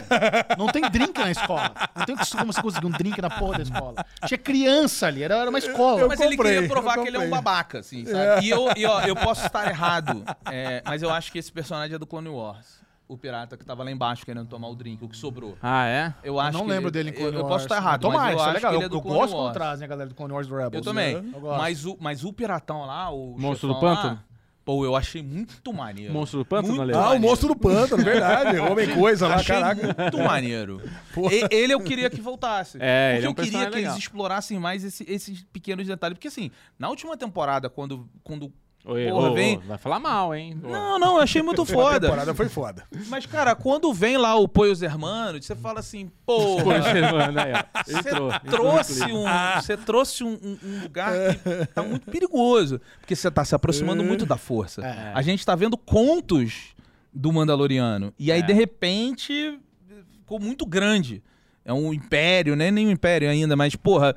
S3: Não tem drink na escola. Não tem como você conseguir um drink na porra da escola. Tinha criança ali, era, era uma escola.
S2: eu
S5: mas ele
S2: comprei,
S5: queria provar
S2: eu
S5: que ele é um
S2: comprei.
S5: babaca, assim, sabe? E, eu, e ó, eu posso estar errado, é, mas eu acho que esse personagem é do Clone Wars. O pirata que tava lá embaixo querendo tomar o drink, o que sobrou.
S1: Ah, é?
S5: Eu acho
S3: não
S5: que
S3: lembro
S5: ele-
S3: dele em Clone
S5: eu, eu
S3: Wars.
S5: posso estar errado,
S3: Tomar,
S5: mas eu
S3: isso é
S5: acho
S3: legal.
S5: que ele é
S3: eu,
S5: do
S3: eu
S5: Clone
S3: gosto quando
S5: Wars.
S3: trazem a galera do Clone Wars do Rebels. né?
S5: Eu também.
S3: Eu gosto.
S5: mas, o, mas o piratão lá, o
S1: Monstro
S5: chefão
S1: do
S5: lá,
S1: pântano?
S5: Pô, eu achei muito maneiro.
S1: Monstro do pântano,
S5: Muito
S1: Ale?
S2: Ah, o
S5: maneiro.
S2: monstro do pântano, verdade. Homem coisa lá,
S5: Achei
S2: caraca.
S5: muito maneiro. E- ele eu queria que voltasse.
S1: É, ele
S5: Porque
S1: é um
S5: eu queria
S1: personagem
S5: que
S1: legal.
S5: eles explorassem mais esse- esses pequenos detalhes. Porque assim, na última temporada, quando. quando
S1: Oi,
S5: Porra,
S1: ô,
S5: vem-
S1: ô, vai falar mal, hein? Ô.
S5: não, não, eu achei muito
S2: A temporada
S5: foda.
S2: foi foda.
S5: Mas, cara, quando vem lá o Poios Hermanos, você fala assim, pô,
S1: Pô, Germano, aí, ó.
S5: você
S1: Entrou, entrou no
S5: trouxe,
S1: clipe.
S5: um, você trouxe um, um- um lugar que tá muito perigoso. Porque você tá
S1: É.
S5: se aproximando muito da força.
S3: É.
S5: A gente tá vendo contos do Mandaloriano. E aí,
S1: É.
S5: de repente, ficou muito grande. É um império, né? Nem um império ainda, mas, porra,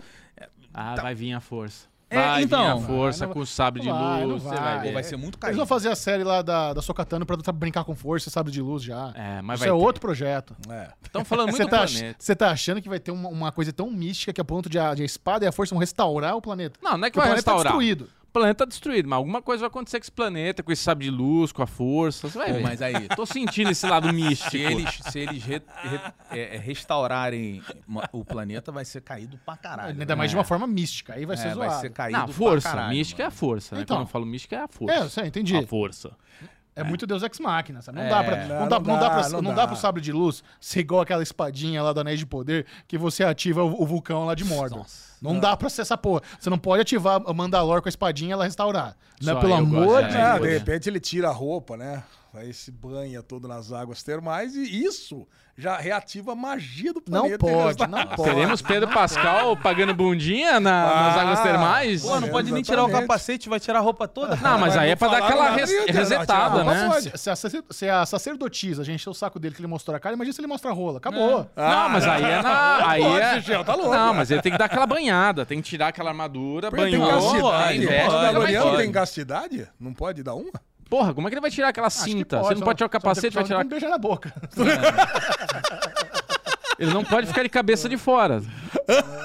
S1: Ah, vai vir a força. Vai
S5: então.
S1: vir a força
S3: Tá. É, Vai, não
S1: com o sabre de
S3: vai, não
S1: luz, você vai
S3: vai.
S1: ver.
S5: Pô, vai ser muito
S3: Eles
S5: caído.
S3: vão fazer a série lá da, da Sokatano pra, pra brincar com força, sabe, de luz já.
S1: É, mas
S3: Isso
S1: vai
S3: é
S1: ter.
S3: outro projeto.
S5: É,
S1: Estão falando muito
S3: Você
S1: do
S3: tá, ach-
S1: planeta.
S3: você tá achando que vai ter uma, uma coisa tão mística que a ponto de a, de a espada e a força vão restaurar o planeta?
S1: Não, não é que
S3: o
S1: vai
S3: planeta tá
S1: restaurar.
S3: destruído.
S1: O planeta tá destruído, mas alguma coisa vai acontecer com esse planeta, com esse sabre de luz, com a força.
S3: É.
S1: Você vai
S5: Pô,
S1: ver.
S5: mas aí,
S1: Tô sentindo esse lado místico.
S5: se eles, se eles re- re- é, é, restaurarem ma- o planeta, vai ser caído pra caralho.
S3: Ainda
S5: né?
S3: mais de uma forma mística. Aí vai
S5: É,
S3: ser
S5: vai
S3: zoado.
S5: ser caído
S1: Não,
S5: pra
S1: força.
S5: caralho,
S1: mística é a
S5: mano.
S1: força, né?
S3: Então.
S1: Quando eu falo mística, é a
S3: É, eu
S1: força.
S3: sei, entendi.
S1: a força.
S3: É muito Deus Ex Machina, sabe?
S1: É.
S3: Não dá pra, não,
S2: Não, não
S3: dá, não dá
S2: dá,
S3: pra-
S2: não
S3: não
S2: dá.
S3: dá pro sabre de luz ser igual aquela espadinha lá do Anéis de Poder que você ativa o, o vulcão lá de Mordor. Não, dá pra ser essa porra. Você não pode ativar a Mandalor com a espadinha e ela restaurar. Não é
S1: Só
S3: pelo
S1: eu
S3: amor
S1: gosto,
S3: de
S1: né?
S2: Ah,
S1: Deus,
S2: de repente ele tira a roupa, né? Aí se banha todo nas águas termais e isso já reativa a magia do
S3: Não
S2: planeta. e
S3: pode,
S2: resta-
S3: não pode.
S1: Teremos Pedro Pascal pagando bundinha na-
S2: Ah,
S1: nas águas termais?
S5: Pô, não pode nem tirar o
S2: Exatamente.
S5: capacete, vai tirar a roupa toda.
S1: Não, mas
S2: Mas
S1: aí
S2: não
S1: é pra dar
S2: falaram
S1: aquela
S2: nada.
S1: res-
S2: Ih, eu tiro-
S1: resetada,
S2: eu tiro a
S1: né?
S2: roupa.
S3: Se, se a, sacer- se a sacerdotisa já encheu o saco dele que ele mostrou a cara, imagina se ele mostra a rola. Acabou.
S1: não, mas aí é na. Aí
S2: pode,
S1: é...
S2: Gigel, tá louco.
S1: Não, mas ele tem que dar aquela banhada, tem que tirar aquela armadura,
S2: Porque tem um
S1: banhou,
S2: castidade.
S5: pode,
S1: investe,
S2: o
S5: pode,
S1: mas
S2: Mandaloriano
S5: pode.
S2: tem castidade? Não pode dar uma?
S1: Porra, como é que ele vai tirar aquela
S3: Acho que
S1: cinta? Você não
S3: só-
S1: pode tirar o
S3: só
S1: capacete, vai
S3: só
S1: tirar.
S3: não beija na boca.
S1: Ele não pode ficar de cabeça de fora.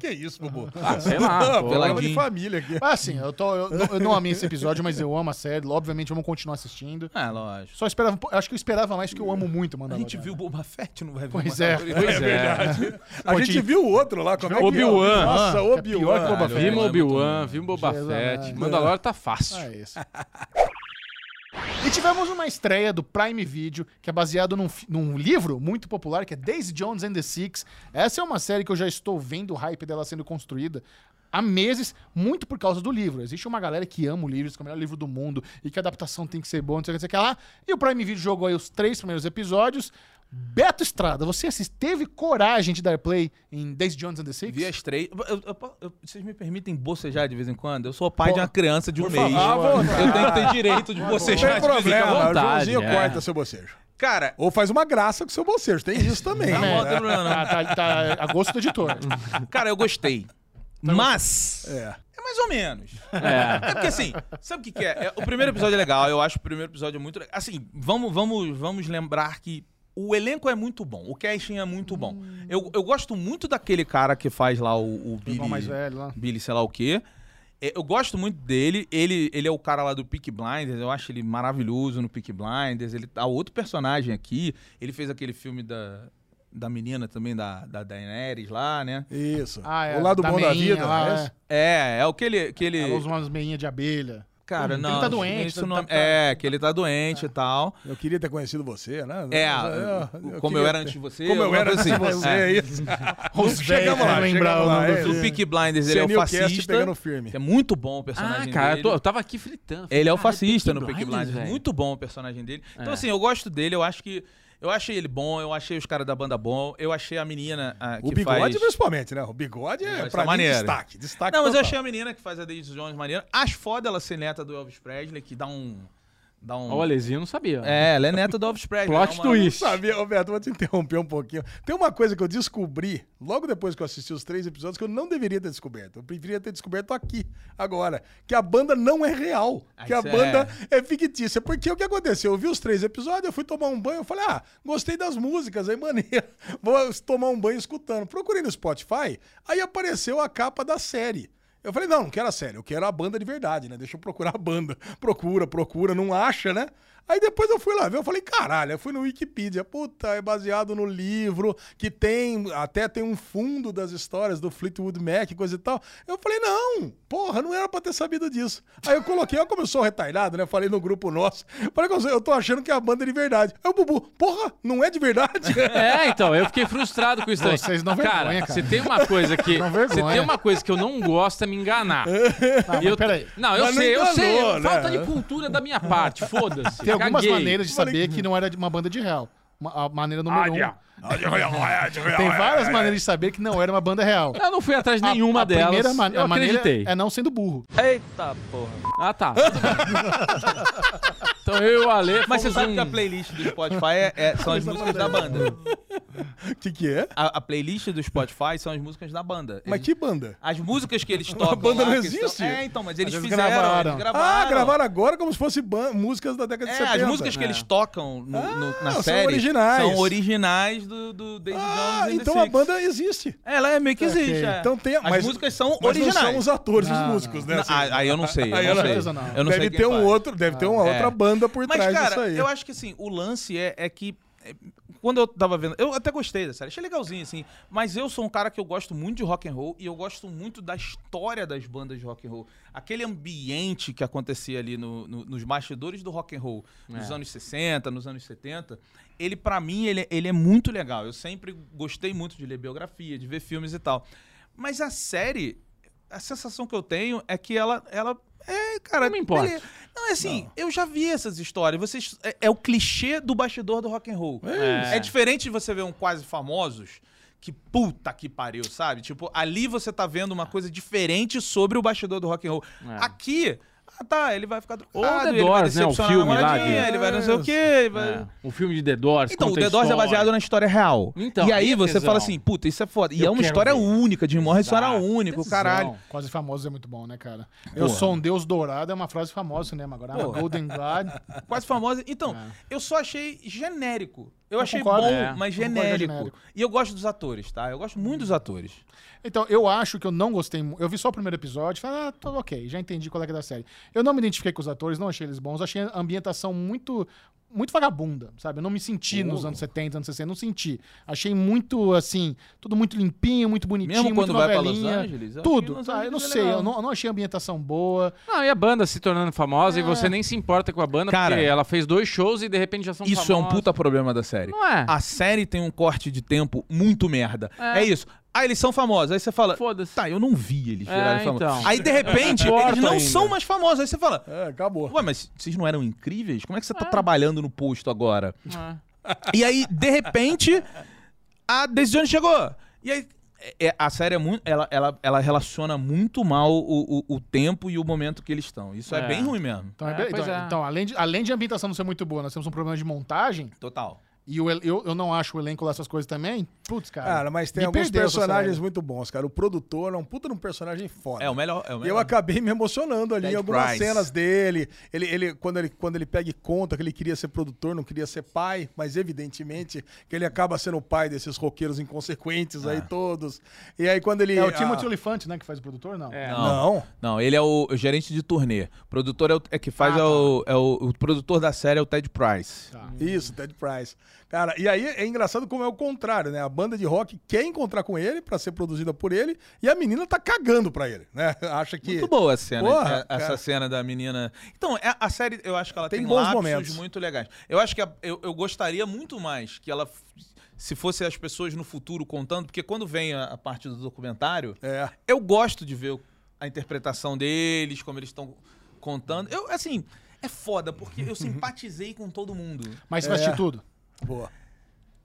S2: Que isso, Bubu?
S1: Ah, sei lá. pô.
S5: Pela-
S2: Programa de família aqui.
S3: Mas, assim, eu, tô, eu, não- eu não amei esse episódio, mas eu amo a série. Obviamente, vamos continuar assistindo.
S5: É, lógico.
S3: Só esperava. um po- Acho que eu esperava mais, porque eu amo muito
S5: A
S3: Mandalorian.
S5: gente viu o Boba Fett, não vai ver
S3: Pois
S5: o
S3: é.
S5: Mandalorian.
S1: Pois é.
S2: A gente viu o outro lá. Como é que é?
S1: Obi-Wan.
S2: Nossa,
S3: Que é pior que o
S2: Obi-Wan.
S3: Boba Fett.
S5: Caralho.
S1: Vimos
S5: é muito
S1: Obi-Wan,
S5: bom.
S1: vimos Boba
S3: Jesus,
S1: Fett.
S3: é.
S1: Mandalor tá fácil.
S3: É isso. E tivemos uma estreia do Prime Video, que é baseado num, fi- num livro muito popular, que é Daisy Jones and the Six. Essa é uma série que eu já estou vendo o hype dela sendo construída há meses, muito por causa do livro. Existe uma galera que ama o livro, diz que é o melhor livro do mundo, e que a adaptação tem que ser boa, não sei o que, não sei o que lá. E o Prime Video jogou aí os três primeiros episódios. Beto Estrada, você assis- teve coragem de dar play em Daisy Jones and the Six?
S5: Vi as três. Eu- eu- eu- vocês me permitem bocejar de vez em quando? Eu sou pai de uma criança de
S2: Por
S5: um mês.
S2: favor. À vontade.
S5: Eu tenho que ter direito de
S2: Não tem
S5: bocejar de vez em quando.
S2: problema, o
S1: vontade,
S2: Joãozinho
S1: é.
S2: corta seu bocejo.
S5: Cara,
S2: Ou faz uma graça com seu bocejo, tem isso também.
S5: na
S2: né?
S5: moda, não, não, não.
S3: Tá, tá- tá a gosto do editor.
S5: Cara, eu gostei. Mas.
S2: É.
S5: É mais ou menos.
S1: É.
S5: É porque assim, sabe o que, que é? É, O primeiro episódio é legal, eu acho o primeiro episódio muito legal. Assim, vamos, vamos, vamos lembrar que o elenco é muito bom, o casting é muito bom. Eu, eu gosto muito daquele cara que faz lá o, o Billy.
S3: um irmão mais velho lá.
S5: Billy, sei lá o quê. É, Eu gosto muito dele. Ele, ele é o cara lá do Peak Blinders. Eu acho ele maravilhoso no Peak Blinders. Ele tá outro personagem aqui. Ele fez aquele filme da, da menina também, da, da Daenerys lá, né?
S2: Isso.
S3: Ah, é,
S2: o lado
S3: da
S2: bom da
S3: meinha
S2: vida.
S3: lá,
S2: né?
S3: é.
S5: É, é o que ele. Que ele...
S3: Ela usa umas meinhas de abelha.
S5: Cara,
S3: Ele
S5: não.
S3: tá doente,
S5: esse
S3: tá-
S5: nome-
S3: tá-
S5: É, que ele tá doente e tal.
S2: Eu queria ter conhecido você, né?
S5: É,
S2: Eu-
S5: como eu
S2: queria
S5: era
S2: ter-
S5: antes de você.
S2: Como eu
S5: alguma
S2: era
S5: coisa
S2: antes de
S5: assim.
S2: você, é isso.
S3: Os velhos
S2: lá,
S3: não lembrar
S2: chegamos
S3: o
S2: lá,
S3: nome do
S2: é.
S5: Do
S3: filme.
S5: Peak Blinders, ele é o
S2: Senilcast
S5: fascista.
S2: pegando firme.
S5: que é muito bom o personagem
S1: Ah, cara, eu,
S5: dele.
S1: tô- eu tava aqui fritando.
S5: Ele é o
S1: Caralho,
S5: fascista
S1: Peaky
S5: no Peaky
S1: Blinders,
S5: Blinders.
S1: velho.
S5: Muito bom o personagem dele. Então,
S1: É.
S5: assim, eu gosto dele, eu acho que. Eu achei ele bom, eu achei os caras da banda bom, eu achei a menina ah, que
S2: O bigode,
S5: faz...
S2: principalmente, né? O bigode é,
S5: Mas tá
S2: pra mim,
S5: maneiro.
S2: destaque. Destaque
S5: Não, mas eu
S2: total.
S5: achei a menina que faz a Daisy Jones maneira. Acho foda ela ser neta do Elvis Presley, que dá um... Dá um...
S1: Ó, O Alezinho não sabia.
S5: É, ela é neta do Elvis Presley.
S1: Plot
S5: é uma-
S1: twist.
S2: Sabia, Roberto, vou te interromper um pouquinho. Tem uma coisa que eu descobri logo depois que eu assisti os três episódios que eu não deveria ter descoberto. Eu preferia ter descoberto aqui, agora. Que a banda não é real.
S5: Ah,
S2: que a
S5: isso é-
S2: banda é... fictícia. Porque o que aconteceu? Eu vi os três episódios, eu fui tomar um banho, eu falei, ah, gostei das músicas, aí maneiro. Vou tomar um banho escutando. Procurei no Spotify, aí apareceu a capa da série. Eu falei, não, não quero a série, eu quero a banda de verdade, né? Deixa eu procurar a banda. Procura, procura, não acha, né? Aí depois eu fui lá ver, eu falei, caralho, eu fui no Wikipedia. Puta, é baseado no livro, que tem, até tem um fundo das histórias do Fleetwood Mac, e coisa e tal. Eu falei, não, porra, não era pra ter sabido disso. Aí eu coloquei, ó, como eu sou retardado, né? Falei no grupo nosso. Falei, "Gonçalo, eu tô achando que é a banda é de verdade. Aí o Bubu, porra, não é de verdade?
S1: É, então, eu fiquei frustrado com isso também.
S3: Vocês não
S1: cara,
S3: vergonha, cara.
S1: se tem uma coisa que.
S3: Não
S1: Se
S3: vergonha.
S1: tem uma coisa que eu não gosto é me enganar.
S3: Ah, mas
S1: eu,
S3: peraí.
S1: Não, eu
S2: Mas não
S1: sei, eu sei.
S2: enganou, né?
S1: Falta de cultura da minha parte, foda-se.
S3: Tem algumas
S1: Tá caguei.
S3: maneiras de saber que não era de uma banda de real. Uma- a maneira
S1: Ah,
S3: número um.
S5: é,
S3: Tem
S1: é,
S3: várias maneiras de saber que não era uma banda real.
S1: Eu não fui atrás de nenhuma
S3: a, a
S1: delas.
S3: Primeira ma-
S1: eu
S3: a maneira
S1: acreditei.
S3: é não sendo burro.
S1: Ah, tá. então eu e o Ale.
S5: Mas você
S1: fomos
S5: sabe
S1: um-
S5: que a playlist do Spotify é, é- são as músicas da banda.
S2: O que, que é?
S5: A, a playlist do Spotify são as músicas da banda.
S2: Mas
S5: Eles-
S2: que banda?
S5: As músicas que eles tocam.
S2: banda
S5: lá,
S2: não
S5: que são-
S2: existe?
S5: É, então, mas eles
S3: eles
S5: fizeram.
S3: gravaram.
S5: eles
S2: Ah, gravaram agora como se fossem músicas da década
S5: É,
S2: de 70.
S5: as músicas que eles tocam no- no- na
S2: Ah, são
S5: série
S2: originais.
S5: são originais do, do David
S2: Ah,
S5: Jones. and the
S2: então a
S5: Six.
S2: banda existe.
S5: Ela é meio que
S3: Ok,
S5: existe. é.
S2: Então tem a-
S5: As
S2: mas-
S5: músicas são
S2: Mas não
S5: originais.
S2: são os atores, os
S3: Não,
S2: músicos, né?
S5: Não,
S2: assim.
S5: ah, aí eu não sei. Eu
S2: Aí
S5: não
S2: eu
S5: sei.
S3: não sei, não.
S5: Eu não sei
S2: deve
S5: quem
S2: ter um
S5: faz.
S2: outro, deve ter uma
S5: é.
S2: outra banda por
S5: Mas,
S2: trás
S5: cara,
S2: disso aí.
S5: eu acho que assim, o lance é, é que. é, Quando eu tava vendo, eu até gostei da série, achei legalzinho, assim. Mas eu sou um cara que eu gosto muito de rock and roll e eu gosto muito da história das bandas de rock and roll. Aquele ambiente que acontecia ali no- no- nos bastidores do rock and roll, nos
S2: É.
S5: anos 60, nos anos 70, ele, pra mim, ele, ele é muito legal. Eu sempre gostei muito de ler biografia, de ver filmes e tal. Mas a série, a sensação que eu tenho é que ela, ela é, cara,
S1: Não me importa.
S5: beleza. Não, é assim, eu já vi essas histórias. Vocês, é, é o clichê do bastidor do rock and roll.
S1: É.
S5: É, diferente de você ver um quase famosos que puta que pariu, sabe? Tipo, ali você tá vendo uma coisa diferente sobre o bastidor do rock and roll.
S1: É.
S5: Aqui, ah tá, ele vai ficar drogado,
S1: Ou The
S5: ele vai
S1: Doors, né, o
S5: decepcionar a
S1: filme lá
S5: namoradinha,
S1: de-
S5: ele vai não sei o quê, ele vai...
S1: É, O filme de The Doors.
S5: Então, o
S1: conta
S5: The Doors é
S1: história.
S5: baseado na história real.
S1: Então,
S5: e aí
S1: aí é
S5: você
S1: tesão.
S5: fala assim, puta, isso é foda. E
S1: Eu
S5: é uma
S1: quero
S5: história
S1: ver.
S5: única, Jim Morrison era
S1: Exato.
S5: único, caralho.
S1: Tesão.
S3: Quase famoso é muito bom, né, cara? Eu sou um deus dourado é uma frase famosa, né, mano? Agora, I'm a
S5: Porra.
S3: Golden God.
S5: Quase famosa. Então, eu só achei genérico. Eu achei
S3: concordo.
S5: bom,
S1: É.
S5: mas
S3: Eu concordo, é
S5: genérico.
S3: genérico.
S5: E eu gosto dos atores, tá? Eu gosto muito dos atores.
S3: Então, eu acho que eu não gostei muito. Eu vi só o primeiro episódio e falei, ah, tô ok, já entendi qual é que é da série. Eu não me identifiquei com os atores, não achei eles bons, achei a ambientação muito muito vagabunda, sabe? Eu não me senti nos anos 70, anos 60, não senti. Achei muito, assim, tudo muito limpinho, muito bonitinho,
S5: Mesmo quando
S3: muito
S5: vai pra
S3: novelinha,
S5: Los Angeles, eu achei
S3: tudo.
S5: Los
S3: Ah, eu não
S5: Angeles é
S3: sei,
S5: legal.
S3: eu não, eu não achei a ambientação boa.
S1: Não, e a banda se tornando famosa e você nem se importa com a banda
S5: É. Cara,
S1: porque ela fez dois shows e de repente já são
S5: Isso é um
S1: famosos.
S5: puta problema da série.
S1: Não é?
S5: A série tem um corte de tempo muito merda.
S1: É.
S5: É, isso. Ah, eles são famosos. Aí você fala,
S1: Foda-se.
S5: tá, eu não vi eles
S1: É,
S5: virarem famosos.
S1: então.
S5: Aí, de repente,
S1: Não
S5: eles não
S1: importa
S5: são
S1: ainda.
S5: mais famosos. Aí você fala,
S2: É, acabou.
S5: ué, mas vocês não eram incríveis? Como é que você tá trabalhando no posto agora? E aí, de repente, a decisão chegou. E aí, é- é- a série é muito. Ela, ela, ela relaciona muito mal o, o, o tempo e o momento que eles estão. Isso é,
S1: É.
S5: bem ruim mesmo.
S3: Então, é
S1: É,
S3: be-
S1: pois
S3: então-
S1: é.
S3: então, além, de, além de a ambientação não ser muito boa, nós temos um problema de montagem,
S5: Total.
S3: e o el- eu, eu não acho o elenco lá essas coisas também. Putz, cara.
S2: Cara, mas tem
S3: me
S2: alguns
S3: perdeu essa
S2: personagens
S3: série.
S2: muito bons, cara. O produtor é um puta de um personagem foda.
S5: É o melhor. É o
S2: E eu
S5: melhor.
S2: acabei me emocionando ali em
S5: Ted
S2: algumas
S5: Price.
S2: cenas dele. Ele, ele, quando ele. Quando ele pega e conta que ele queria ser produtor, não queria ser pai, mas evidentemente que ele acaba sendo o pai desses roqueiros inconsequentes
S5: Ah.
S2: aí todos. E aí quando ele.
S3: É o
S2: ah,
S3: Timothy Olyphant, né, que faz o produtor? Não.
S1: É.
S2: Não.
S5: Não, ele é o gerente de turnê. O produtor é, o, é que faz é o, é o, o produtor da série é o Ted
S2: Tá.
S5: Price.
S3: Uhum.
S2: Isso, Ted Price. Cara, e aí é engraçado como é o contrário, né? A banda de rock quer encontrar com ele pra ser produzida por ele e a menina tá cagando pra ele, né? Acha que.
S5: Muito boa a cena,
S2: Porra,
S5: é- essa
S2: cara.
S5: cena da menina. Então, é- a série, eu acho que ela
S2: Tem
S5: tem,
S2: bons
S5: lapsos
S2: momentos.
S5: muito legais. Eu acho que a- eu, eu gostaria muito mais que ela, f- se fosse as pessoas no futuro contando, porque quando vem a, a parte do documentário,
S2: É.
S5: eu gosto de ver o- a interpretação deles, como eles estão contando. Eu, assim, é foda, porque eu simpatizei com todo mundo.
S3: Mas você vai
S2: É.
S3: assistir tudo.
S2: Boa.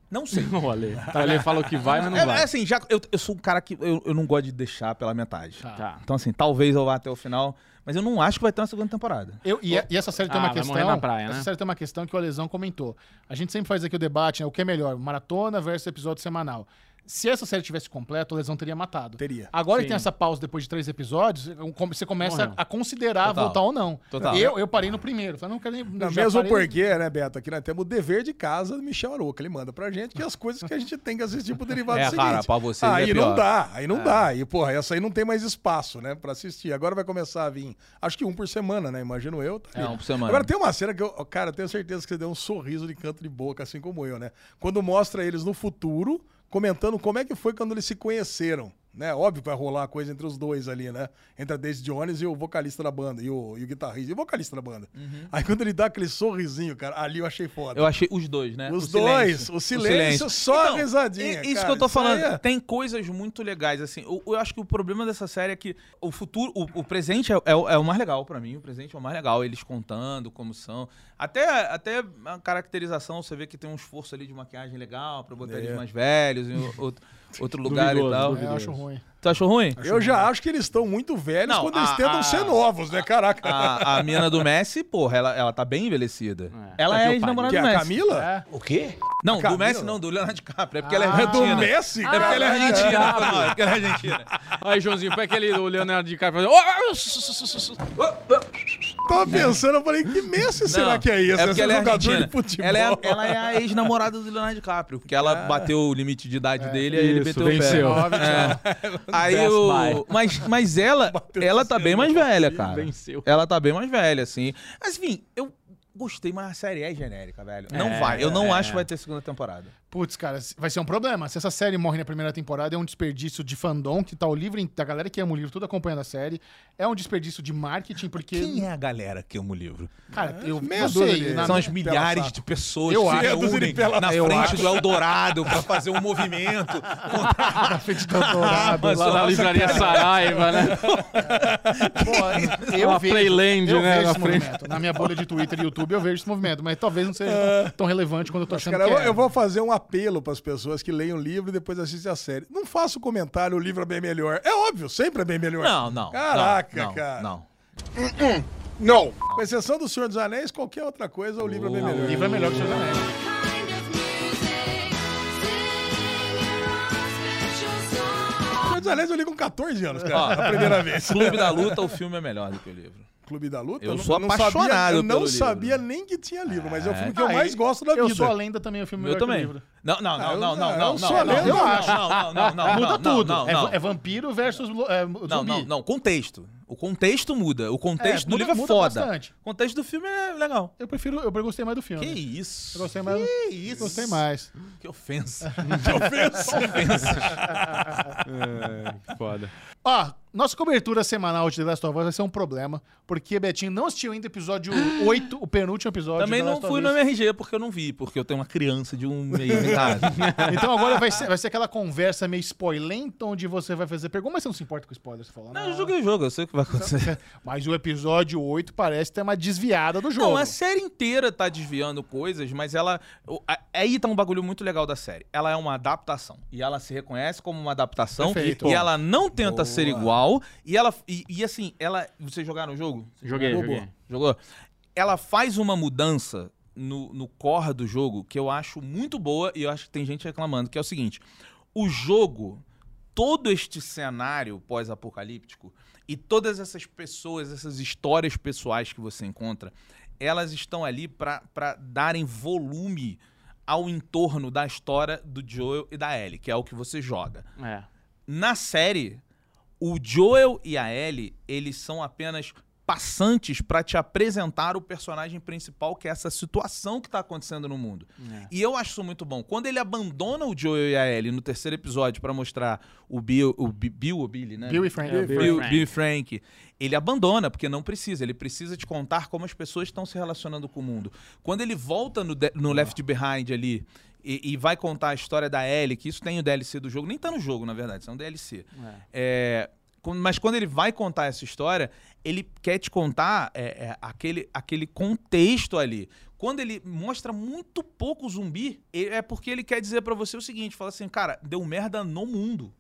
S5: Não sei.
S1: O Ale. Tá, o Ale fala o que vai, mas não
S5: é,
S1: vai.
S5: é assim, já, eu, eu sou um cara que eu, eu não gosto de deixar pela metade.
S1: Tá.
S5: Então, assim, talvez eu vá até o final, mas eu não acho que vai ter uma segunda temporada.
S3: Eu- e, e essa série tem
S1: Ah,
S3: uma
S1: vai
S3: questão.
S1: morrer na praia, né?
S3: Essa série tem uma questão que o Alesão comentou. A gente sempre faz aqui o debate, né? O que é melhor, maratona versus episódio semanal. Se essa série tivesse completa, o Alesão teria matado.
S2: Teria.
S3: Agora que
S1: Sim.
S3: tem essa pausa depois de três episódios, com- você começa
S1: Morreu.
S3: a, a considerar
S5: Total.
S3: voltar ou não.
S5: Total.
S3: Eu, eu parei no primeiro. Falei, não quero nem.
S2: Não,
S3: já
S2: mesmo
S3: parei.
S2: porque, né, Beto? Aqui nós temos o dever de casa do Michel Aroca. Ele manda pra gente que as coisas que a gente tem que assistir pro derivado
S5: É,
S2: seguinte.
S5: cara, pra vocês
S2: Aí
S5: é
S2: não
S5: pior.
S2: dá, aí não dá. E, porra, essa aí não tem mais espaço, né, pra assistir. Agora vai começar a vir, acho que um por semana, né? Imagino eu. tá
S5: É,
S2: ali.
S5: um por semana.
S2: Agora tem uma cena que eu, cara, eu tenho certeza que você deu um sorriso de canto de boca, assim como eu, né? Quando mostra eles no futuro comentando como é que foi quando eles se conheceram. Né? Óbvio que vai rolar a coisa entre os dois ali, né? Entre a Daisy Jones e o vocalista da banda, e o, e o guitarrista, e o vocalista da banda. Aí quando ele dá aquele sorrisinho, cara, ali eu achei foda.
S5: Uhum. Eu achei os dois, né?
S2: Os
S5: O
S2: dois,
S5: silêncio.
S2: o silêncio, só a risadinha,
S5: i- Isso
S2: cara,
S5: que eu tô
S2: isso aí
S5: falando.
S2: é-
S5: Tem coisas muito legais, assim. Eu, eu acho que o problema dessa série é que o futuro, o, o presente é, é o- é o mais legal pra mim. O presente é o mais legal. Eles contando como são. Até, até
S2: É.
S5: a caracterização, você vê que tem um esforço ali de maquiagem legal pra botar eles mais velhos. e o- outro. outro lugar
S1: Duvidoso,
S5: e tal.
S1: duvidoso.
S3: É, eu acho ruim.
S5: Tu achou ruim?
S2: Eu já acho que eles estão muito velhos
S5: Não,
S2: quando eles
S5: a-
S2: tentam
S5: a-
S2: ser novos, né? Caraca.
S5: A, a mina do Messi, porra, ela, ela tá bem envelhecida. Ela é ex-namorada
S2: que
S5: do
S2: é a
S5: Messi.
S2: Camila?
S3: É.
S6: O quê?
S5: Não, do
S2: Camila?
S5: Messi não, do Leonardo DiCaprio. É porque ela é
S3: Ah.
S2: É do
S5: argentina.
S2: Messi?
S5: É porque
S2: Cara,
S5: ela é argentina. foi mal, É porque ela é argentina.
S1: Aí, Joãozinho, põe aquele o Leonardo DiCaprio. fazendo, "Oh, oh, su- su- su- su- su- oh, oh".
S2: eu tava pensando, eu falei, que Messi será
S5: Não,
S2: que é esse?
S5: porque
S2: esse
S5: ela é
S2: jogador
S5: argentina.
S2: de futebol. É.
S5: Ela é, a- ela é a ex-namorada do Leonardo DiCaprio, porque ela bateu o limite de idade dele e aí ele
S1: Isso,
S5: meteu
S1: venceu.
S5: o pé. Aí o... Mas, mas ela, ela tá bem mais velha, cara.
S1: Venceu.
S5: Ela tá bem mais velha, assim. Mas, enfim, eu gostei, mas a série é genérica, velho. Não
S1: É,
S5: vai. Eu não
S1: é.
S5: acho que vai ter segunda temporada.
S3: Putz, cara, vai ser um problema. Se essa série morre na primeira temporada, é um desperdício de fandom, que tá o livro, in- da galera que ama o livro, tudo acompanhando a série. É um desperdício de marketing, porque.
S5: Quem é a galera que ama o livro?
S3: Cara, eu não
S2: É, meia dúzia
S3: sei.
S2: de-
S3: na-
S5: São as milhares de pessoas
S3: Eu
S5: que
S3: acho.
S5: se
S2: Meia dúzia de
S5: reúnem
S2: pela-
S5: na
S2: Eu
S5: frente do Eldorado pra fazer um movimento contra a frente do Eldorado.
S1: Lá na livraria Saraiva, né?
S3: Pô, eu
S1: Uma
S3: vejo,
S1: Playland,
S3: eu
S1: né,
S3: vejo
S1: na
S3: esse
S1: frente.
S3: movimento. Na minha bolha de Twitter e YouTube, eu vejo esse movimento, mas talvez não seja
S2: É.
S3: tão, tão relevante quando eu tô achando
S2: Cara,
S3: que
S2: eu, vou-
S3: é.
S2: eu vou fazer um apelo para as pessoas que leem o livro e depois assistem a série. Não faça o comentário, o livro é bem melhor. É óbvio, sempre é bem melhor.
S5: Não, não.
S2: Caraca,
S5: não,
S2: cara.
S5: Não.
S2: Com exceção do Senhor dos Anéis, qualquer outra coisa, o livro é bem
S3: O
S2: melhor.
S3: livro é melhor que o Senhor dos Anéis.
S2: O Senhor dos Anéis eu li com 14 anos,
S5: Ó.
S2: cara. É, a primeira vez.
S5: Clube da Luta, o filme é melhor do que o livro.
S2: Clube da Luta?
S5: Eu
S2: não-
S5: sou
S2: não
S5: apaixonado
S2: sabia, Eu
S5: pelo
S2: não
S5: livro.
S2: sabia nem que tinha livro, mas é o filme que eu
S3: Ah,
S2: mais
S3: e-
S2: gosto da
S3: Eu
S2: vida.
S3: sou a lenda também, é um filme
S5: Eu
S3: melhor que o
S5: também.
S3: livro.
S5: Não, não,
S2: Ah, eu-
S5: não, não,
S2: eu
S5: não, não,
S2: sou a
S5: não, não,
S2: lenda,
S5: não,
S2: eu
S3: acho.
S5: não, não, não, não,
S3: Muda
S5: Ah, não,
S3: tudo.
S5: Não,
S3: é,
S5: não,
S3: va- é vampiro versus lu- é, zumbi.
S5: não, não, não, contexto. O contexto muda. O contexto
S3: É,
S5: do
S3: muda-
S5: livro é
S3: muda
S5: foda.
S3: bastante.
S5: O contexto do filme é legal.
S3: Eu prefiro, eu gostei mais do filme.
S5: Que isso?
S3: Eu gostei mais.
S5: Que isso?
S3: Gostei mais.
S5: Que ofensa.
S1: Foda.
S3: Ó, nossa cobertura semanal de The Last of Us vai ser um problema, porque Betinho não assistiu ainda o episódio 8, o penúltimo episódio.
S5: Também
S3: de The
S5: não
S3: Last of
S5: fui no
S3: Us.
S5: MRG porque eu não vi, porque eu tenho uma criança de um mês em casa.
S3: Então agora vai ser, vai ser aquela conversa meio spoilenta, onde você vai fazer perguntas, mas você não se importa com spoiler, você fala.
S5: Não, eu joguei o jogo, eu sei o que vai acontecer.
S3: Mas o episódio 8 parece ter uma desviada do jogo.
S5: Não, a série inteira tá desviando coisas, mas ela. o- a- Aí tá um bagulho muito legal da série. Ela é uma adaptação. E ela se reconhece como uma adaptação.
S3: Perfeito.
S5: E ela não tenta ser igual. E ela. E, e assim, ela. Vocês jogaram o jogo?
S1: Joguei,
S5: Jogou?
S1: joguei.
S5: Jogou? Ela faz uma mudança no, no core do jogo que eu acho muito boa e eu acho que tem gente reclamando, que é o seguinte: o jogo, todo este cenário pós-apocalíptico e todas essas pessoas, essas histórias pessoais que você encontra, elas estão ali para darem volume ao entorno da história do Joel e da Ellie, que é o que você joga.
S1: É.
S5: Na série, o Joel e a Ellie, eles são apenas passantes pra te apresentar o personagem principal, que é essa situação que tá acontecendo no mundo.
S3: É.
S5: E eu acho isso muito bom. Quando ele abandona o Joel e a Ellie no terceiro episódio pra mostrar o Bill, o Bi- Bill ou Billy, né?
S3: Bill e Frank.
S1: Bill.
S5: Bill,
S1: Frank.
S5: Bill Frank. Ele abandona, porque não precisa. Ele precisa te contar como as pessoas estão se relacionando com o mundo. Quando ele volta no, de- no Left Behind ali e, e vai contar a história da Ellie, que isso tem o DLC do jogo, nem tá no jogo, na verdade, isso é um DLC. É, com- mas quando ele vai contar essa história, ele quer te contar é, é, aquele, aquele contexto ali. Quando ele mostra muito pouco zumbi, e- é porque ele quer dizer pra você o seguinte: fala assim, cara, deu merda no mundo.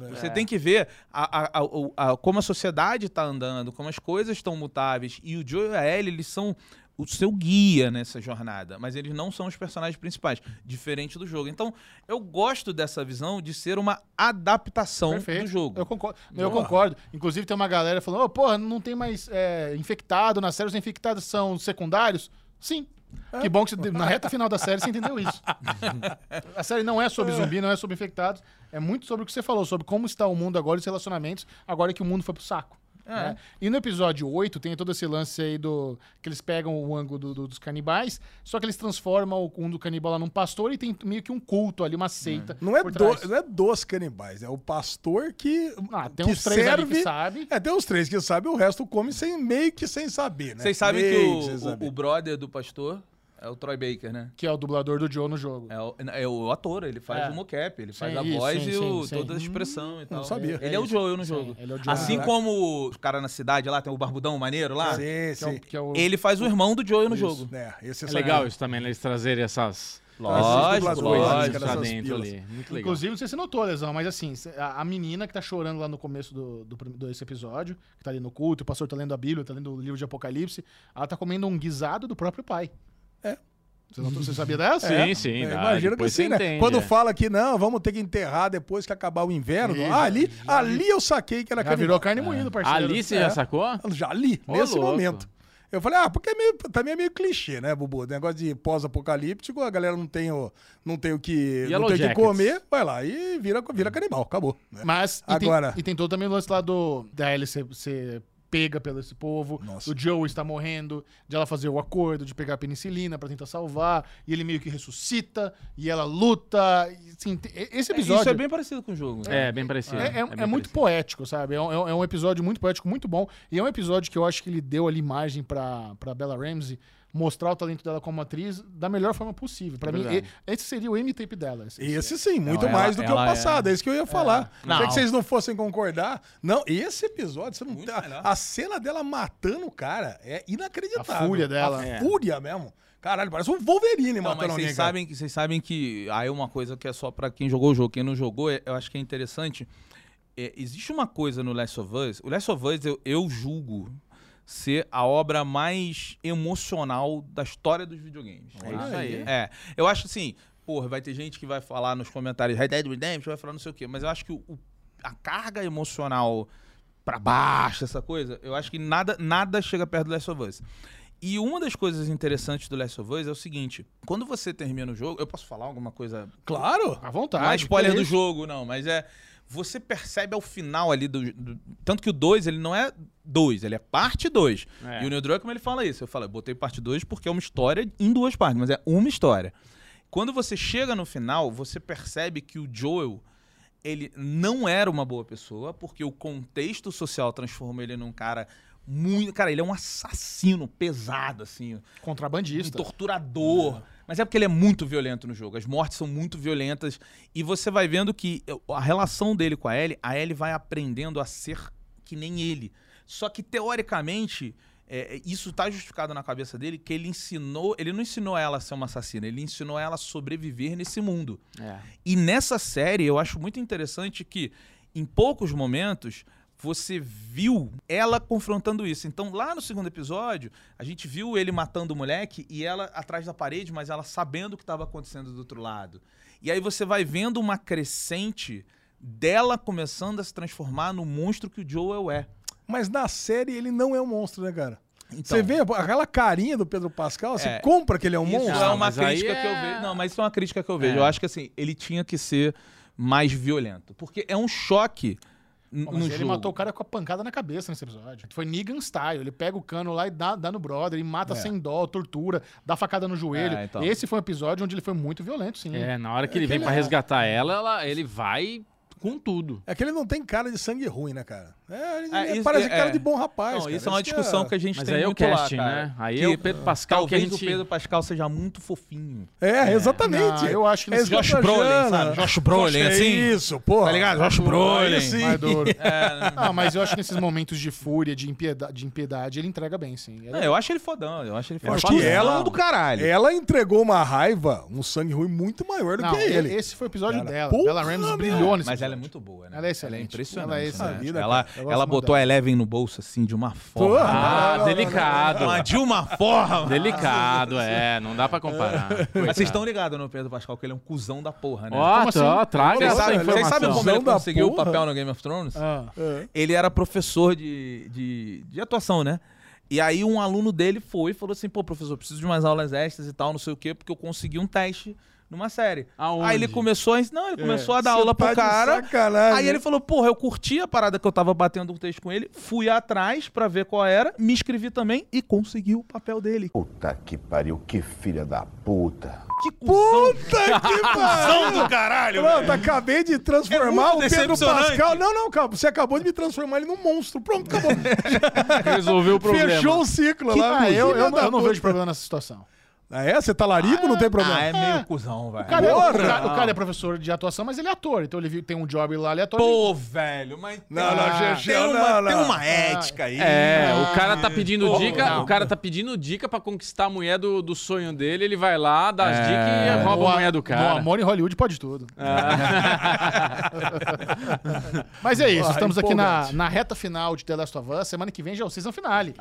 S3: É.
S5: Você tem que ver a- a- a- o- a- como a sociedade está andando, como as coisas estão mutáveis. E o Joe e a Ellie, eles são o seu guia nessa jornada, mas eles não são os personagens principais, diferente do jogo. Então, eu gosto dessa visão de ser uma adaptação do jogo.
S3: Eu né? concordo. Eu concordo. Inclusive, tem uma galera falando: oh, porra, não tem mais é, infectado na série, os infectados são secundários? Sim.
S2: É.
S3: Que bom que você- na reta final da série você entendeu isso. A série não é sobre zumbi, não é sobre infectados. É muito sobre o que você falou, sobre como está o mundo agora, os relacionamentos, agora que o mundo foi pro saco.
S2: É.
S3: né? E no episódio 8 tem todo esse lance aí do. que eles pegam o ângulo do- do- dos canibais, só que eles transformam o- um do canibal lá num pastor e tem meio que um culto ali, uma seita.
S2: Não é,
S3: por
S2: do-
S3: trás.
S2: não é dos canibais, é o pastor que.
S3: Ah, tem
S2: que
S3: uns três ali que sabe.
S2: É, tem uns três que sabem, o resto come sem, meio que sem saber, né?
S5: Vocês sabem
S2: Meio
S5: que
S2: sem
S5: o, o-
S2: saber.
S5: o brother do pastor É o Troy Baker, né?
S3: que é o dublador do Joe no jogo.
S5: É o, é o ator, ele faz
S3: É.
S5: o mocap, ele faz
S3: Sim,
S5: a
S3: isso,
S5: voz
S3: sim,
S5: e o-
S3: sim, sim.
S5: toda a expressão e tal.
S2: sabia.
S5: Ele é, o Joel no jogo.
S3: ele é o Joel.
S5: assim
S3: Caraca.
S5: como os caras na cidade lá, tem o Barbudão Maneiro lá,
S2: Sim,
S3: Que é o-
S2: sim.
S3: que é o-
S5: ele faz o irmão do Joel no jogo.
S2: É, esse
S1: É
S2: é
S1: legal isso também, né, eles trazerem essas
S5: Lógico,
S2: dubladores,
S5: lógico.
S2: cara.
S1: pra
S2: essas
S1: dentro
S2: pilas.
S1: ali. Muito legal.
S3: Inclusive, não sei se você notou, Lesão, mas assim, cê- a, a menina que tá chorando lá no começo do, do, prim- desse episódio, que tá ali no culto, o pastor tá lendo a Bíblia, tá lendo o livro de Apocalipse, ela tá comendo um guisado do próprio pai.
S2: É.
S3: Você, notou, você sabia dessa?
S1: Sim, sim.
S2: É,
S1: dá,
S2: imagino que
S1: depois
S2: sim,
S1: você
S2: né?
S1: entende,
S2: Quando
S1: é.
S2: fala que não, vamos ter que enterrar depois que acabar o inverno.
S3: Ih,
S2: ah,
S3: já-
S2: ali, ali eu saquei que era
S3: Já
S2: canibal.
S3: virou carne moída, parceiro.
S1: Ali você
S2: É.
S1: já sacou?
S2: Já ali,
S1: Ô,
S2: nesse
S1: louco.
S2: momento. Eu falei, ah, porque é meio- também é meio clichê, né, Bubu? Negócio de pós-apocalíptico, a galera não tem o, não tem o que, não
S1: Yellow
S2: tem o que
S1: Jackets.
S2: comer, vai lá e vira, vira canibal, acabou. né?
S3: Mas, e
S2: Agora-
S3: Tem, e tem todo também o lance lá do, da Ellie ser, ser pega pelo esse povo,
S2: Nossa.
S3: o Joe está morrendo, de ela fazer o acordo de pegar a penicilina pra tentar salvar, e ele meio que ressuscita, e ela luta. e, assim, te- e- esse episódio...
S5: Isso é bem parecido com o jogo.
S1: É, bem parecido.
S3: É, é-
S1: bem
S3: é muito poético, sabe? É um, é um- é um episódio muito poético, muito bom. E é um episódio que eu acho que ele deu ali imagem pra, pra Bella Ramsey mostrar o talento dela como atriz da melhor forma possível.
S5: É
S3: Pra mim,
S1: verdade.
S3: e- esse seria o M-tape dela. assim. esse-
S2: Esse sim, muito
S5: ela-
S2: mais do que o
S5: ela é-
S2: passado, é... isso que eu ia falar.
S3: Não.
S2: Já que vocês não fossem concordar. Não, esse episódio, você não
S5: Muito
S2: tá-
S5: melhor.
S2: a cena dela matando o cara é inacreditável.
S3: A fúria dela.
S2: A
S3: É.
S2: fúria mesmo. Caralho, parece um Wolverine
S5: Não,
S2: matando
S5: mas
S2: alguém.
S5: vocês
S2: cara.
S5: sabem, que, vocês sabem que aí uma coisa que é só pra quem jogou o jogo, quem não jogou, é- eu acho que é interessante. É, existe uma coisa no Last of Us, o Last of Us eu, eu julgo ser a obra mais emocional da história dos videogames.
S1: É isso aí.
S5: É, eu acho assim, porra, vai ter gente que vai falar nos comentários Red Dead Redemption, vai falar não sei o quê, mas eu acho que o- o- a carga emocional pra baixo, essa coisa, eu acho que nada, nada chega perto do Last of Us. E uma das coisas interessantes do Last of Us é o seguinte, quando você termina o jogo, eu posso falar alguma coisa
S2: Claro.
S3: À vontade.
S5: não é spoiler
S3: que
S5: do
S3: isso.
S5: jogo, não, mas é. Você percebe ao final ali do. do- tanto que o 2, ele não é 2, ele é parte 2.
S1: É.
S5: E o Neil Druckmann, ele fala isso. Eu falo, eu botei parte 2 porque é uma história em duas partes, mas é uma história. Quando você chega no final, você percebe que o Joel, ele não era uma boa pessoa, porque o contexto social transforma ele num cara muito. Cara, ele é um assassino pesado, assim um
S3: Contrabandista.
S5: torturador. Mas é porque ele é muito violento no jogo. As mortes são muito violentas. E você vai vendo que eu- a relação dele com a Ellie, a Ellie vai aprendendo a ser que nem ele. Só que, teoricamente, é, é, isso tá justificado na cabeça dele, que ele ensinou. Ele não ensinou ela a ser uma assassina, ele ensinou ela a sobreviver nesse mundo.
S1: É.
S5: E nessa série, eu acho muito interessante que, em poucos momentos, você viu ela confrontando isso. Então, lá no segundo episódio, a gente viu ele matando o moleque e ela atrás da parede, mas ela sabendo o que estava acontecendo do outro lado. E aí você vai vendo uma crescente dela começando a se transformar no monstro que o Joel é.
S2: Mas na série ele não é um monstro, né, cara?
S5: Então,
S2: Você vê aquela carinha do Pedro Pascal, você
S5: É.
S2: compra que ele é um
S5: Isso
S2: monstro.
S5: é
S1: Não,
S5: uma
S1: mas aí
S5: crítica que eu
S1: é-
S5: vejo. Não, mas isso é uma crítica que eu vejo.
S1: É.
S5: Eu acho que assim, ele tinha que ser mais violento. Porque é um choque n-
S3: Pô,
S5: no
S3: Mas ele
S5: jogo.
S3: matou o cara com a pancada na cabeça nesse episódio. Foi Negan Style. Ele pega o cano lá e dá, dá no brother, e mata sem dó, tortura, dá facada no joelho.
S5: É, então.
S3: Esse foi um episódio onde ele foi muito violento, sim.
S1: É, na hora que ele vem pra resgatar ela, ela- ele vai com tudo.
S2: É que ele não tem cara de sangue ruim, né, cara? É, ele
S5: É, isso
S2: parece
S5: que-
S2: cara
S5: é.
S2: de bom rapaz.
S5: Não,
S2: cara.
S5: isso é uma
S2: que
S5: discussão que a gente
S1: Mas
S5: tem
S1: aí é o
S5: muito lá,
S1: casting,
S5: cara.
S1: né? Aí
S5: Que
S1: é o Pedro Pascal que a
S5: Talvez
S1: gente...
S5: o Pedro Pascal seja muito fofinho.
S2: É, exatamente.
S3: Não, eu acho que não
S2: É isso
S3: sei.
S2: eu
S5: Josh
S2: tô
S5: Brolin,
S2: achando.
S5: sabe? Josh Brolin,
S2: É
S5: assim.
S2: Isso, porra.
S5: Tá ligado? Josh Brolin.
S2: Aí sim.
S3: Mais duro.
S5: É,
S3: Ah, mas eu acho que nesses momentos de fúria, de impiedade, de impiedade ele entrega bem, sim. É
S5: não, eu acho ele fodão. Eu acho é ele fodão.
S2: acho que
S5: Fodão
S2: ela-
S5: do caralho.
S2: Ela entregou uma raiva, um sangue ruim muito maior do
S3: Não,
S2: que ele.
S3: Esse foi o episódio
S2: Cara,
S3: dela.
S2: porra,
S3: Bella Ramsey
S2: meu.
S3: brilhou nesse
S5: Mas ela é
S3: episódio.
S5: muito boa, né?
S3: Ela é excelente.
S5: Ela é impressionante.
S3: Ela é
S5: né?
S3: excelente,
S2: cara.
S5: Ela,
S2: Eu
S5: ela
S3: gosto muito
S5: botou a Eleven no bolso, assim, de uma forma.
S2: Porra.
S1: Ah,
S2: Não, não, não,
S1: delicado.
S5: Mas de uma forma.
S1: Delicado, é. Não dá pra comparar.
S5: Mas vocês estão ligados no Pedro Pascal, que ele é um cuzão da porra, né?
S1: Ó,
S3: Como assim?
S1: ó, traga
S5: Vocês
S1: essa
S5: sabem,
S2: Nossa,
S5: vocês
S1: informação. É.
S5: sabem como ele
S2: Cuzão da
S5: conseguiu o
S2: porra.
S5: papel no Game of Thrones?
S3: Ah,
S2: É.
S5: ele era professor de, de, de atuação, né? E aí um aluno dele foi e falou assim, pô, professor, preciso de umas aulas extras e tal, não sei o quê, porque eu consegui um teste numa série.
S1: Aonde?
S5: Aí ele começou a... ens- Não, ele começou a dar
S2: Você
S5: aula
S2: tá
S5: pro
S2: de
S5: cara.
S2: sacanagem.
S5: Aí ele falou, porra, eu curti a parada que eu tava batendo um texto com ele, fui atrás pra ver qual era, me inscrevi também e consegui o papel dele.
S7: Puta que pariu, que filha da puta.
S5: Que cuzão!
S2: Puta que pariu! do caralho! Pronto, acabei de transformar
S5: É
S2: o Pedro
S5: muito decepcionante.
S2: Pascal. Não, não, calma. Você acabou de me transformar ele num monstro. Pronto, acabou.
S1: Resolveu o problema.
S2: Fechou o ciclo lá.
S3: ah, eu,
S2: Filha
S3: eu,
S2: da
S3: eu não
S2: puta.
S3: vejo problema nessa situação.
S2: Ah, é? Você tá larico? não tem problema.
S5: Ah, é meio cuzão, velho.
S3: O cara, é, o
S2: Porra!
S3: cara- o cara é professor de atuação, mas ele é ator. Então ele viu- tem um job lá, ele é ator.
S5: Pô, velho, mas tem,
S2: Não, não, Gegel,
S5: tem,
S2: não,
S5: uma,
S2: não.
S5: tem uma ética aí.
S1: É, o cara tá pedindo dica, o cara tá pedindo dica pra conquistar a mulher do, do sonho dele, ele vai lá, dá as dicas
S3: É.
S1: e rouba a mulher do
S3: No
S1: cara.
S3: amor em Hollywood pode tudo. Ah. Mas é isso,
S2: Porra,
S3: estamos aqui na,
S2: empolgante.
S3: na reta final de The Last of Us. Semana que vem já é o season finale.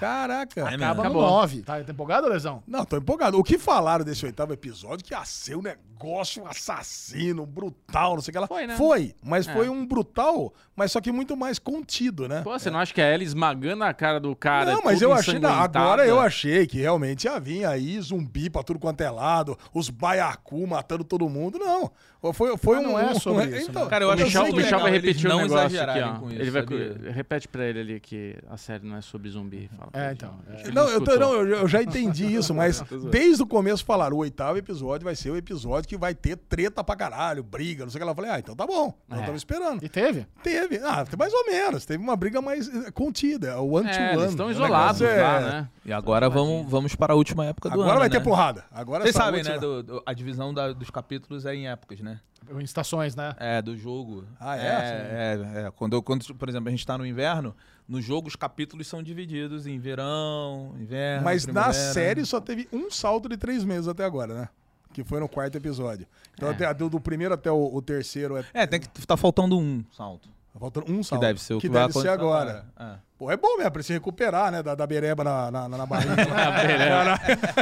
S2: Caraca.
S3: Acaba no
S1: acabou.
S3: 9. Tá, tá empolgado, Lesão?
S2: Não, tô empolgado. O que falaram desse oitavo episódio, que ia ser um negócio assassino, um brutal, não sei o que lá.
S1: Foi, né?
S2: Foi, mas foi um brutal, mas só que muito mais contido, né?
S1: Pô, você não acha que a Ellie esmagando a cara do cara? é
S2: Não, mas
S1: toda
S2: eu achei, não,
S1: ensanguentada?
S2: agora eu achei que realmente ia vir aí zumbi pra tudo quanto é lado, os baiacu matando todo mundo, não. Foi, foi
S3: Mas
S2: um...
S3: não é
S2: um-
S3: sobre
S2: um-
S3: isso,
S2: então,
S3: né?
S5: Cara, eu
S1: O
S5: acho
S1: Michel,
S5: muito
S1: o Michel vai
S5: legal eles
S1: repetir um
S5: não
S1: negócio aqui,
S5: exagerarem
S1: ó.
S5: com isso,
S1: ele vai,
S5: sabia?
S1: repete pra ele ali que a série não é sobre zumbi. Fala pra
S3: É,
S1: ele,
S3: então,
S1: ó. Acho
S3: é.
S1: que ele
S2: Não, eu, tô-
S1: escutou.
S2: não, eu- eu já entendi isso, mas desde o começo falaram: o oitavo episódio vai ser o episódio que vai ter treta pra caralho, briga, não sei o que lá. Eu falei, ah, então tá bom, nós
S1: É.
S2: estamos esperando.
S3: E teve?
S2: Teve, ah, mais ou menos, teve uma briga mais eh, contida, o one-to-one.
S1: É, eles estão
S2: O
S1: isolados
S2: negócio é-
S1: lá, né?
S5: E agora vamos, vamos para a última época do
S2: Agora
S5: ano,
S2: vai ter
S5: né?
S2: porrada. Agora
S5: Vocês
S2: essa
S5: sabem, né?
S2: última-
S5: do- do- a divisão da- dos capítulos é em épocas, né?
S3: Em estações, né?
S5: É, do jogo.
S2: Ah, é?
S5: É, é, é. Quando, eu- quando, por exemplo, a gente tá no inverno, no jogo os capítulos são divididos em verão, inverno.
S2: Mas na
S5: primavera.
S2: série só teve um salto de três meses até agora, né? Que foi no quarto episódio.
S1: É.
S2: Então, até, do, do primeiro até o, o terceiro é.
S5: É, tem que. Tá faltando um salto.
S2: Faltando um
S5: Que
S2: salto.
S5: deve ser o que,
S2: que
S5: vai
S2: deve ser
S5: acontecer
S2: agora.
S5: É.
S2: Pô, é bom mesmo pra se recuperar, né? Da, da bereba na, na, na barriga.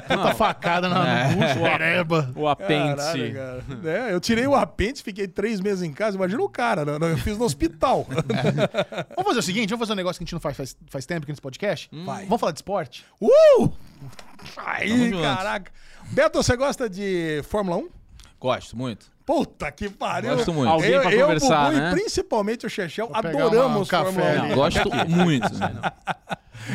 S3: Puta facada na bucha, areba.
S1: O apêndice.
S2: Caralho, cara. É, eu tirei o apêndice, fiquei três meses em casa. Imagina o cara, né? eu fiz no hospital.
S3: Vamos fazer o seguinte, vamos fazer um negócio que a gente não faz faz, faz tempo aqui nesse podcast?
S2: Vai.
S3: Vamos falar de esporte?
S2: uh! Aí,
S5: Tamo junto.
S2: caraca. Beto, você gosta de Fórmula 1?
S5: Gosto muito.
S2: Puta que pariu.
S5: Gosto muito.
S2: Eu,
S1: Alguém pra
S2: eu,
S1: conversar,
S2: Bubu
S1: né?
S2: e principalmente o Chechel
S3: pegar uma- um
S2: adoramos
S3: café
S2: Fórmula 1.
S3: ali.
S5: Não, gosto muito. né?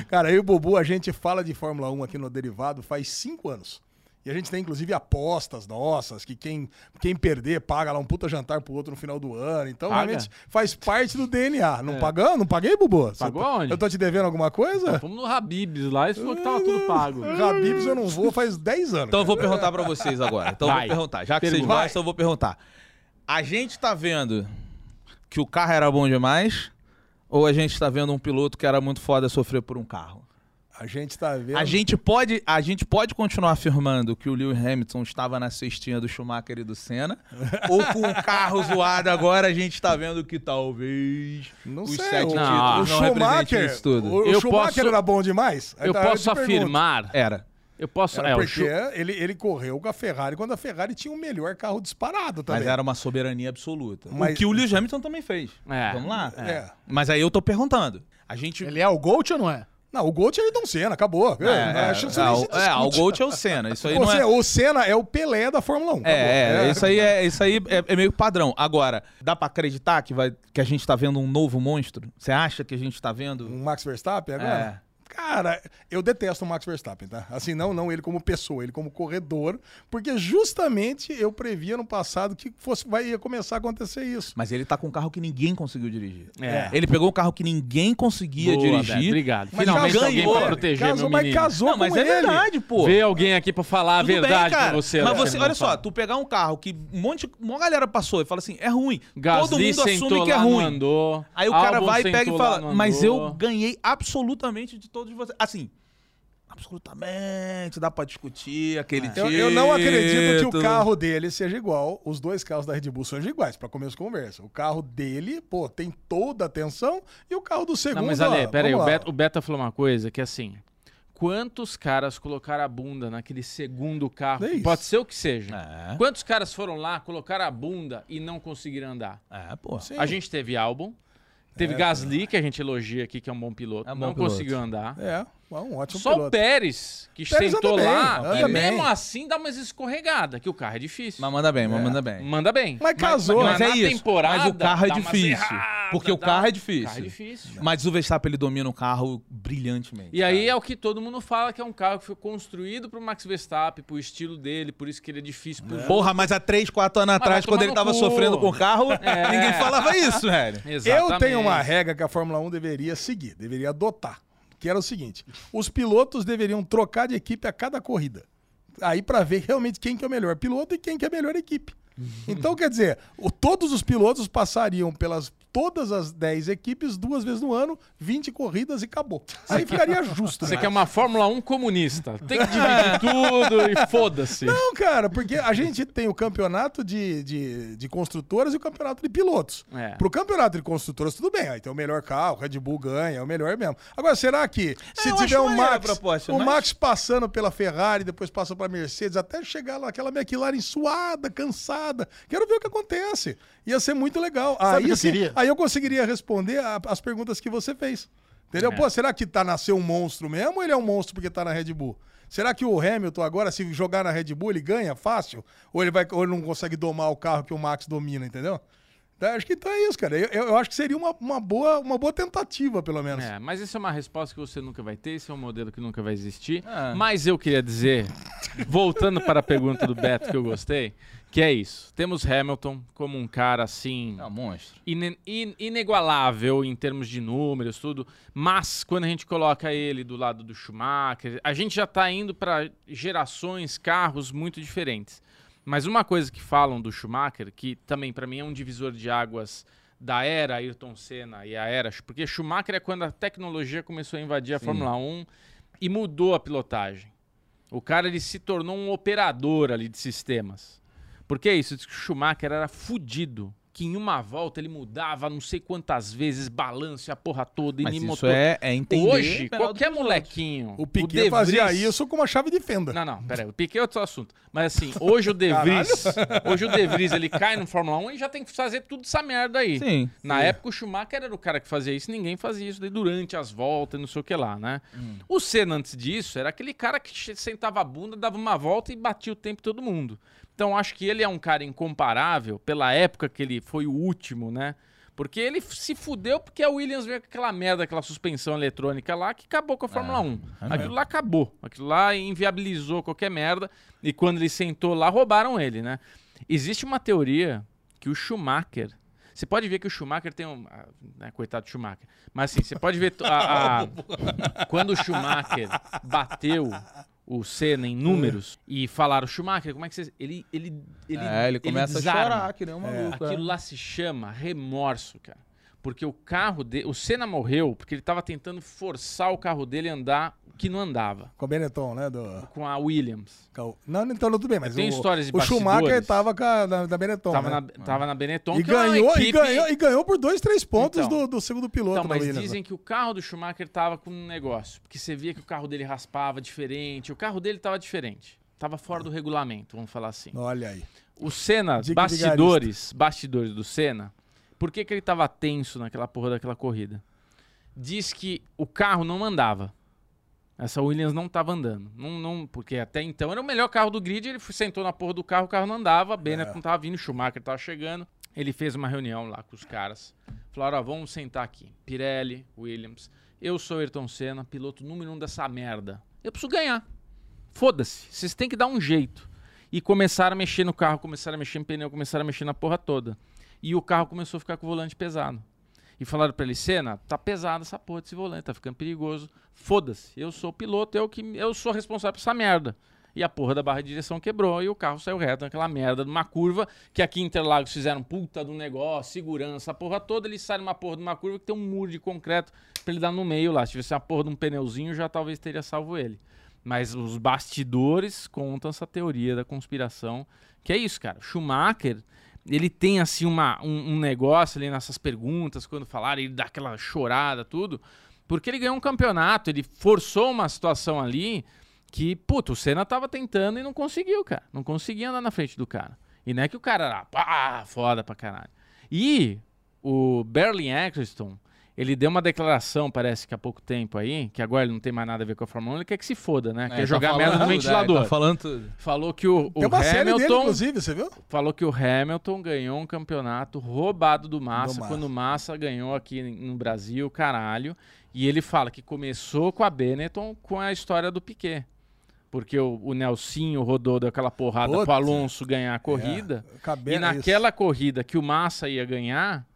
S2: Cara, eu e o Bubu, a gente fala de Fórmula 1 aqui no Derivado faz cinco anos. E a gente tem, inclusive, apostas nossas, que quem, quem perder paga lá um puta jantar pro outro no final do ano. Então,
S1: Paga?
S2: realmente, faz parte do DNA.
S5: É.
S2: Não pagamos? Não paguei, Bubu? Você
S1: Pagou
S2: tá-
S1: aonde?
S2: Eu tô te devendo alguma
S5: Tá
S2: coisa?
S1: Fomos no Habibs lá e falou que tava tudo pago.
S2: Rabibs eu não vou faz 10 anos.
S5: Então eu vou perguntar pra vocês agora. Então eu
S1: Vai.
S5: vou perguntar. Já que
S1: Pergunta.
S5: vocês gostam, eu vou perguntar. A gente tá vendo que o carro era bom demais ou a gente tá vendo um piloto que era muito foda sofrer por um carro?
S2: A gente tá vendo.
S5: A gente, pode, a gente pode continuar afirmando que o Lewis Hamilton estava na cestinha do Schumacher e do Senna? ou com o carro zoado agora a gente tá vendo que talvez
S2: Não
S5: os
S2: sei,
S5: sete
S2: o-
S5: títulos
S1: Ah,
S2: o
S5: não, representem
S2: Schumacher.
S5: isso tudo?
S2: O, o
S1: Eu
S2: Schumacher
S1: posso-
S2: era bom demais?
S1: Então,
S2: Então,
S1: Eu
S2: Aí eu
S1: posso
S2: te pergunto.
S1: afirmar.
S5: Era.
S1: Eu posso.
S2: Era
S1: é, o
S2: porque
S1: Schu-
S2: ele, ele correu com a Ferrari quando a Ferrari tinha o melhor carro disparado também.
S5: Mas era um uma soberania absoluta.
S2: Mas-
S5: O que o Lewis Hamilton também fez.
S1: É.
S5: Vamos lá.
S2: É.
S5: Mas aí eu tô perguntando. A gente.
S3: Ele é o GOAT ou não é?
S2: Não, o Gold é Ayrton Senna, acabou. É, acho que isso
S5: é,
S2: nem
S5: o-
S2: se discute.
S5: é, o Gold é o Senna. Isso aí
S2: Ou
S5: não é.
S2: seja, O Senna é o Pelé da Fórmula 1.
S5: É,
S2: acabou.
S5: é, isso aí, é, isso aí é, é meio padrão. Agora, dá pra acreditar que, vai, que a gente tá vendo um novo monstro? Você acha que a gente tá vendo?
S2: Um Max Verstappen agora?
S5: É.
S2: Cara, eu detesto o Max Verstappen, tá? Assim, não, não ele como pessoa, ele como corredor, porque justamente eu previa no passado que fosse, vai, ia começar a acontecer isso.
S5: Mas ele tá com um carro que ninguém conseguiu dirigir.
S1: É.
S5: Ele pegou um carro que ninguém conseguia
S1: Boa,
S5: dirigir.
S1: Beto, obrigado.
S5: Mas
S1: Finalmente
S5: já
S1: alguém
S5: ganhou.
S1: pra proteger
S2: casou,
S1: meu
S2: mas
S1: menino.
S2: casou
S5: Não, mas
S2: com
S5: é
S2: ele.
S5: verdade, pô.
S1: Vê alguém aqui pra falar a
S5: Tudo bem,
S1: verdade
S5: cara.
S1: pra você.
S5: Mas
S1: Alexandre
S5: você, olha só,
S1: Bonfá.
S5: tu pegar um carro que um monte, uma galera passou e fala assim, é ruim. Todo
S1: Gasly
S5: mundo assume
S1: sentou
S5: que é
S1: lá, não
S5: ruim.
S1: andou.
S5: Aí o cara
S1: Albon
S5: vai e pega e
S1: sentou lá,
S5: fala,
S1: não
S5: mas
S1: andou.
S5: eu ganhei absolutamente de todos vocês. Assim, absolutamente, dá pra discutir aquele
S2: Eu, eu não acredito que o
S5: título.
S2: carro dele seja igual. Os dois carros da Red Bull são iguais, pra começo de conversa. O carro dele, pô, tem toda a atenção e o carro do segundo.
S1: Não, mas
S2: ó,
S1: Ale, peraí,
S2: vamos
S1: o
S2: lá.
S1: Beta, o Beta falou uma coisa que é assim. Quantos caras colocaram a bunda naquele segundo carro?
S2: É isso.
S1: Pode ser o que seja.
S5: É.
S1: Quantos caras foram lá, colocaram a bunda e não conseguiram andar?
S5: É, pô.
S1: A gente teve álbum,
S2: É,
S1: teve Gasly, que a gente elogia aqui, que é um bom piloto,
S5: É um bom
S1: não
S5: piloto.
S1: conseguiu andar.
S2: É, é um ótimo
S1: Só
S2: piloto.
S1: o Pérez, que
S2: Pérez
S1: sentou
S2: anda bem,
S1: lá,
S2: anda
S1: e
S2: bem.
S1: mesmo assim dá umas escorregadas, que o carro é difícil.
S5: Mas manda bem, mas é. manda bem.
S1: Manda bem.
S2: Mas casou.
S1: mas-
S5: é
S1: na
S5: isso.
S1: temporada,
S5: mas o carro é
S1: dá uma
S5: difícil.
S1: ferrada,
S5: Porque o
S1: dá-
S5: carro é
S1: O carro é
S5: difícil.
S1: difícil.
S5: Mas o Verstappen ele domina o carro brilhantemente.
S1: E aí
S5: cara.
S1: é o que todo mundo fala, que é um carro que foi construído pro Max Verstappen, pro estilo dele, por isso que ele é difícil. Por...
S5: Porra, mas há 3, 4 anos
S1: vai
S5: atrás, quando
S1: tomar
S5: ele
S1: no
S5: tava
S1: cu.
S5: sofrendo com o carro,
S1: É. um
S5: ninguém falava isso, velho.
S2: Eu tenho uma regra que a Fórmula 1 deveria seguir, deveria adotar, que era o seguinte: os pilotos deveriam trocar de equipe a cada corrida. aí pra ver realmente quem que é o melhor piloto e quem que é a melhor equipe.
S1: Uhum.
S2: Então, quer dizer, o- todos os pilotos passariam pelas todas as 10 equipes duas vezes no ano, 20 corridas e acabou. Aí ficaria justo.
S1: Você
S2: né?
S1: quer é uma Fórmula 1 comunista. Tem que dividir tudo e
S5: assim.
S1: foda-se.
S2: Não, cara, porque a gente tem o campeonato de, de, de construtoras e o campeonato de pilotos.
S1: É.
S2: Pro campeonato de construtoras, tudo bem. Aí tem o melhor carro, o Red Bull ganha, é o melhor mesmo. Agora, será que se
S5: É, eu
S2: tiver
S5: acho
S2: o
S5: maneira a
S2: Max,
S5: proposta,
S2: o
S5: mas-
S2: Max passando pela Ferrari, depois passa pra Mercedes, até chegar lá, aquela McLaren suada, cansada, quero ver o que acontece. Ia ser muito legal.
S3: Sabe o
S2: aí,
S3: que eu
S2: sim-
S3: queria?
S2: aí eu conseguiria responder a- as perguntas que você fez.
S1: É.
S2: Entendeu? Pô, será que tá nasceu um monstro mesmo ou ele é um monstro porque tá na Red Bull? Será que o Hamilton agora, se jogar na Red Bull, ele ganha fácil? Ou ele, vai, ou ele não consegue domar o carro que o Max domina, entendeu? Então, acho que então é isso, cara. Eu, eu- eu acho que seria uma, uma boa, uma boa tentativa, pelo menos.
S1: É, mas isso é uma resposta que você nunca vai ter, isso é um modelo que nunca vai existir. Mas eu queria dizer, voltando para a pergunta do Beto que eu gostei, que é isso. Temos Hamilton como um cara assim.
S5: É um monstro.
S1: ine- in- inigualável em termos de números, tudo. Mas quando a gente coloca ele do lado do Schumacher, a gente já tá indo para gerações, carros muito diferentes. Mas uma coisa que falam do Schumacher, que também para mim é um divisor de águas da era Ayrton Senna e a era, porque Schumacher é quando a tecnologia começou a invadir a Fórmula 1 e mudou a pilotagem. O cara ele se tornou um operador ali de sistemas. Porque é isso, diz que o Schumacher era fudido. Que em uma volta ele mudava não sei quantas vezes, balanço e a porra toda, e
S5: Mas
S1: nem
S5: isso
S1: motor.
S5: é, é entender...
S1: Hoje,
S5: pela-
S1: qualquer molequinho.
S2: O
S1: De
S2: Piquet fazia
S1: Vries-
S2: isso com uma chave de fenda.
S1: Não, não, peraí. O Piquet é outro assunto. Mas assim, hoje o De Vries. hoje o De Vries ele cai no Fórmula 1 e já tem que fazer tudo essa merda aí.
S5: Sim.
S1: Na época, o Schumacher era o cara que fazia isso, ninguém fazia isso daí durante as voltas, não sei o que lá, né? O Senna, antes disso, era aquele cara que che- sentava a bunda, dava uma volta e batia o tempo em todo mundo. Então, acho que ele é um cara incomparável pela época que ele foi o último, né? Porque ele f- se fudeu porque a Williams veio com aquela merda, aquela suspensão eletrônica lá, que acabou com a Fórmula 1. Aquilo lá acabou. Aquilo lá inviabilizou qualquer merda. E quando ele sentou lá, roubaram ele, né? Existe uma teoria que o Schumacher. Você pode ver que o Schumacher tem um. ah, né, coitado do Schumacher. Mas assim, você pode ver. to- a- a- quando o Schumacher bateu o Senna em números e falaram, Schumacher, como é que você. Ele. Ele, ele,
S5: É, ele começa a
S1: desarma.
S5: chorar, que nem um maluco.
S1: Aquilo lá se chama remorso, cara. Porque o carro dele. O Senna morreu porque ele tava tentando forçar o carro dele a andar que não andava.
S2: Com o Benetton, né? Do...
S1: Com a Williams.
S2: Cal- Não, então tudo bem, mas
S1: Eu tenho
S2: o,
S1: histórias de
S2: o Schumacher
S1: bastidores.
S2: tava com a, da, da Benetton.
S1: Tava,
S2: né?
S1: na, tava na Benetton.
S2: E
S1: que é uma
S2: ganhou, e
S1: equipe-
S2: ganhou, e ganhou por dois, três pontos
S1: Então.
S2: do, do segundo piloto
S1: Então,
S2: da
S1: mas
S2: Williams. né?
S1: dizem que o carro do Schumacher tava com um negócio. Porque você via que o carro dele raspava diferente. O carro dele tava diferente. Tava fora do regulamento, vamos falar assim.
S2: Olha aí.
S1: O Senna,
S2: Diga
S1: bastidores, bastidores do Senna, por que, que ele tava tenso naquela porra daquela corrida? Diz que o carro não andava. Essa Williams não tava andando. Não, não, porque até então era o melhor carro do grid, ele foi- sentou na porra do carro, o carro não andava,
S2: É.
S1: Bennett não tava vindo, Schumacher tava chegando. Ele fez uma reunião lá com os caras. Falaram, ó, vamos sentar aqui. Pirelli, Williams, eu sou Ayrton Senna, piloto número um dessa merda. Eu preciso ganhar. Foda-se, vocês têm que dar um jeito. E começaram a mexer no carro, começaram a mexer no pneu, começaram a mexer na porra toda. E o carro começou a ficar com o volante pesado. E falaram pra ele, Senna, tá pesado essa porra desse volante, tá ficando perigoso. Foda-se, eu sou o piloto, eu, que, eu sou responsável por essa merda. E a porra da barra de direção quebrou e o carro saiu reto naquela merda, numa curva, que aqui em Interlagos fizeram puta do negócio, segurança, a porra toda, ele sai numa porra de uma curva que tem um muro de concreto pra ele dar no meio lá. Se tivesse uma porra de um pneuzinho, já talvez teria salvo ele. Mas os bastidores contam essa teoria da conspiração. Que é isso, cara. Schumacher, ele tem assim uma, um, um negócio ali nessas perguntas, quando falaram, ele dá aquela chorada, tudo. Porque ele ganhou um campeonato, ele forçou uma situação ali que, puto, o Senna tava tentando e não conseguiu, cara. Não conseguia andar na frente do cara. E não é que o cara era pá, foda pra caralho. E o Berlin Eccleston, ele deu uma declaração, parece que há pouco tempo aí, que agora ele não tem mais nada a ver com a Fórmula 1, ele quer que se foda,
S2: É,
S1: né?
S2: tá
S1: quer jogar merda no ventilador.
S5: Tá falando tudo.
S1: Falou que o, o
S2: Tem uma série dele,
S1: Hamilton
S2: inclusive, você viu?
S1: falou que o Hamilton ganhou um campeonato roubado do Massa,
S2: Do Massa.
S1: quando o Massa ganhou aqui no Brasil, caralho. E ele fala que começou com a Benetton com a história do Piquet. Porque o, o Nelsinho rodou daquela porrada
S2: Puta.
S1: pro Alonso ganhar a corrida.
S2: É, cabe-
S1: E
S2: isso.
S1: naquela corrida que o Massa ia ganhar, o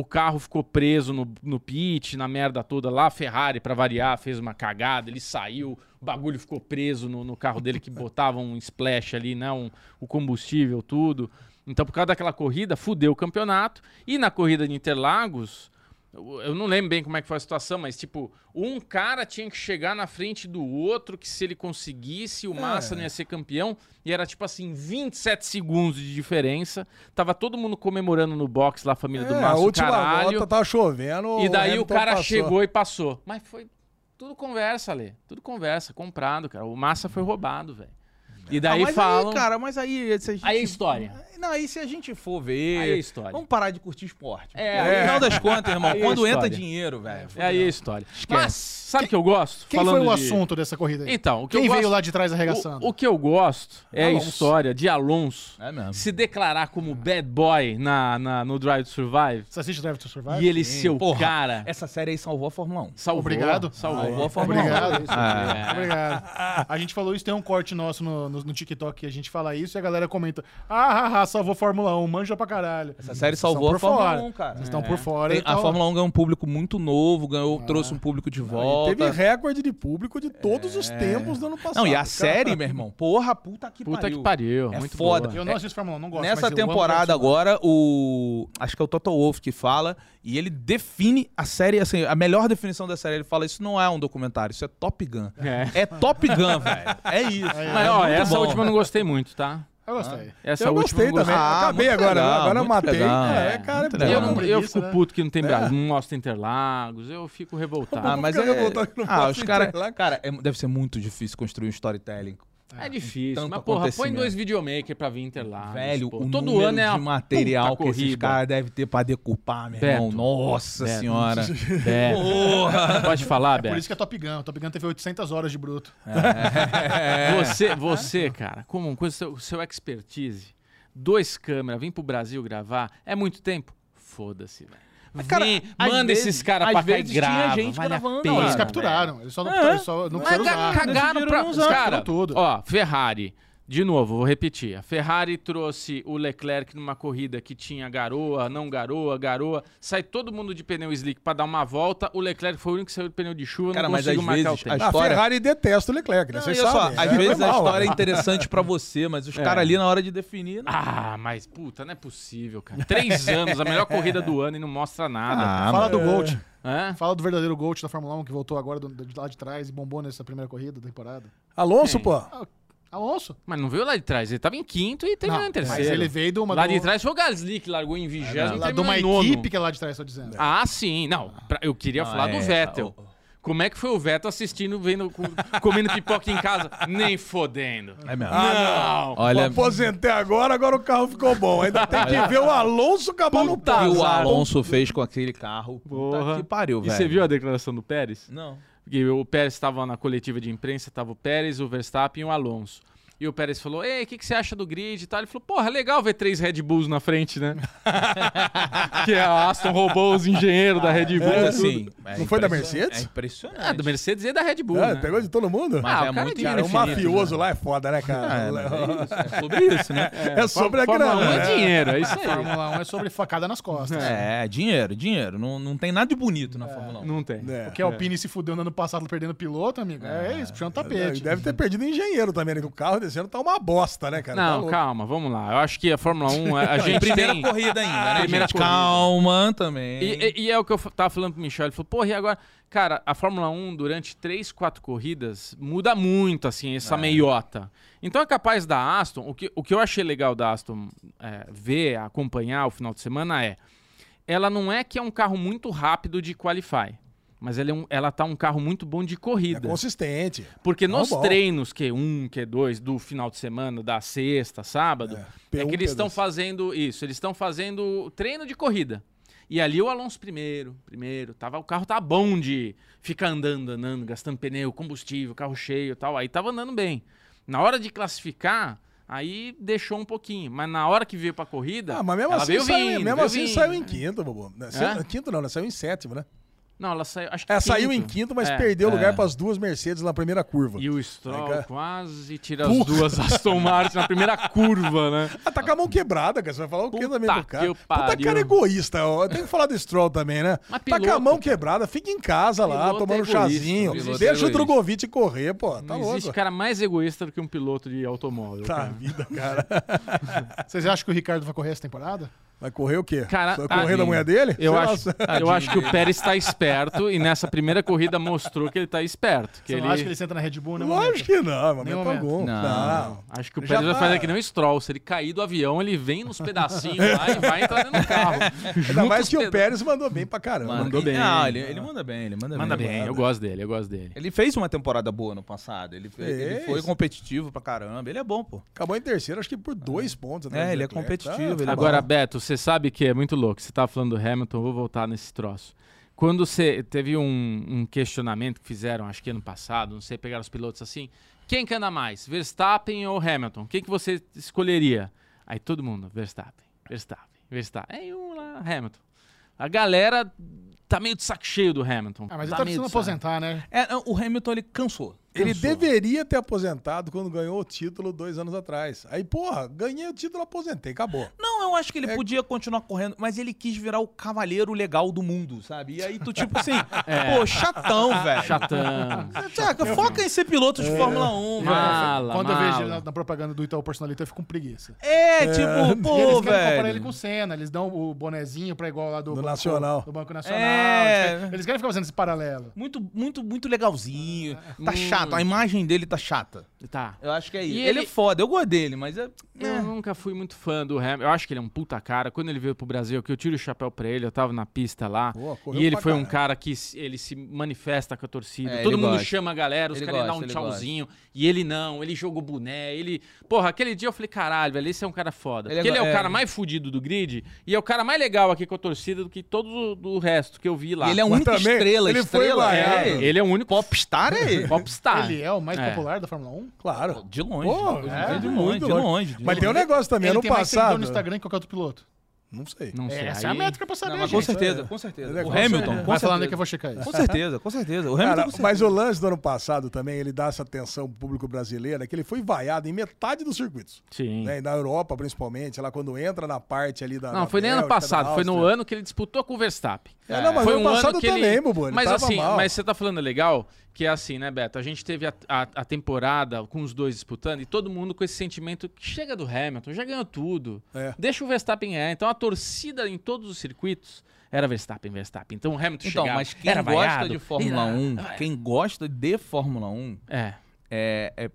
S1: o carro ficou preso no, no pit, na merda toda lá. A Ferrari, pra variar, fez uma cagada, ele saiu, o bagulho ficou preso no, no carro dele que botava um splash ali, né? Um, o combustível, tudo. Então, por causa daquela corrida, fudeu o campeonato. E na corrida de Interlagos, eu eu não lembro bem como é que foi a situação, mas tipo, um cara tinha que chegar na frente do outro, que se ele conseguisse, o Massa não ia ser campeão. E era tipo assim, 27 segundos de diferença. Tava todo mundo comemorando no box lá, a família do
S2: É,
S1: Massa,
S2: a
S1: o
S2: última
S1: caralho.
S2: volta tava chovendo.
S1: E daí o
S2: Hamilton
S1: cara
S2: passou.
S1: chegou e passou. Mas foi tudo conversa, Lê. Tudo conversa, comprado, cara. O Massa foi roubado, velho. E
S5: Ah,
S1: daí
S8: mas
S1: Tá, falam...
S8: Aí, cara, mas aí. Se a gente...
S1: Aí é história.
S8: Não, aí se a gente for ver.
S1: Aí é história.
S8: Vamos parar de curtir esporte.
S1: É,
S5: No final das contas, irmão,
S1: Aí é
S5: quando entra
S1: história.
S5: dinheiro, velho.
S1: É aí a história. Mas, sabe o que eu gosto?
S3: Quem foi o
S1: de-
S3: assunto dessa corrida aí?
S1: Então, o que
S3: Quem
S1: eu gosto...
S3: veio lá de trás arregaçando?
S1: O, o que eu gosto é
S3: Alonso.
S1: a história de Alonso
S5: É mesmo.
S1: se declarar como bad boy na, na- no Drive to Survive
S3: Você assiste Drive to Survive?
S1: e ele ser o
S5: porra. É
S1: cara.
S8: Essa série aí salvou a Fórmula 1.
S1: Salvou,
S3: Obrigado.
S1: Salvou.
S8: Salvou a Fórmula 1.
S3: Obrigado.
S1: Ah, é.
S3: Obrigado. A gente falou isso, tem um corte nosso no, no, no TikTok que a gente fala isso e a galera comenta: Ah, ah, ah salvou Fórmula 1, manja pra caralho.
S8: Essa série salvou a
S3: Vocês estão por
S8: Fórmula
S3: fora.
S8: 1, cara.
S3: Vocês estão por fora.
S5: um, É. Tem- a
S3: então- Ah.
S5: Fórmula 1 ganhou um público muito novo, ganhou, trouxe um público de
S2: E
S5: volta.
S2: Teve recorde de público de todos os
S1: É.
S2: tempos do ano passado.
S5: Não, e a
S2: cara.
S5: série, meu irmão, porra, puta que
S1: Puta
S5: pariu.
S1: que pariu.
S5: É
S1: muito
S5: foda.
S1: boa.
S3: Eu não assisto Fórmula 1, não gosto. mas
S5: Nessa
S3: eu amo
S5: temporada
S3: Drive to
S5: agora, o. Acho que é o Toto Wolff que fala, e ele define a série, assim, a melhor definição da série. Ele fala: isso não é um documentário, isso é Top Gun.
S1: É.
S5: É, Top Gun, velho. É isso.
S1: Mas, ó,
S5: muito
S1: essa
S5: bom.
S1: última eu não gostei muito, tá?
S3: Survive. um. Eu gostei.
S1: Essa
S2: Eu
S1: última
S2: gostei
S1: eu não
S2: também.
S5: Ah,
S2: Acabei
S5: muito
S2: agora.
S5: legal,
S2: agora eu
S5: muito
S2: matei.
S5: legal.
S2: É, cara, é
S5: Muito
S2: bom.
S1: Eu,
S5: legal.
S1: não- eu
S3: preguiça,
S1: fico
S3: né?
S1: puto que não
S5: É.
S1: tem Brasil. Não mostra Interlagos. Eu fico revoltado.
S5: Ah, mas
S2: Fica
S5: é...
S2: revoltado que não
S5: ah,
S2: posso
S5: os caras.
S2: entrar lá.
S5: Cara, é- deve ser muito difícil construir um storytelling.
S1: é difícil.
S5: tanto
S1: Mas, porra, põe
S5: acontecimento.
S1: dois videomakers pra vir Interlagos.
S5: então, tá Velho,
S1: Ah, pô.
S5: o
S1: Todo
S5: número
S1: ano é a
S5: de material
S1: puta
S5: que esses
S1: corrida.
S5: caras devem ter pra decupar, meu irmão.
S1: Beto.
S5: Nossa
S1: Beto.
S5: senhora.
S1: Beto. É. Pode falar, Beto.
S3: Por isso que é Top Gun. Top Gun teve 800 horas de bruto.
S5: É.
S1: Você, você, cara, como com o seu, seu expertise, dois câmeras, vim pro Brasil gravar, é muito tempo? Foda-se, velho.
S5: cara,
S1: Vem,
S5: às
S1: manda
S5: vezes-
S1: esses caras
S5: às
S1: pra cá e
S5: vezes tinha
S1: grava,
S5: gente
S1: vale a
S5: gravando,
S1: pena,
S5: ó,
S3: eles
S1: velho.
S3: capturaram. Eles só não, eles só não
S1: Ah, Mas é
S3: quiseram usar.
S1: cagaram
S5: Decidiram
S1: pra...
S5: não
S1: Os
S5: usar,
S1: cara,
S3: tudo.
S1: ó, Ferrari... De novo, vou repetir. A Ferrari trouxe o Leclerc numa corrida que tinha garoa, não garoa, garoa. Sai todo mundo de pneu slick pra dar uma volta. O Leclerc foi o único que saiu de pneu de chuva,
S5: Cara,
S1: não
S5: mas
S1: conseguiu
S5: às
S1: marcar
S5: vezes
S1: o tempo.
S5: as-
S2: A
S5: História-
S2: Ah, Ferrari detesta o Leclerc, né?
S5: Não,
S2: Vocês
S5: e olha só,
S2: sabem.
S5: às
S2: é
S5: vezes a
S2: normal,
S5: história é
S2: né?
S5: interessante pra você, mas
S1: É.
S5: os caras ali na hora de definir. não-
S1: Ah, mas puta, não é possível, cara. Três anos, a melhor corrida do ano e não mostra nada.
S3: Fala
S2: É.
S3: do
S1: É.
S3: Gold.
S5: tipo,
S1: Hã?
S3: Fala do verdadeiro Gold da Fórmula 1 que voltou agora do- de lá de trás e bombou nessa primeira corrida da temporada.
S2: Alonso,
S1: Quem?
S2: pô.
S3: Alonso.
S1: Mas não veio lá de trás. Ele tava em quinto e terminou
S3: Não,
S1: em terceiro.
S3: Mas ele veio de uma,
S1: Lá
S3: do-
S1: de trás foi o Gasly que largou em vigésimo e
S3: lá de
S1: terminou
S3: uma
S1: em nono.
S3: equipe que é lá de trás, tô dizendo.
S1: Ah, sim. Não, pra- eu queria
S5: Não,
S1: falar
S5: é,
S1: do Vettel.
S5: tá,
S1: Como é que foi o Vettel assistindo, vendo, com- comendo pipoca em casa? Nem fodendo.
S5: É mesmo.
S1: Ah, Não!
S5: Olha,
S2: Aposentei agora, agora o carro ficou bom. Ainda tem que ver o Alonso acabar no
S1: Puta
S5: o que
S2: passo.
S5: o
S1: azar.
S5: Alonso fez com aquele carro. Puta
S1: Porra.
S5: que pariu,
S1: E
S5: velho.
S1: você viu a declaração do Pérez?
S5: Não.
S1: Porque o Pérez estava na coletiva de imprensa, estava o Pérez, o Verstappen e o Alonso. E o Pérez falou: Ei, o que, que você acha do grid e tal? Ele falou: Porra, legal ver três Red Bulls na frente, né? que é a Aston roubou os engenheiros da Red Bull.
S5: Mas
S1: tudo.
S5: assim. é
S2: Não foi da
S5: impressionante.
S2: Mercedes?
S5: É impressionante.
S1: Ah, do Mercedes e da Red Bull.
S2: Ah,
S1: né?
S2: Pegou de todo mundo?
S5: Mas
S1: Ah,
S5: é
S1: o cara
S5: muito
S1: é
S2: Cara, o
S1: dinheiro
S2: mafioso lá é foda, né, cara?
S5: É sobre isso, né?
S2: É, sobre a
S1: Fórmula
S2: grana.
S1: 1
S2: né?
S1: é dinheiro, é isso aí.
S3: Fórmula 1 é sobre facada nas costas.
S5: É, dinheiro, dinheiro. Não, não tem nada de bonito na Fórmula 1.
S1: Não tem.
S2: É.
S3: Porque a Alpine se fudeu no ano passado perdendo piloto, amigo. É, isso, puxando tapete.
S2: Deve ter perdido engenheiro também, né? Que o carro desse ano tá uma bosta, né, cara? Tá
S1: Não,
S2: louco.
S1: calma, vamos lá. Eu acho que a Fórmula 1, a, a gente
S5: Primeira
S1: tem...
S5: corrida ainda, né?
S1: Primeira
S5: gente?
S1: corrida.
S5: Calma também.
S1: E, e- e é o que eu fa- tava falando pro Michel. Ele falou, porra, e agora? Cara, a Fórmula 1, durante três, quatro corridas, muda muito, assim, essa
S2: É.
S1: meiota. Então é capaz da Aston. O que, o que eu achei legal da Aston é, ver, acompanhar o final de semana é. Ela não é que é um carro muito rápido de qualify. Mas ela, é um, ela tá um carro muito bom de
S2: É
S1: corrida.
S2: consistente.
S1: Porque
S2: Não,
S1: nos
S2: bom.
S1: treinos Q1, Q2 do final de semana, da sexta, sábado,
S2: É,
S1: é,
S2: P1,
S1: que eles estão
S2: P2.
S1: fazendo isso, eles estão fazendo treino de corrida. E ali o Alonso primeiro, primeiro, tava, o carro tá bom de ficar andando, andando, gastando pneu, combustível, carro cheio e tal, aí tava andando bem. Na hora de classificar, aí deixou um pouquinho, mas na hora que veio pra corrida,
S2: Ah, mas mesmo
S1: ela
S2: assim,
S1: veio
S2: saiu,
S1: vindo, É?
S2: mesmo
S1: veio
S2: assim
S1: vindo.
S2: saiu em quinto, bobo. Né, saiu-
S1: Hã?
S2: Quinto não, né? Saiu em sétimo, né?
S1: Não, ela saiu. Acho que
S2: Ela saiu em quinto, mas
S1: É.
S2: perdeu lugar para as duas Mercedes na primeira curva.
S1: E o Stroll
S2: Aí, cara-
S1: quase tira as duas Aston Martin na primeira curva, né?
S2: Ah, tá com a mão quebrada, cara. Você vai falar o quê
S1: Puta
S2: também do cara?
S1: que
S2: Puta
S1: pariu.
S2: cara egoísta. ó. Eu tenho que falar do Stroll também, né?
S1: Mas
S2: tá com a
S1: piloto,
S2: mão
S1: cara.
S2: quebrada, fica em casa lá,
S1: Piloto é
S2: tomando um
S1: egoísta,
S2: chazinho.
S1: piloto é
S2: Deixa o
S1: egoísta.
S2: Drogovic correr, pô. Tá
S1: Não
S2: louco.
S1: existe cara mais egoísta do que um piloto de automóvel.
S2: Tá
S1: cara.
S2: vida, cara.
S3: Vocês acham que o Ricardo vai correr essa temporada?
S2: Vai correr o quê?
S1: Cara,
S2: Vai correr
S1: tadinho.
S2: da mulher dele?
S1: Eu
S2: Sei
S1: acho,
S2: lá.
S1: eu acho que o Pérez tá esperto e nessa primeira corrida mostrou que ele tá esperto. Que
S3: Você
S1: ele...
S3: não acha que ele senta na Red Bull, né?
S2: Lógico que não, em momento,
S3: momento.
S2: algum.
S1: Não,
S2: Não.
S1: acho que o
S2: Já
S1: Pérez vai
S2: tá-
S1: fazer que nem o Stroll. Se ele cair do avião, ele vem nos pedacinhos lá e vai entrar dentro do carro.
S2: Ainda
S1: Junta
S2: mais
S1: os
S2: que o
S1: peda-
S2: Pérez mandou bem pra caramba.
S5: Mano,
S1: Mandou
S5: e-
S1: bem.
S5: Ah, ele, ele manda bem, ele manda,
S1: Manda bem, eu gosto dele, eu gosto dele.
S5: Ele fez uma temporada boa no passado. Ele, ele
S2: Fez.
S5: foi competitivo pra caramba. Ele é bom, pô.
S2: Acabou em terceiro, acho que por dois pontos. né, atrás
S5: É,
S2: do
S5: ele é
S2: Leclerc.
S5: competitivo. ele é
S1: Agora,
S5: bom.
S1: Beto, você sabe que é muito louco. Você tá falando do Hamilton, eu vou voltar nesse troço. Quando você teve um, um questionamento que fizeram, acho que ano passado, não sei, pegaram os pilotos assim, quem que anda mais, Verstappen ou Hamilton? Quem que você escolheria? Aí todo mundo, Verstappen, Verstappen, Verstappen. Aí um lá, Hamilton. A galera tá meio de saco cheio do Hamilton.
S3: Ah, mas ele
S1: tá
S3: tá
S1: meio
S3: precisando
S1: de saco.
S3: aposentar, né?
S5: É, não, o Hamilton, ele cansou.
S1: é
S2: Ele
S5: Cansou.
S2: deveria ter aposentado quando ganhou o título dois anos atrás. Aí, porra, ganhei o título, aposentei, acabou.
S5: Não, eu acho que
S3: É
S5: ele podia continuar correndo, mas ele quis virar o cavaleiro legal do mundo, sabe? E aí tu, tipo assim, pô, chatão, velho.
S1: Chatão.
S5: Saca, foca em ser piloto
S3: É.
S5: de Fórmula 1, velho.
S1: mala,
S3: Quando eu vejo ele
S1: mala.
S3: na, na propaganda do Itaú Personalita, eu fico com preguiça.
S5: É, tipo,
S3: E
S5: pô,
S3: eles querem comparar ele
S5: velho.
S3: com o Senna, eles dão o bonezinho pra igual lá do,
S2: Do Nacional.
S3: Do Banco Nacional.
S5: É.
S3: Eles, querem, eles querem ficar fazendo esse paralelo.
S5: Muito, muito, muito legalzinho. Tá chato, a imagem dele tá chata.
S1: Tá.
S5: Eu acho que é isso.
S1: E
S5: Ele...
S1: ele-
S5: é foda, eu gosto dele, mas é.
S1: Eu nunca fui muito fã do Hamilton. Eu acho que ele é um puta cara. Quando ele veio pro Brasil, que eu tiro o chapéu pra ele, eu tava na pista lá.
S2: Boa, correu
S1: e ele
S2: pra
S1: foi um
S2: caralho.
S1: cara que se- ele se manifesta com a torcida.
S5: É,
S1: Todo
S5: ele
S1: mundo
S5: gosta.
S1: chama a galera, os
S5: Ele
S1: caras dão
S5: gosta,
S1: um
S5: ele
S1: tchauzinho. E ele não, ele jogou boné, ele... Porra, aquele dia eu falei, caralho, velho, esse é um cara foda.
S5: Ele é
S1: Porque ele é
S5: go-
S1: o
S5: é.
S1: cara mais fudido do grid e é o cara mais legal aqui com a torcida do que todo o o resto que eu vi lá.
S5: E ele é a
S2: Mas
S5: única
S2: também,
S5: estrela,
S2: ele um foi
S5: estrela.
S2: vaiado.
S5: é ele.
S1: Ele é o único
S5: Popstar é ele.
S1: popstar.
S3: Ele é o mais
S1: É.
S3: popular da Fórmula 1?
S2: Claro.
S5: De longe.
S2: Pô,
S5: é, de
S2: muito
S5: longe, de longe. de
S2: Mas
S5: longe.
S2: tem um negócio também,
S3: ele
S2: ano
S3: tem mais seguidor
S2: passado.
S3: no Instagram que qualquer outro piloto.
S2: Não sei.
S1: Não sei.
S3: Essa é a
S1: aí-
S3: métrica pra saber,
S5: Não, mas com
S3: gente.
S5: certeza, com certeza.
S2: Ele é
S5: O
S2: com
S5: Hamilton, com
S3: Vai
S5: certeza.
S3: falando que eu vou checar isso.
S5: Com certeza, com certeza. O Hamilton
S2: é- Cara,
S5: com certeza.
S2: mas o lance do ano passado também, ele dá essa atenção pro público brasileiro, é que ele foi vaiado em metade dos circuitos.
S1: Sim.
S3: É,
S2: Né? E Na Europa, principalmente, lá quando entra na parte ali da.
S1: Não,
S2: da
S1: foi nem ano
S2: Bélgica, da
S1: passado, foi no
S2: Áustria.
S1: ano que ele disputou com o Verstappen.
S2: É, não, mas
S1: foi um
S2: ano passado também, Bubu, ele
S1: mas
S2: tava
S1: assim,
S2: mal.
S1: mas você tá falando legal que é assim, né, Beto? A gente teve a, a- a temporada com os dois disputando e todo mundo com esse sentimento que chega do Hamilton, já ganhou tudo.
S2: É.
S1: Deixa o Verstappen ganhar. Então a torcida em todos os circuitos era Verstappen, Verstappen. Então o Hamilton
S5: Então,
S1: chegava,
S5: mas quem
S1: era
S5: gosta
S1: vaiado,
S5: de Fórmula
S1: era-
S5: 1, quem gosta de Fórmula 1,
S1: É.
S5: é, é-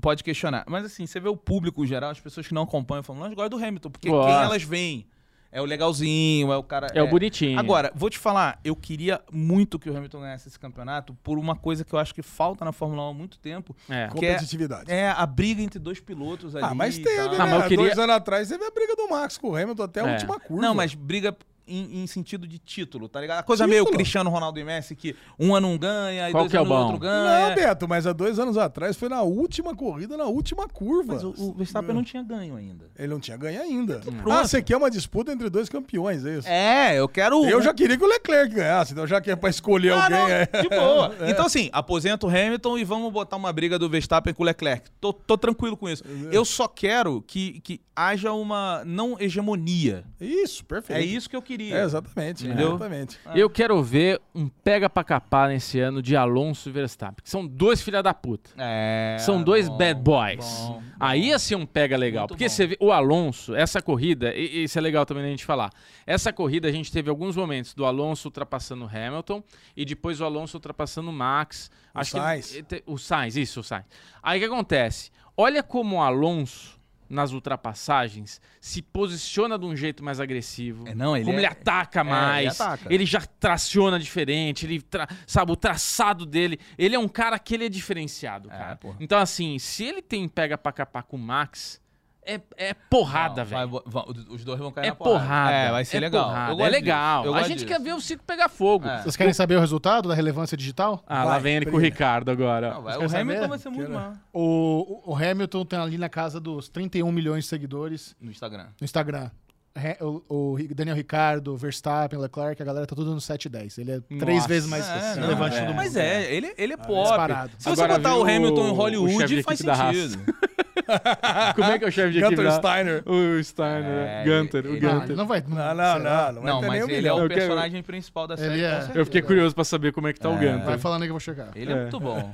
S5: pode questionar. Mas assim, você vê o público geral, as pessoas que não acompanham a Fórmula 1, elas gostam do Hamilton, porque
S1: Gosta.
S5: quem elas veem é o legalzinho, é o cara...
S1: É, o bonitinho.
S5: Agora, vou te falar, eu queria muito que o Hamilton ganhasse esse campeonato por uma coisa que eu acho que falta na Fórmula 1 há muito tempo,
S1: É.
S5: que é,
S2: Competitividade.
S5: é tá. a briga entre dois pilotos ali.
S2: Ah, mas
S5: e
S2: teve,
S5: tal.
S2: né?
S1: Ah, mas eu
S2: Dois
S1: queria-
S2: anos atrás teve a briga do Max com o Hamilton até a
S1: É.
S2: última curva.
S5: Não, mas briga em, em sentido de título, tá ligado? A coisa meio
S2: Título.
S5: Cristiano Ronaldo e Messi, que um ano um ganha, aí
S1: Qual
S5: dois
S1: que é o
S5: anos o
S1: bom?
S5: outro ganha.
S2: Não, Beto, mas há dois anos atrás foi na última corrida, na última curva.
S5: Mas o, o Verstappen não tinha ganho ainda.
S2: Ele não tinha ganho ainda. Ah,
S5: pronto.
S2: você quer uma disputa entre dois campeões, é isso?
S5: É, eu quero.
S2: Eu já queria que o Leclerc ganhasse, então já que é pra escolher
S5: Ah,
S2: alguém.
S5: não,
S2: é.
S5: de boa. Então, assim, aposenta o Hamilton e vamos botar uma briga do Verstappen com o Leclerc. Tô, tô tranquilo com isso.
S2: É.
S5: Eu só quero que, que haja uma não hegemonia.
S2: Isso, perfeito.
S5: É isso que eu queria.
S2: É, exatamente,
S1: Entendeu?
S2: exatamente.
S1: Eu quero ver um pega pra capar nesse ano de Alonso e Verstappen, que são dois filha da puta.
S5: É,
S1: São dois
S5: bom,
S1: bad boys.
S5: bom.
S1: Aí ia ser um pega legal.
S5: Muito
S1: porque
S5: bom.
S1: você vê, o Alonso, essa corrida, e, e isso é legal também da gente falar. Essa corrida a gente teve alguns momentos do Alonso ultrapassando o Hamilton e depois o Alonso ultrapassando o Max.
S2: O Sainz.
S1: Que, e te- o Sainz, isso, o Sainz. Aí o que acontece? Olha como o Alonso, nas ultrapassagens, se posiciona de um jeito mais agressivo.
S5: É, não, ele
S1: como
S5: é-
S1: ele ataca mais.
S5: ele ataca.
S1: Ele já traciona diferente, ele tra- sabe o traçado dele. Ele é um cara que ele é diferenciado, cara.
S5: porra.
S1: então assim, se ele tem pega pra capar com o Max, é, é porrada,
S5: Não, vai-
S1: velho.
S5: vai- os dois vão cair
S1: É
S5: na porrada.
S1: porrada.
S5: É, vai ser
S1: é
S5: legal.
S1: porrada,
S5: Eu
S1: é
S5: gosto
S1: legal.
S5: disso. Eu
S1: A
S5: gosto
S1: gente
S5: disso.
S1: quer ver o circo pegar fogo.
S5: É.
S3: Vocês querem saber o resultado da relevância digital?
S1: Ah, lá
S2: Vai,
S1: vem ele com o
S2: brilha.
S1: Ricardo agora.
S5: Não, vai- o
S3: quer saber?
S5: Hamilton vai ser muito
S2: né?
S5: mal
S3: O, o Hamilton tem ali na casa dos 31 milhões de seguidores
S5: no Instagram.
S3: no Instagram. Re- o, o Ri- Daniel Ricardo, Verstappen, Leclerc, a galera tá tudo no 7-10. Ele é três vezes mais
S5: É, não,
S3: relevante
S5: é.
S3: do mundo.
S5: Mas é, ele,
S2: Ah,
S5: ele é pop.
S3: disparado.
S5: Se você
S1: Agora
S5: botar
S1: viu
S5: o Hamilton
S1: o-
S5: em
S1: o chefe
S5: Hollywood,
S1: de
S5: faz
S1: equipe da Haas.
S5: sentido.
S1: Como é que é o chefe de equipe?
S2: Gunther
S1: da-
S2: Steiner.
S1: O Steiner, né? Gunter, o
S5: É, ele-
S3: Não, ele
S1: Gunter.
S3: não vai.
S2: Não, Ah, não, não. Não,
S5: Não,
S2: vai ter nem
S5: mas
S2: um
S5: ele é
S2: milhão.
S5: o
S1: Eu quero-
S5: personagem principal da série.
S3: Ele
S5: com
S3: é.
S5: certeza.
S1: Eu fiquei curioso pra saber como é que tá o
S3: Vai
S1: Gunter.
S3: falando que eu vou chegar.
S5: Ele é, muito bom.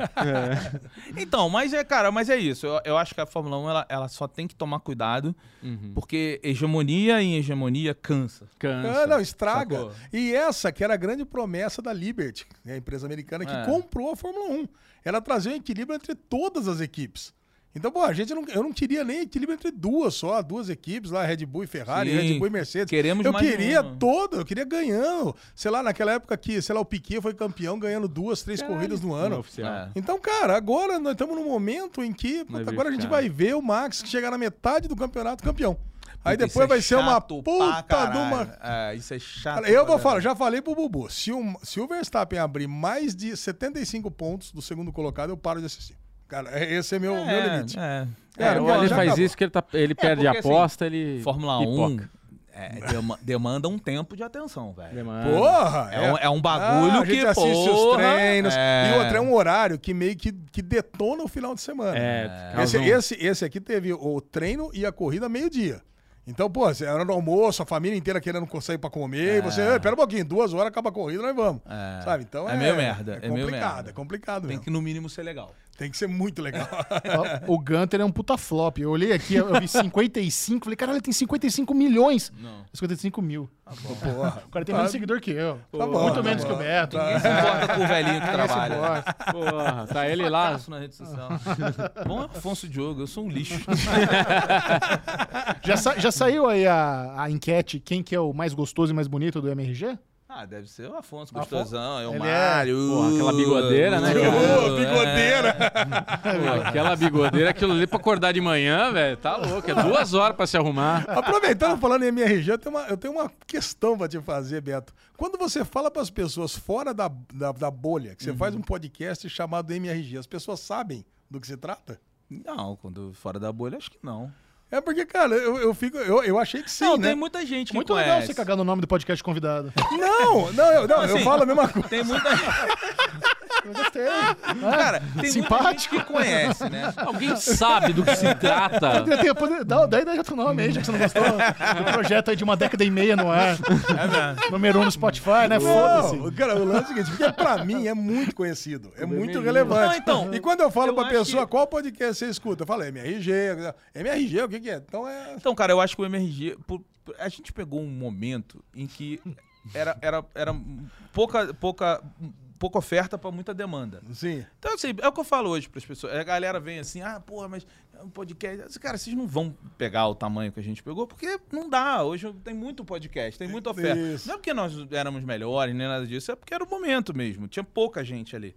S5: Então, mas é, cara, mas é isso. Eu, eu acho que a Fórmula 1 ela, ela só tem que tomar cuidado,
S2: Uhum.
S5: porque hegemonia em hegemonia cansa.
S1: Cansa.
S2: Ah, não, estraga.
S5: sacou?
S2: E essa que era a grande promessa da Liberty, né, a empresa americana que
S5: É.
S2: comprou a Fórmula 1. Ela trazia um equilíbrio entre todas as equipes. Então, pô, a gente não, eu não queria nem equilíbrio entre duas só, duas equipes lá, Red Bull e Ferrari,
S5: Sim,
S2: Red Bull e Mercedes.
S5: queremos
S2: eu
S5: mais
S2: queria
S5: uma.
S2: todo, eu queria ganhando. Sei lá, naquela época que, sei lá, o Piquet foi campeão ganhando duas, três corridas no ano.
S1: oficial.
S5: É.
S2: Então, cara, agora nós estamos num momento em que puta,
S1: Vai
S2: agora a gente
S1: ficar.
S2: vai ver o Max chegar na metade do campeonato campeão. Aí
S5: Puta,
S2: depois
S5: isso é
S2: vai ser uma
S5: chato pra
S2: puta de uma
S5: caralho. É, isso é chato.
S2: Olha, Eu
S5: pra
S2: vou falar, já falei pro Bubu. Se o, se o Verstappen abrir mais de 75 pontos do segundo colocado, eu paro de assistir. Cara, é- esse é meu,
S5: caralho.
S2: meu limite.
S5: É, é.
S2: Cara,
S5: eu-
S2: olha,
S1: Ele
S2: já
S1: faz
S2: acabou.
S1: isso que ele, tá, ele perde a
S5: porque, assim,
S1: aposta, ele.
S5: Fórmula 1
S1: pipoca.
S5: é, dema- demanda um tempo de atenção, velho.
S1: Demanda.
S2: Porra! Ah,
S5: É um- é um bagulho
S2: a gente
S5: que,
S2: assiste os
S5: porra,
S2: treinos.
S5: é.
S2: E outra, é um horário que meio que, que detona o final de semana.
S1: É,
S2: Esse,
S1: causa um-
S2: esse, esse aqui teve o treino e a corrida meio-dia. Então, pô, você era no almoço, a família inteira querendo sair pra comer, e você, "Ei, pera um pouquinho, duas horas acaba a corrida, nós vamos.
S5: É.
S2: Sabe? Então é.
S5: É meio merda,
S2: É
S5: é meio
S2: complicado,
S5: merda.
S2: é complicado
S5: Tem
S2: mesmo.
S5: que, no mínimo, ser legal.
S2: Tem que ser muito legal.
S3: Ó, O Gunter é um puta flop. Eu olhei aqui, eu vi 55, falei, caralho, ele tem 55 milhões. Não. 55 mil.
S2: Porra.
S3: O cara tem mais seguidor que eu.
S2: Tá bom,
S3: Muito
S2: tá
S3: menos
S2: bom.
S3: que o Beto.
S5: Ninguém se importa com o velhinho que trabalha.
S1: Porra, tá ele lá.
S5: Fracasso na rede social. Bom é Afonso Diogo, eu sou um lixo.
S3: Já, sa- já saiu aí a, a enquete quem que é o mais gostoso e mais bonito do MRG?
S5: Ah, deve ser o Afonso gostosão, é o
S3: Ele é-
S5: Mário.
S1: Porra, aquela bigodeira, né, cara?
S5: Uh,
S2: bigodeira!
S1: Pô, aquela bigodeira, aquilo ali pra acordar de manhã, velho, tá louco. É duas horas pra se arrumar.
S2: Aproveitando, falando em MRG, eu tenho, uma, eu tenho uma questão pra te fazer, Beto. Quando você fala pras pessoas fora da, da, da bolha,
S5: Uhum.
S2: que você faz um podcast chamado MRG, as pessoas sabem do que se trata?
S5: Não, quando fora da bolha, acho que não.
S2: É porque, cara, eu, eu fico. Eu, eu achei que sim,
S5: não,
S2: né?
S5: tem muita gente que
S3: Muito
S5: conhece.
S3: legal você cagar no nome do podcast convidado.
S2: Não, não, eu, não, eu
S5: assim,
S2: falo a mesma coisa.
S5: Tem muita
S3: Eu gostei.
S5: Cara, tem muita gente
S3: Simpático.
S5: que conhece, né?
S1: Alguém sabe do que se trata.
S3: Eu tenho- poder- Dá, dá ideia do teu nome aí, já que você não gostou do projeto aí de uma década e meia no ar.
S2: É
S3: Número um no Spotify, né?
S2: Não,
S3: Foda-se.
S2: cara, o lance é o seguinte, porque pra mim é muito conhecido, é muito relevante.
S5: Não, então,
S2: e quando eu falo
S5: eu
S2: pra
S5: acho
S2: pessoa
S5: que-
S2: qual podcast você escuta, eu falo MRG, MRG, o que que é? Então é...
S5: Então, cara, eu acho que o MRG. por- por- a gente pegou um momento em que era, era, era pouca, pouca, pouca oferta pra muita demanda.
S2: Sim.
S5: Então, assim, é o que eu falo hoje pras pessoas. A galera vem assim, ah, porra, mas é um podcast. Assim, cara, vocês não vão pegar o tamanho que a gente pegou, porque não dá. Hoje tem muito podcast, tem muita oferta.
S2: Isso.
S5: Não é porque nós éramos melhores, nem nada disso, é porque era o momento mesmo. Tinha pouca gente ali.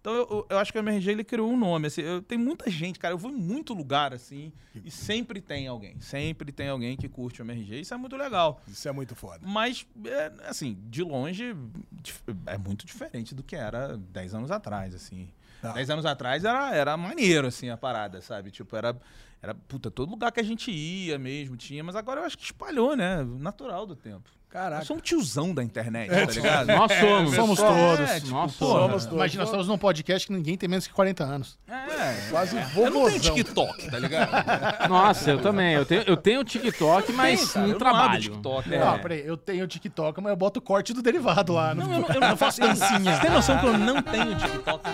S5: Então, eu, eu acho que o MRG ele criou um nome. Assim, eu- tem muita gente, cara. Eu vou em muito lugar assim, e sempre tem alguém. Sempre tem alguém que curte o MRG. Isso é muito legal.
S2: Isso é muito foda.
S5: Mas, é, assim, de longe, dif- é muito diferente do que era 10 anos atrás, assim.
S2: Tá.
S5: 10 anos atrás era, era maneiro, assim, a parada, sabe? Tipo, era, era, puta, todo lugar que a gente ia mesmo tinha, mas agora eu acho que espalhou, né? Natural do tempo. Eu
S2: Caraca.
S5: sou um tiozão da internet, tá ligado?
S1: Nós somos.
S3: Somos
S1: É,
S3: todos.
S1: tipo, nós
S5: porra.
S1: somos.
S3: Imagina, nós estamos num podcast que ninguém tem menos que 40 anos.
S5: É,
S2: Quase
S5: eu não tenho
S2: vovozão.
S5: TikTok, tá ligado?
S1: Nossa, eu também. Eu tenho, eu tenho TikTok, mas
S5: Cara, eu
S1: não
S5: abro
S1: trabalho.
S5: TikTok, né?
S3: Não, peraí, eu tenho TikTok, mas eu boto o corte do derivado lá. Não,
S5: Eu não, eu não faço dancinha. Você tem noção que eu não tenho TikTok?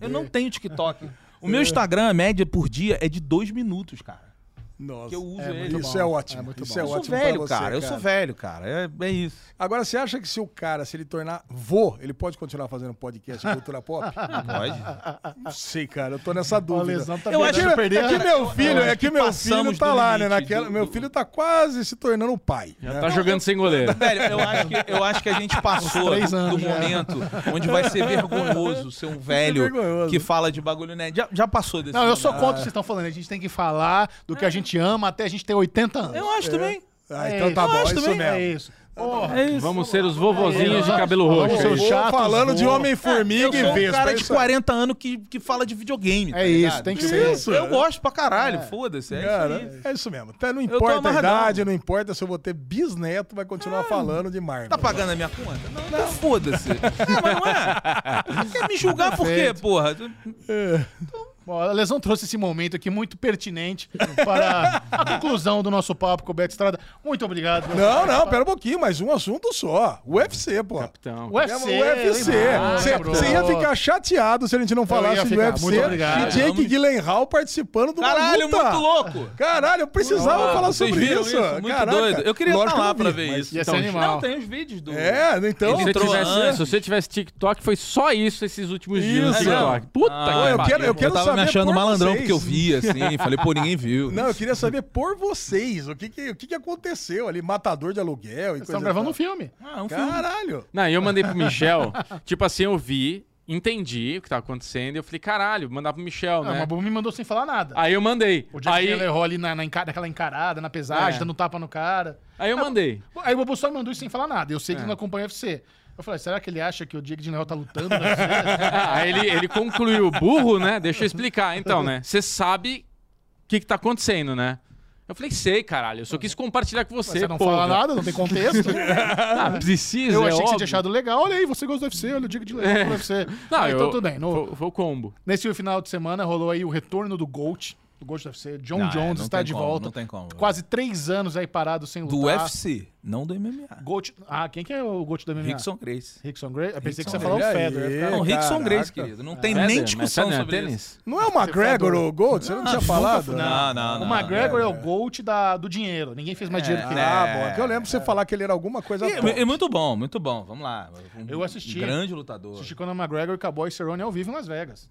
S5: Eu não tenho TikTok. O meu Instagram, a média por dia, é de dois minutos, cara.
S2: Nossa.
S5: Que eu uso
S3: É,
S5: ele.
S3: muito
S2: Isso
S3: bom.
S2: é ótimo.
S3: É muito
S2: Isso
S3: bom.
S2: é
S5: Eu sou
S2: ótimo
S5: velho,
S2: pra você,
S5: cara. Eu sou velho, cara. É, é isso.
S2: Agora, você acha que se o cara, se ele tornar vô, ele pode continuar fazendo podcast de cultura pop?
S5: Pode.
S2: Não sei, cara. Eu tô nessa
S3: O
S2: dúvida.
S3: lesão tá
S5: Eu
S3: bem,
S5: acho
S3: né?
S5: que-
S3: Perder
S2: É que
S3: a-
S2: meu filho, é
S5: acho
S2: que
S5: que
S2: meu
S5: passamos
S2: filho tá
S5: do
S2: lá, né?
S5: limite
S2: Naquela,
S5: do-
S2: meu
S5: do- É,
S2: filho tá quase se tornando um pai. né?
S1: Tá jogando sem goleiro.
S5: Velho, eu acho, que, eu acho que a gente passou
S3: três
S5: do-
S3: anos
S5: do
S3: já.
S5: momento onde vai ser vergonhoso ser um velho
S2: vergonhoso.
S5: que fala de bagulho nerd. Já, já passou desse
S3: Não, eu sou
S5: momento.
S3: contra o que vocês estão falando. A gente tem que falar do que a gente ama até a gente ter 80 anos.
S5: Eu acho também.
S2: Ah,
S3: É
S2: então tá
S3: isso.
S2: bom,
S3: Eu
S2: é
S3: acho
S2: isso
S3: também-
S2: mesmo.
S3: é isso.
S1: É isso. Vamos ser os vovozinhos de cabelo roxo.
S5: É,
S3: Vamos ser os
S1: aí.
S3: chatos,
S2: falando de
S3: vou.
S5: Eu
S2: Homem-Formiga
S5: sou
S2: e
S5: um
S2: Vespa.
S5: cara
S2: é
S5: de
S2: isso aí.
S5: 40 anos que, que fala de videogame. tá
S3: É isso,
S5: ligado?
S3: tem que
S5: Eu-
S3: ser.
S2: Isso,
S5: Eu
S2: é.
S5: gosto pra caralho, foda-se. É
S2: Cara,
S5: isso aí.
S2: é isso mesmo. Tá, não
S5: tô
S2: importa a
S5: amarradão.
S2: idade, não importa se eu vou ter bisneto, vai continuar falando de Marvel.
S5: Ah. Tá pagando a minha conta? Não, então foda-se. É, mas não é. Quer me julgar por quê, porra?
S3: Bom, a Lesão trouxe esse momento aqui muito pertinente para a conclusão do nosso papo com o Beto Estrada. Muito obrigado.
S2: Não, não, pera um pouquinho, mais um assunto só. UFC, pô. É,
S1: Então,
S3: UFC.
S2: UFC.
S3: lembra?
S2: Você
S3: Ah, Lembrou.
S2: você ia ficar chateado se a gente não
S3: ia
S2: falasse do
S3: ficar,
S2: UFC
S3: muito
S2: e
S3: obrigado.
S2: Jake Gyllenhaal participando do
S5: Caralho,
S2: luta.
S5: muito louco.
S2: Caralho, eu precisava
S5: Ah,
S2: falar
S5: vocês
S2: sobre
S5: viram
S2: isso.
S5: Muito
S2: Caraca.
S5: doido. Eu queria
S2: Lógico
S5: estar
S2: que eu
S5: lá
S2: não
S5: pra
S2: vi,
S5: ver
S2: mas-
S5: isso.
S3: Ia ser
S5: Então,
S3: animal.
S5: Não, tem os vídeos do...
S2: É, então.
S1: se,
S5: Ele
S1: você
S5: entrou
S1: tivesse,
S5: antes.
S1: se você tivesse TikTok, foi só isso esses últimos dias no
S2: Isso.
S1: TikTok. Puta
S5: Ah,
S1: que
S2: Pô, eu
S1: pariu.
S2: quero, eu quero
S5: Eu tava me
S2: saber
S5: achando
S2: por
S5: malandrão
S2: vocês.
S5: porque eu vi, assim. Falei, pô, ninguém viu.
S2: Não, eu queria saber por vocês o que, que, o que, que aconteceu ali. Matador de aluguel e
S3: Estão
S2: coisa
S3: gravando um
S2: e
S3: filme.
S5: Ah, um
S2: tal.
S5: filme.
S2: Caralho.
S1: Não, e eu mandei pro Michel, tipo assim, eu vi, entendi o que tava acontecendo, e eu falei, caralho, mandar pro Michel,
S3: Não,
S1: né?
S3: mas o Bubu me mandou sem falar nada.
S1: Aí eu mandei.
S3: O Jack
S1: Aí,
S3: Taylor errou ali na, na enca- naquela encarada, na pesagem,
S1: É.
S3: dando tapa no cara.
S1: aí eu mandei.
S3: Aí o Bubu só me mandou isso sem falar nada. Eu sei
S5: É.
S3: que ele não acompanha o UFC. Eu falei, será que ele acha que o Diego de Noel tá lutando? na UFC?
S1: aí ele, ele concluiu, burro, né? Deixa eu explicar. Então, né? Você sabe o que, que tá acontecendo, né? Eu falei, sei, caralho, eu só quis compartilhar com você.
S3: você não
S5: Tipo,
S1: porra.
S3: fala nada, não tem contexto.
S1: Ah, precisa,
S3: Eu
S1: é
S3: achei que você tinha
S1: óbvio.
S3: achado legal. Olha aí, você gosta do UFC, olha o Diego de Leão
S5: É.
S3: do UFC.
S1: Não,
S3: Ah, então
S1: eu-
S3: tudo bem. No-
S1: Foi, foi o combo.
S3: Nesse final de semana rolou aí o retorno do Gold, do Gold do UFC. John
S5: Não, é,
S3: Jones
S5: não
S3: está
S5: tem
S3: de
S5: como,
S3: volta.
S5: não tem como.
S3: Quase três anos aí parado sem lutar.
S5: Do UFC, não do MMA.
S3: Gold... Ah, quem que é o Gold do MMA?
S5: Rickson Grace.
S3: Rickson Gray? Eu pensei que você ia
S5: Rickson é-
S3: falar o
S2: Olha
S3: Fedor. eu ia ficar-
S2: aí,
S5: Não, Rickson
S2: caraca.
S5: Grace, querido. Não tem
S1: Feather,
S5: nem
S1: mas
S5: discussão
S1: feather é
S5: sobre
S1: tênis?
S5: isso.
S2: Não é o McGregor
S3: Fedor.
S2: ou o Gold? Você não tinha falado?
S5: Não, não,
S3: O
S5: Ah, não.
S3: McGregor é, o Gold da... do dinheiro. Ninguém fez mais dinheiro que
S5: né?
S3: ele.
S2: Ah, bom. é que Eu lembro você falar que ele era alguma coisa.
S5: É,
S2: top.
S5: é muito bom, muito bom. Vamos lá. Um
S3: Eu assisti.
S5: Grande lutador.
S3: Assisti quando o McGregor e Cowboy Cerrone é ao vivo em Las Vegas.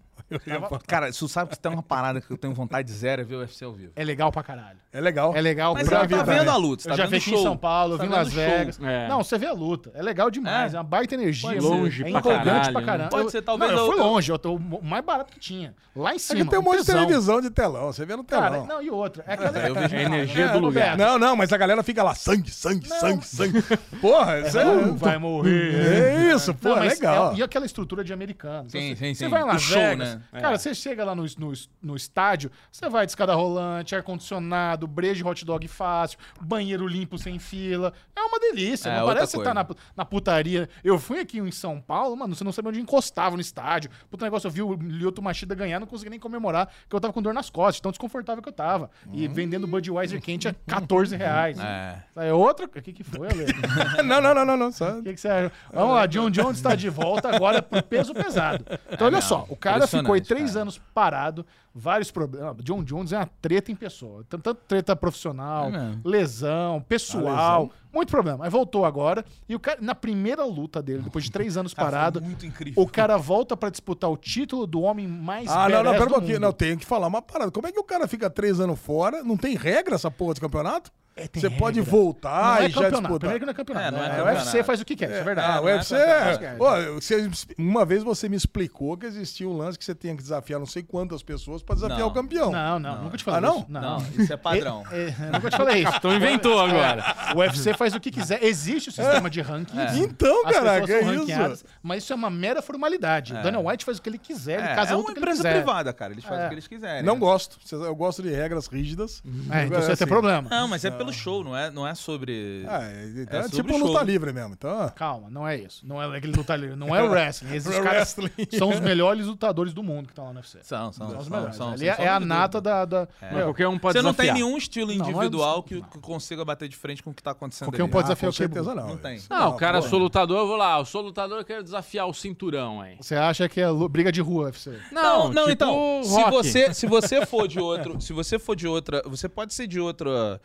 S5: Cara, você sabe que tem uma parada que eu tenho vontade zero é ver o UFC ao vivo.
S3: É legal pra caralho.
S2: É legal.
S3: É legal
S5: Mas
S3: pra
S5: você
S3: vida.
S5: tá vendo a luta, você
S3: eu
S5: tá
S3: já
S5: vendo
S3: vi aqui
S5: show.
S3: em São Paulo, eu
S5: Tá
S3: vi em
S5: vendo
S3: Las
S5: show.
S3: Vegas.
S1: É.
S3: Não, você vê a luta. É legal demais. É,
S5: É.
S3: uma baita energia.
S1: Pode longe
S3: é
S1: pra
S3: empolgante
S1: caralho,
S3: pra
S1: né?
S3: caramba.
S5: Pode
S3: Eu-
S5: ser, talvez,
S3: Não, eu
S5: eu-
S3: fui
S5: eu-
S3: longe. Eu tô, o mais barato que tinha. Lá em
S2: É
S3: cima.
S2: que tem um monte de
S3: tesão.
S2: televisão de telão. Você vê no
S3: Cara,
S2: telão.
S3: não, e outra. É aquela
S5: eu vejo
S1: É a energia
S3: É,
S1: do
S3: Roberto.
S1: lugar.
S2: Não, não, mas a galera fica lá, sangue, sangue, sangue, sangue. Porra, isso é,
S3: Não vai morrer.
S2: é isso, pô,
S3: Não,
S2: é
S3: mas
S2: legal.
S3: é- e aquela estrutura de americano.
S5: Sim,
S3: Então,
S5: sim,
S3: você
S5: sim.
S3: vai lá,
S5: O show,
S3: Vegas,
S5: né?
S3: Cara, você chega lá no, no, no estádio, você vai de escada rolante, ar-condicionado, brejo de hot dog fácil, banheiro limpo sem fila. É uma delícia.
S5: É,
S3: não
S5: outra
S3: parece que você tá
S5: coisa.
S3: na, pu- na putaria. Eu fui aqui em São Paulo, mano, você não sabia onde encostava no estádio. Puta negócio, eu vi o Lyoto Machida ganhar, não consegui nem comemorar, porque eu tava com dor nas costas, de tão desconfortável que eu tava. E vendendo Budweiser quente a 14 reais.
S5: Hum. É.
S3: É outra. O que, que foi, Ale?
S2: não, não, não, não, não. Só...
S3: O que, que você acha? Vamos lá, John Jones está de volta agora pro peso pesado.
S2: Ah,
S3: Então, olha só, o cara ficou aí
S5: impressionante,
S3: três
S5: cara.
S3: anos parado, vários problemas. John Jones é uma treta em pessoa. Tan- Tanto treta
S2: É
S3: profissional, lesão,
S2: Ah,
S3: pessoal, muito problema. Aí voltou agora e o cara, na primeira luta dele, depois de três
S2: Tá
S3: anos parado,
S5: muito incrível.
S3: o cara volta para disputar o título do homem mais
S2: Ah, não, não,
S3: badass
S2: pera um
S3: do
S2: pouquinho.
S3: mundo.
S2: Não, tenho que falar uma parada. Como é que o cara fica três anos fora? Não tem regra essa porra de campeonato?
S3: É, tem
S2: Você pode
S3: regra.
S2: voltar
S3: Não é
S2: e já
S3: campeonato.
S2: disputar.
S3: Primeiro que não é campeonato.
S5: É, não é
S3: né?
S5: campeonato.
S3: O UFC faz o que quer, isso é verdade.
S2: Ah, o
S5: é
S2: UFC.
S5: campeonato.
S2: Ó, você- uma vez você me explicou que existia um lance que você tinha que desafiar não sei quantas pessoas pra desafiar
S5: Não.
S2: o campeão.
S3: Não, não, nunca te falei
S2: Ah, não?
S3: isso.
S5: Não, isso é padrão.
S3: É, é, nunca te falei isso. É,
S1: Então inventou agora.
S3: O UFC faz o que quiser. Existe o sistema de ranking.
S2: Então,
S3: As
S2: caraca,
S3: pessoas
S2: é
S3: são
S2: isso.
S3: ranqueadas, mas isso é uma mera formalidade. O Daniel White faz o que ele quiser, ele
S5: É,
S3: casa
S5: é
S3: a
S5: uma
S3: luta que ele
S5: empresa
S3: quiser.
S5: privada, cara. Eles fazem
S3: É.
S5: o que eles quiserem.
S2: Não gosto. Eu gosto de regras rígidas.
S3: É, então você
S2: Agora,
S3: vai ter
S2: assim,
S3: problema.
S5: Não, mas é pelo show, não é, não é sobre.
S2: Ah, é, então é
S5: É sobre
S2: tipo
S5: o
S2: luta
S5: show.
S2: livre mesmo. Então,
S3: Calma, não é isso. Não é aquele lutar livre, não é o wrestling. Esses
S2: Não é
S3: caras
S2: wrestling.
S3: são os melhores lutadores do mundo que estão lá no UFC.
S5: São, são,
S3: São os
S5: são,
S3: melhores.
S5: são,
S3: Ali
S5: são,
S3: é,
S5: são,
S3: é a
S5: sem dúvida.
S3: nata da. da-
S1: Mas qualquer um pode
S5: Você não
S1: desafiar.
S5: tem nenhum estilo
S3: Não,
S5: individual
S3: não.
S5: que, que consiga bater de frente com o que tá acontecendo.
S3: Qualquer um
S5: ali.
S3: pode
S2: ah,
S3: desafiar
S2: com
S3: o quê,
S2: certeza não.
S5: Não tem.
S2: Isso
S1: Ah, o cara,
S2: pô.
S1: sou lutador, eu vou lá. Eu sou lutador, eu quero desafiar o cinturão aí.
S3: Você acha que é lu- briga de rua, UFC?
S5: Não, não,
S1: tipo
S5: então, se
S1: rock.
S5: você, se você for de outro, se você for de outra, você pode ser de outra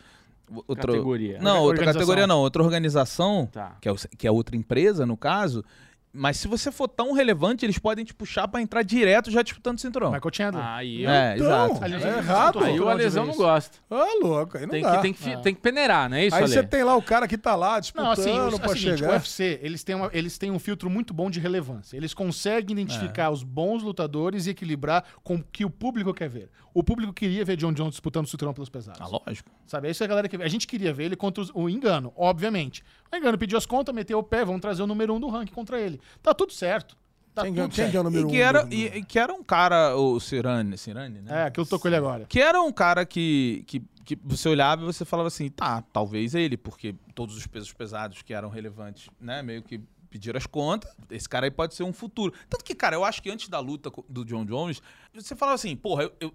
S5: outra
S1: Categoria.
S5: Não, outra
S3: Organização.
S5: categoria não, outra organização,
S1: Tá.
S5: que é o- que é outra empresa no caso, Mas se você for tão relevante, eles podem te puxar pra entrar direto já disputando o cinturão.
S3: Michael Chandler.
S1: Aí eu,
S5: É,
S2: Então,
S5: exato.
S2: é errado.
S1: aí o Alesão não gosta.
S2: Ah, louco, aí não
S1: Tem
S2: dá.
S1: que, tem, que, fi- tem que peneirar, não é isso,
S2: Aí
S1: Ale?
S2: você tem lá o cara que tá lá disputando
S3: Não, assim, o, é o
S2: pra
S3: seguinte, o
S2: chegar.
S3: UFC, eles têm, uma- eles têm um filtro muito bom de relevância. Eles conseguem identificar os bons lutadores e equilibrar com o que o público quer ver. O público queria ver John Jones disputando o cinturão pelos pesados.
S5: Ah, lógico.
S3: Sabe? Isso é a galera que... A gente queria ver ele contra os- o Engano, obviamente. O Engano pediu as contas, meteu o pé, vamos trazer o número um do ranking contra ele. Tá tudo certo. Tá
S2: Quem,
S3: tudo
S2: quem
S3: certo.
S2: que é o
S5: E
S2: número
S5: que,
S2: um
S5: era,
S2: do-
S5: e, e que era um cara, o Cirane, Cirane, né?
S3: É, que eu tô com ele agora.
S5: Que era um cara que, que, que você olhava e você falava assim, tá, talvez ele, porque todos os pesos pesados que eram relevantes, né, meio que pediram as contas, esse cara aí pode ser um futuro. Tanto que, cara, eu acho que antes da luta co- do John Jones, você falava assim, porra, eu- eu-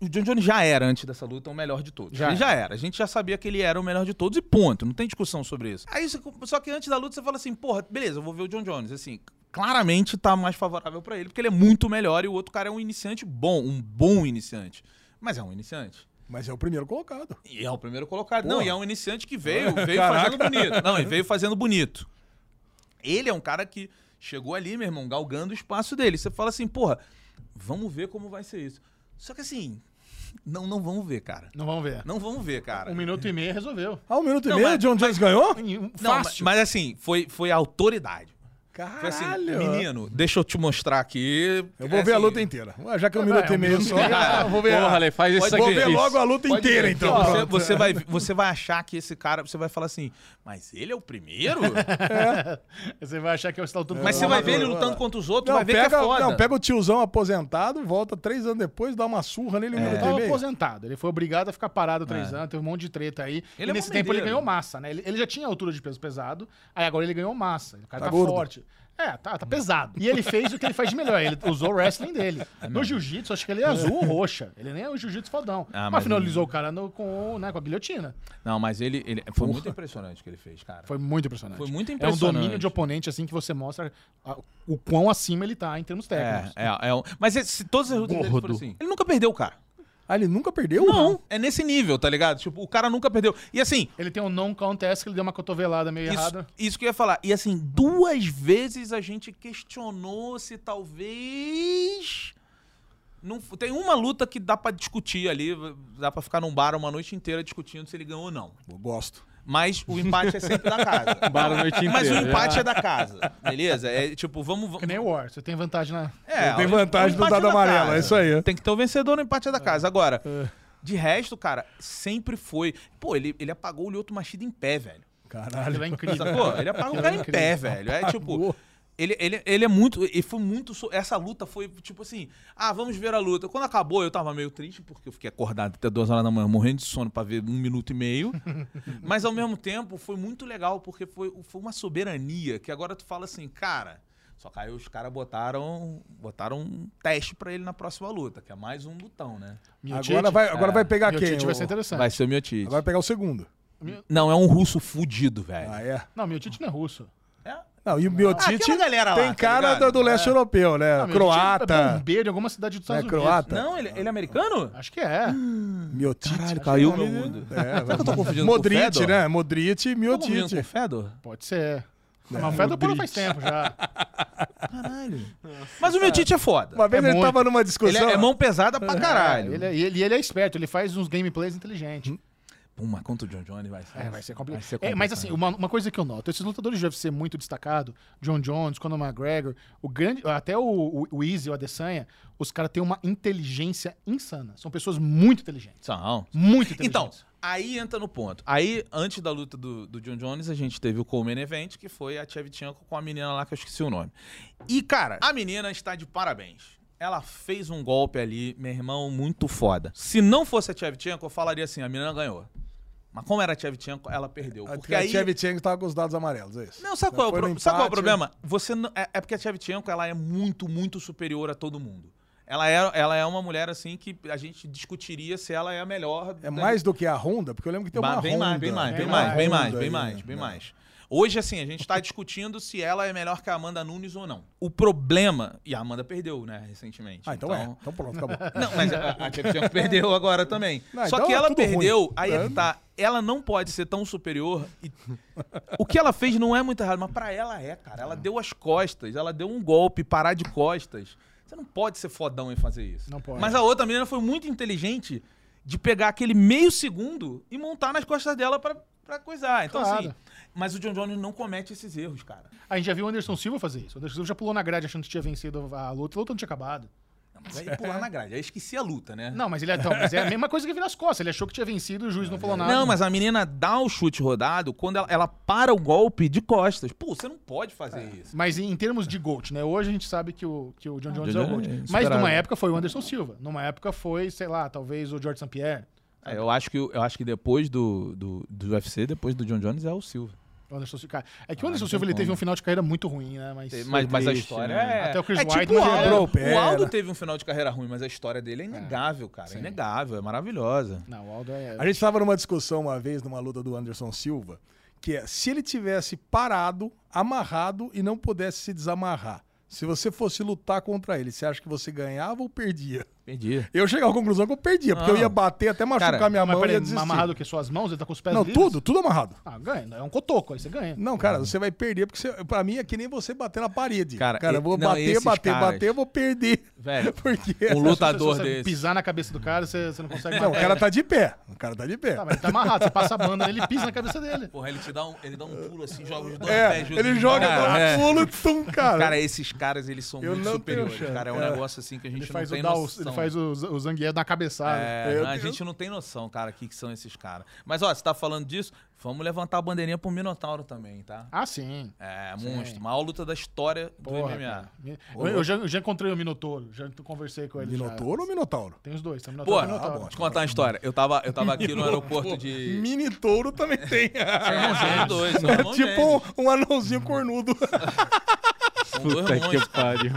S5: o John Jones já era, antes dessa luta, o melhor de todos.
S3: Já
S5: ele já era. A gente já sabia que ele era o melhor de todos e ponto. Não tem discussão sobre isso. Aí, você- só que antes da luta você fala assim, porra, beleza, eu vou ver o John Jones, assim... Claramente tá mais favorável pra ele, porque ele é muito melhor e o outro cara é um iniciante bom, um bom iniciante. Mas é um iniciante.
S2: Mas é o primeiro colocado.
S5: E é o primeiro colocado. Não,
S2: Porra.
S5: e é um iniciante que veio, veio fazendo bonito. Não, e veio fazendo bonito. Ele é um cara que chegou ali, meu irmão, galgando o espaço dele. Você fala assim, porra, vamos ver como vai ser isso. Só que assim, não, não vamos ver, cara.
S3: Não vamos ver.
S5: Não vamos ver, cara.
S3: Um minuto e meio resolveu.
S2: Ah, um minuto
S5: Não,
S2: e meio,
S5: mas-
S2: John Jones ganhou?
S5: Não, ma-
S3: Fácil.
S5: mas assim, foi, foi a autoridade. Foi assim,
S2: Caralho.
S5: menino, deixa eu te mostrar aqui.
S2: eu vou
S5: É
S2: ver a
S5: assim,
S2: luta inteira. Ah, Já que é um minuto
S3: é
S2: e
S3: um
S2: meio
S3: minuto
S2: só.
S3: e meio.
S2: ah, Vou ver,
S1: Porra,
S2: a-
S1: Ale, faz isso
S2: vou ver
S1: aqui.
S2: logo a luta inteira, então.
S5: Você,
S2: Pronto.
S5: você vai, você vai achar que esse cara, você vai falar assim, mas ele é o primeiro?
S2: É,
S3: Você vai achar que é eu estou tudo
S5: Mas você vai ver ele lutando contra os outros, vai ver
S2: pega,
S5: que é foda.
S2: não, pega o tiozão aposentado, volta três anos depois, dá uma surra nele um
S5: É.
S3: Ele
S2: minuto e
S3: tava
S2: meio.
S3: aposentado. Ele foi obrigado a ficar parado três anos, teve um monte de treta aí. e
S5: Ele é
S3: nesse
S5: mó
S3: tempo ele
S5: mineiro.
S3: ganhou massa, né? Ele, ele já tinha altura de peso pesado, aí agora ele ganhou massa. O cara
S2: Tá
S3: tá,
S2: gordo.
S3: forte. É, tá, tá pesado. E ele fez o que ele faz de melhor. Ele usou o wrestling dele. No jiu-jitsu, acho que ele é azul ou roxa. Ele nem é o jiu-jitsu fodão.
S5: Ah,
S3: mas,
S5: mas
S3: finalizou o cara no- com, né, com a guilhotina.
S5: Não, mas ele, ele foi muito impressionante o que ele fez, cara.
S3: Foi muito impressionante.
S5: Foi muito
S3: É um
S5: impressionante.
S3: domínio de oponente, assim, que você mostra a- o quão acima ele tá em termos técnicos.
S5: É, é, é um- mas é- se todas as lutas dele foram assim, ele nunca perdeu, cara.
S2: Ah, ele nunca perdeu?
S5: Não, é nesse nível, tá ligado? Tipo, o cara nunca perdeu. E assim,
S3: Ele tem um non-contest que ele deu uma cotovelada meio
S5: isso,
S3: errada.
S5: isso que eu ia falar. E assim, duas vezes a gente questionou se talvez não f- tem uma luta que dá pra discutir ali, dá pra ficar num bar uma noite inteira discutindo se ele ganhou ou não.
S2: Eu gosto.
S5: Mas o empate é sempre da casa.
S1: Bar a noite
S5: Mas o
S1: inteira,
S5: empate é da casa, beleza? É tipo, vamos.
S3: Que nem o War, você tem vantagem na.
S5: É,
S2: Tem
S5: o-
S2: vantagem
S5: o
S2: do
S5: empate
S2: dado
S5: da
S2: amarelo,
S5: casa.
S2: é isso aí. É.
S5: Tem que ter o vencedor no empate é da casa. Agora, de resto, cara, sempre foi. Pô, ele, ele apagou o Lyoto Machida em pé, velho.
S3: Ele
S2: Caralho.
S3: é incrível.
S5: Sacou? Ele apaga o
S3: Aquilo
S5: cara
S3: é
S5: em
S3: incrível.
S5: pé, velho. É tipo.
S2: Apagou.
S5: Ele, ele, ele é muito. Ele foi muito. so- Essa luta foi tipo assim. Ah, vamos ver a luta. Quando acabou, eu tava meio triste, porque eu fiquei acordado até duas horas da manhã, morrendo de sono pra ver um minuto e meio. Mas ao mesmo tempo, foi muito legal, porque foi, foi uma soberania que agora tu fala assim, cara. Só que aí os caras botaram, botaram um teste pra ele na próxima luta, que é mais um lutão, né?
S3: Miocic?
S2: Agora vai, agora vai pegar
S3: Miocic
S2: quem?
S3: vai
S2: o-
S3: ser interessante.
S5: É, Vai ser o Miotite.
S2: Agora vai pegar o segundo.
S5: Não, é um russo fudido, velho.
S2: Ah, é.
S3: Não, Miocic não é russo.
S2: Não, e o Miotic
S5: Ah, aquela galera lá,
S2: tem
S5: tá
S2: cara
S5: ligado?
S2: do, do leste europeu, né?
S3: Não, Miocic É
S2: croata.
S3: bombeiro em alguma cidade dos
S2: É,
S3: Estados Unidos.
S2: croata.
S5: Não, ele, ele é americano?
S3: Acho que é.
S2: Miotic. Caralho,
S5: caiu meu mundo.
S2: É,
S5: que eu tô confundindo com o
S2: Modric,
S5: Fedor?
S2: né? Modric e
S5: Tô confundindo com o
S2: Miotic.
S5: Fedor?
S3: Pode ser. Não, mas o Fedor pulou faz tempo já.
S5: Caralho. Mas o meu Tite é foda.
S2: Uma vez
S3: É
S2: ele
S3: muito.
S2: tava numa
S5: Ele
S2: discussão.
S5: é, é mão pesada pra caralho.
S3: Ele é, e ele, e ele é esperto, ele faz uns gameplays inteligentes.
S2: Hum?
S5: Puma, contra o John Jones vai ser.
S3: É, vai ser complicado.
S5: ser
S3: É, mas assim, uma, uma coisa que eu noto, esses lutadores de UFC muito destacado, John Jones, Conor McGregor, o grande, até o, o, o Easy, o Adesanya, os caras têm uma inteligência insana. São pessoas muito inteligentes.
S5: São.
S3: Muito inteligentes.
S5: Então, aí entra no ponto. Aí, antes da luta do, do John Jones, a gente teve o Coleman Event, que foi a Tchevchenko com a menina lá que eu esqueci o nome. E, cara, a menina está de parabéns. Ela fez um golpe ali, meu irmão, muito foda. Se não fosse a Tchevchenko, eu falaria assim, a menina ganhou. Mas como era a Tchevchenko, ela perdeu.
S2: A
S5: Porque aí...
S2: Tchevchenko tava com os dados amarelos, é isso?
S5: Não, sabe qual, é o
S2: Foi no
S5: pro- sabe qual é o
S2: empate. né?
S5: problema? Você não- é, é porque a Tchevchenko, ela é muito, muito superior a todo mundo. Ela é, ela é uma mulher, assim, que a gente discutiria se ela é a melhor.
S2: É mais do que a Honda, porque eu lembro que tem
S5: Ba-
S2: uma
S5: bem
S2: Honda.
S5: mais, bem mais,
S2: Tem
S5: bem
S2: uma
S5: mais, bem
S2: Honda
S5: mais, bem
S2: aí,
S5: mais,
S2: né?
S5: bem mais. Hoje, assim, a gente tá discutindo se ela é melhor que a Amanda Nunes ou não. O problema. E a Amanda perdeu, né, recentemente.
S2: Ah, então, é. Então pronto, acabou.
S5: Não, mas a, a Shevchenko perdeu agora também.
S2: Não,
S5: Só
S2: então
S5: que
S2: é
S5: ela
S2: tudo ruim.
S5: perdeu, aí é
S2: É.
S5: que tá. Ela não pode ser tão superior. e- o que ela fez não é muito errado, mas pra ela é, cara. Ela deu as costas, ela deu um golpe, parar de costas. Você não pode ser fodão em fazer isso.
S3: Não pode.
S5: Mas a outra menina foi muito inteligente de pegar aquele meio segundo e montar nas costas dela pra, pra coisar. Então,
S3: Claro.
S5: assim. Mas o John Jones não comete esses erros, cara.
S3: A gente já viu o Anderson Silva fazer isso. O Anderson Silva já pulou na grade achando que tinha vencido a a luta, a luta não tinha acabado.
S5: Não, mas aí pular na grade. Aí esqueci a luta, né?
S3: Não, mas ele então, mas é a mesma coisa que virar as costas. Ele achou que tinha vencido e o juiz não falou nada.
S5: Não, mas a menina dá o chute rodado quando ela, ela para o golpe de costas. Pô, você não pode fazer isso.
S3: Mas em em termos de GOAT, né? Hoje a gente sabe que o, que o John Jones é o
S5: John
S3: GOAT.
S5: Jones é
S3: Mas
S5: esperado.
S3: numa época foi o Anderson Silva. Numa época foi, sei lá, talvez o George St. Pierre.
S5: É, eu, acho que, eu acho que depois do, do, do UFC, depois do John Jones é o Silva.
S3: O Anderson Silva. cara, É
S5: Ah,
S3: que o Anderson Silva ele teve um final de carreira muito ruim, né? Mas,
S5: Mas, mas a
S8: triste,
S5: história
S8: né?
S5: é.
S3: Até o Chris
S5: é
S3: White
S5: tipo o
S3: não
S2: quebrou o
S5: Aldo.
S2: pé,
S5: O Aldo
S2: né?
S5: teve um final de carreira ruim, mas a história dele é inegável, cara. É inegável, é maravilhosa.
S3: Não, o Aldo é.
S2: A gente estava numa discussão uma vez, numa luta do Anderson Silva, que é se ele tivesse parado, amarrado e não pudesse se desamarrar. Se você fosse lutar contra ele, você acha que você ganhava ou perdia?
S5: Perdi.
S2: Eu cheguei à conclusão que eu perdia, porque
S5: Não.
S2: eu ia bater até machucar
S5: Ah. Cara,
S2: minha
S3: Mas
S2: mão e
S3: peraí,
S2: ia desistir.
S3: amarrado o quê? Suas mãos? Ele tá com os pés
S2: Não,
S3: livres?
S2: tudo, tudo amarrado.
S3: Ah, ganha. É um cotoco, aí você ganha.
S2: Não, cara, você vai perder, porque você, pra mim é que nem você bater na parede.
S5: Uhum. Cara,
S2: eu vou
S5: e- não,
S2: bater,
S5: esses
S2: bater,
S5: caras-
S2: bater, eu vou perder.
S5: Velho,
S2: porque...
S5: Um lutador
S3: se você
S5: desse.
S3: pisar na cabeça do cara, você, você não consegue
S2: Não, o
S3: matar
S2: cara
S5: é-
S3: ele.
S2: tá de pé. O cara tá de pé.
S3: Tá, mas ele tá amarrado. Você passa a banda nele e pisa na cabeça dele.
S5: Porra, ele te dá um, ele dá um pulo assim, joga os dois
S2: é,
S5: pés juntos.
S2: ele joga,
S5: Cara,
S2: dá
S5: é.
S2: um pulo, tum, cara.
S5: Cara, esses caras, eles são
S2: Eu
S5: muito
S2: não tenho
S5: superiores,
S2: chance.
S5: cara. É um
S2: É.
S5: negócio assim que a gente
S3: Ele
S5: não
S3: faz, o
S5: tem
S3: dá o,
S5: noção.
S3: ele faz o, o zangueiro na cabeçada.
S5: É,
S2: Eu
S5: a
S2: tenho-
S5: gente não tem noção, cara, o que, que são esses caras. Mas, ó, você tá falando disso, vamos levantar a bandeirinha pro Minotauro também, tá?
S3: Ah, sim.
S5: É, monstro. Maior luta da história do
S3: Porra,
S5: MMA.
S3: cara. Eu, eu já, eu já encontrei o Minotouro, já conversei com ele. já.
S2: Minotouro ou Minotauro? tá
S3: Tem os dois, tem o
S5: Pô,
S3: Minotouro e o
S5: deixa
S3: Minotauro.
S5: eu te contar uma história. Eu tava, eu tava aqui no aeroporto de...
S2: Mini touro também tem.
S5: É São dois, são
S2: É
S5: irmãos gêmeos.
S2: tipo um, um anãozinho cornudo.
S5: São dois
S1: Puta
S5: monstros.
S1: que pariu.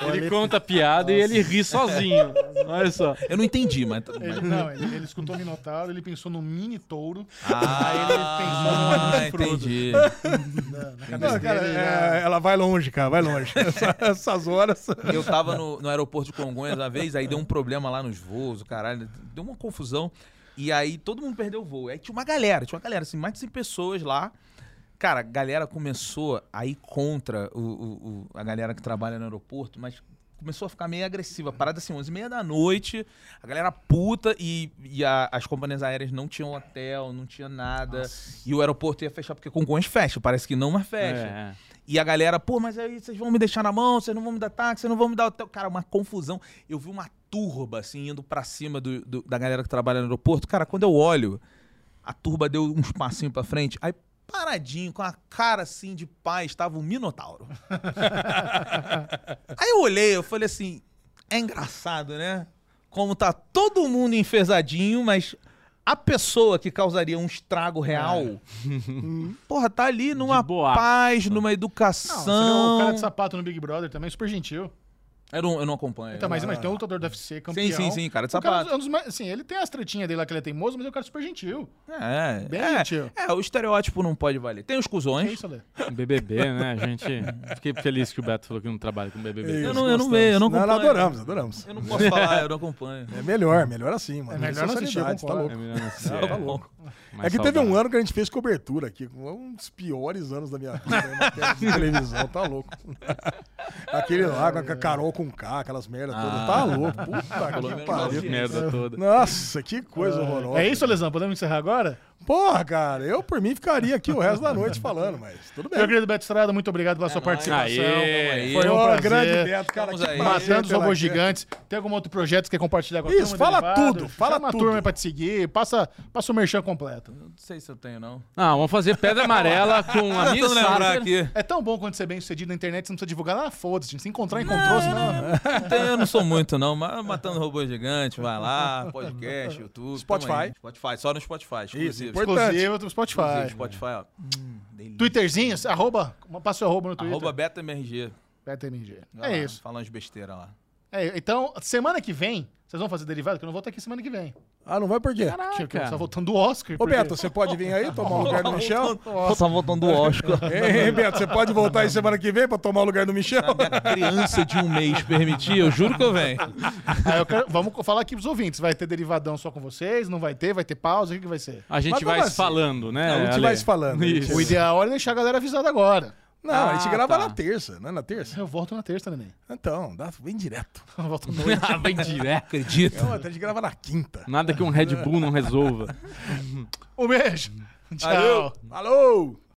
S1: Ele conta a piada e ele ri sozinho. Olha só.
S5: Eu não entendi, mas... tudo bem.
S3: Ele, não, ele, ele escutou o Minotauro, ele pensou no mini touro.
S5: Ah,
S3: Aí ele pensou no
S5: entendi.
S2: Não, cara,
S3: dele,
S2: é, ela vai longe, cara, vai longe. Essa- essas horas.
S5: Eu tava no, no aeroporto de Congonhas uma vez, aí deu um problema lá nos voos, o caralho, deu uma confusão. E aí todo mundo perdeu o voo. Aí tinha uma galera, tinha uma galera, assim, mais de 100 pessoas lá. Cara, a galera começou a ir contra o, o- o- a galera que trabalha no aeroporto, mas começou a ficar meio agressiva. Parada assim, 11 e meia da noite, a galera puta e, e a- as companhias aéreas não tinham hotel, não tinha nada. E o aeroporto ia fechar, porque Congonhas fecha, parece que não, mas fecha.
S1: É.
S5: E a galera, pô, mas aí vocês vão me deixar na mão, vocês não vão me dar táxi, vocês não vão me dar hotel. Cara, uma confusão. Eu vi uma turba, assim, indo pra cima do, do- da galera que trabalha no aeroporto. Cara, quando eu olho, a turba deu uns passinhos pra frente. Aí, paradinho, com a cara, assim, de paz, tava o Minotauro. aí eu olhei, eu falei assim, é engraçado, né? Como tá todo mundo enfesadinho, mas... A pessoa que causaria um estrago real, porra, tá ali numa
S1: boa.
S5: paz, numa
S3: Não,
S5: educação.
S3: você viu o cara de sapato no Big Brother também, super gentil.
S5: Eu não, eu não acompanho.
S3: Então, mas,
S5: Eu-
S3: mas tem um lutador do UFC, campeão.
S5: Sim, sim, sim, cara de
S3: O cara é um
S5: sapato.
S3: dos- é um dos mais- assim, ele tem as tretinhas dele lá que ele é teimoso, mas é um cara super gentil.
S5: É,
S3: Bem
S5: é,
S3: gentil.
S5: é, o estereótipo não pode valer. Tem os
S3: Que
S5: cuzões.
S3: É isso, Ale?
S1: BBB, né, gente? Fiquei feliz que o Beto falou que não trabalha com BBB.
S5: Eu não- eu não vejo, eu não
S2: Nós
S5: acompanho.
S2: adoramos, adoramos.
S5: Eu não posso falar, eu não acompanho.
S2: É melhor, melhor assim, mano.
S3: É melhor não assistir, eu
S2: Sociedade, tá
S3: concordo.
S2: louco.
S1: É melhor não ser.
S2: tá louco. é que teve um ano que a gente fez cobertura aqui, um dos piores anos da minha vida em matéria de televisão, tá louco. Aquele lá com a Carol com K, aquelas merdas todas, tá louco. Puta que pariu.
S1: um Merda toda.
S2: Nossa, que coisa horrorosa.
S3: É isso, Lesão? Podemos encerrar agora?
S2: Porra, cara, eu por mim ficaria aqui o resto da noite falando, mas tudo bem. um
S3: Meu querido Beto Estrada, muito obrigado pela sua participação.
S5: Aê,
S3: Foi um
S2: Ô,
S3: prazer.
S2: grande Beto, cara,
S5: Vamos
S2: que
S5: aí.
S2: prazer
S3: Matando os
S2: pela-
S3: robôs gigantes. Tem algum outro projeto que você quer compartilhar com a
S2: Isso,
S3: turma?
S2: fala
S3: Derivado?
S2: tudo, fala
S3: Chama
S2: tudo.
S3: a turma pra te seguir. Passa, passa o merchan completo.
S5: Não sei se eu tenho, não.
S1: Não, vamos fazer Pedra Amarela com
S2: Ah,
S1: a Miss
S5: Tentando lembrar
S1: Sander.
S5: aqui.
S3: É tão bom quando você é bem sucedido na internet, você não precisa divulgar nada, foda-se. gente. Se encontrar, encontrou-se.
S2: é
S3: Não,
S5: Não tenho, eu não sou muito, não. Mas Matando Robô Gigante, vai lá, podcast, YouTube. tamo
S2: Spotify.
S5: aí. Spotify, só no Spotify, exclusivo.
S2: importante.
S3: Exclusivo do Spotify.
S5: Exclusivo, Spotify, ó. Hum, delícia.
S3: Twitterzinhos, arroba, passa o arroba no Twitter.
S5: Arroba BetaMRG.
S3: BetaMG.
S5: Vai
S3: É
S5: lá,
S3: isso.
S5: Fala umas besteiras lá.
S3: É, então, semana que vem, vocês vão fazer derivado? Que eu não vou estar aqui semana que vem.
S2: Ah, não vai por quê?
S3: Tinha que
S1: cara.
S3: só voltando do Oscar.
S2: Ô,
S3: porque-
S2: Beto, você pode vir aí tomar o lugar do Michel?
S3: um
S8: Tá voltando do Oscar.
S2: Hein, hein, Beto, você pode voltar aí semana que vem pra tomar o lugar do Michel?
S1: né?
S5: Minha criança de um mês permitir, eu juro que eu venho.
S3: Aí eu quero- vamos co- falar aqui pros ouvintes. Vai ter derivadão só com vocês? Não vai ter? Vai ter pausa? O que, que vai ser?
S1: A gente
S2: Mas como
S1: vai se
S2: assim?
S1: falando, né?
S2: a gente
S1: Ale?
S2: vai se falando.
S1: Isso.
S3: O ideal é deixar a galera avisada agora.
S2: Não, a gente
S1: Ah, tá.
S2: grava na terça, não é na terça?
S3: Eu volto na terça, neném.
S2: Então, dá, vem direto.
S3: Eu volto noite.
S1: Ah, vai direto.
S5: Acredito.
S2: Então, a gente grava na quinta.
S1: Nada que um Red Bull não resolva.
S3: Um beijo. Tchau.
S2: Alô!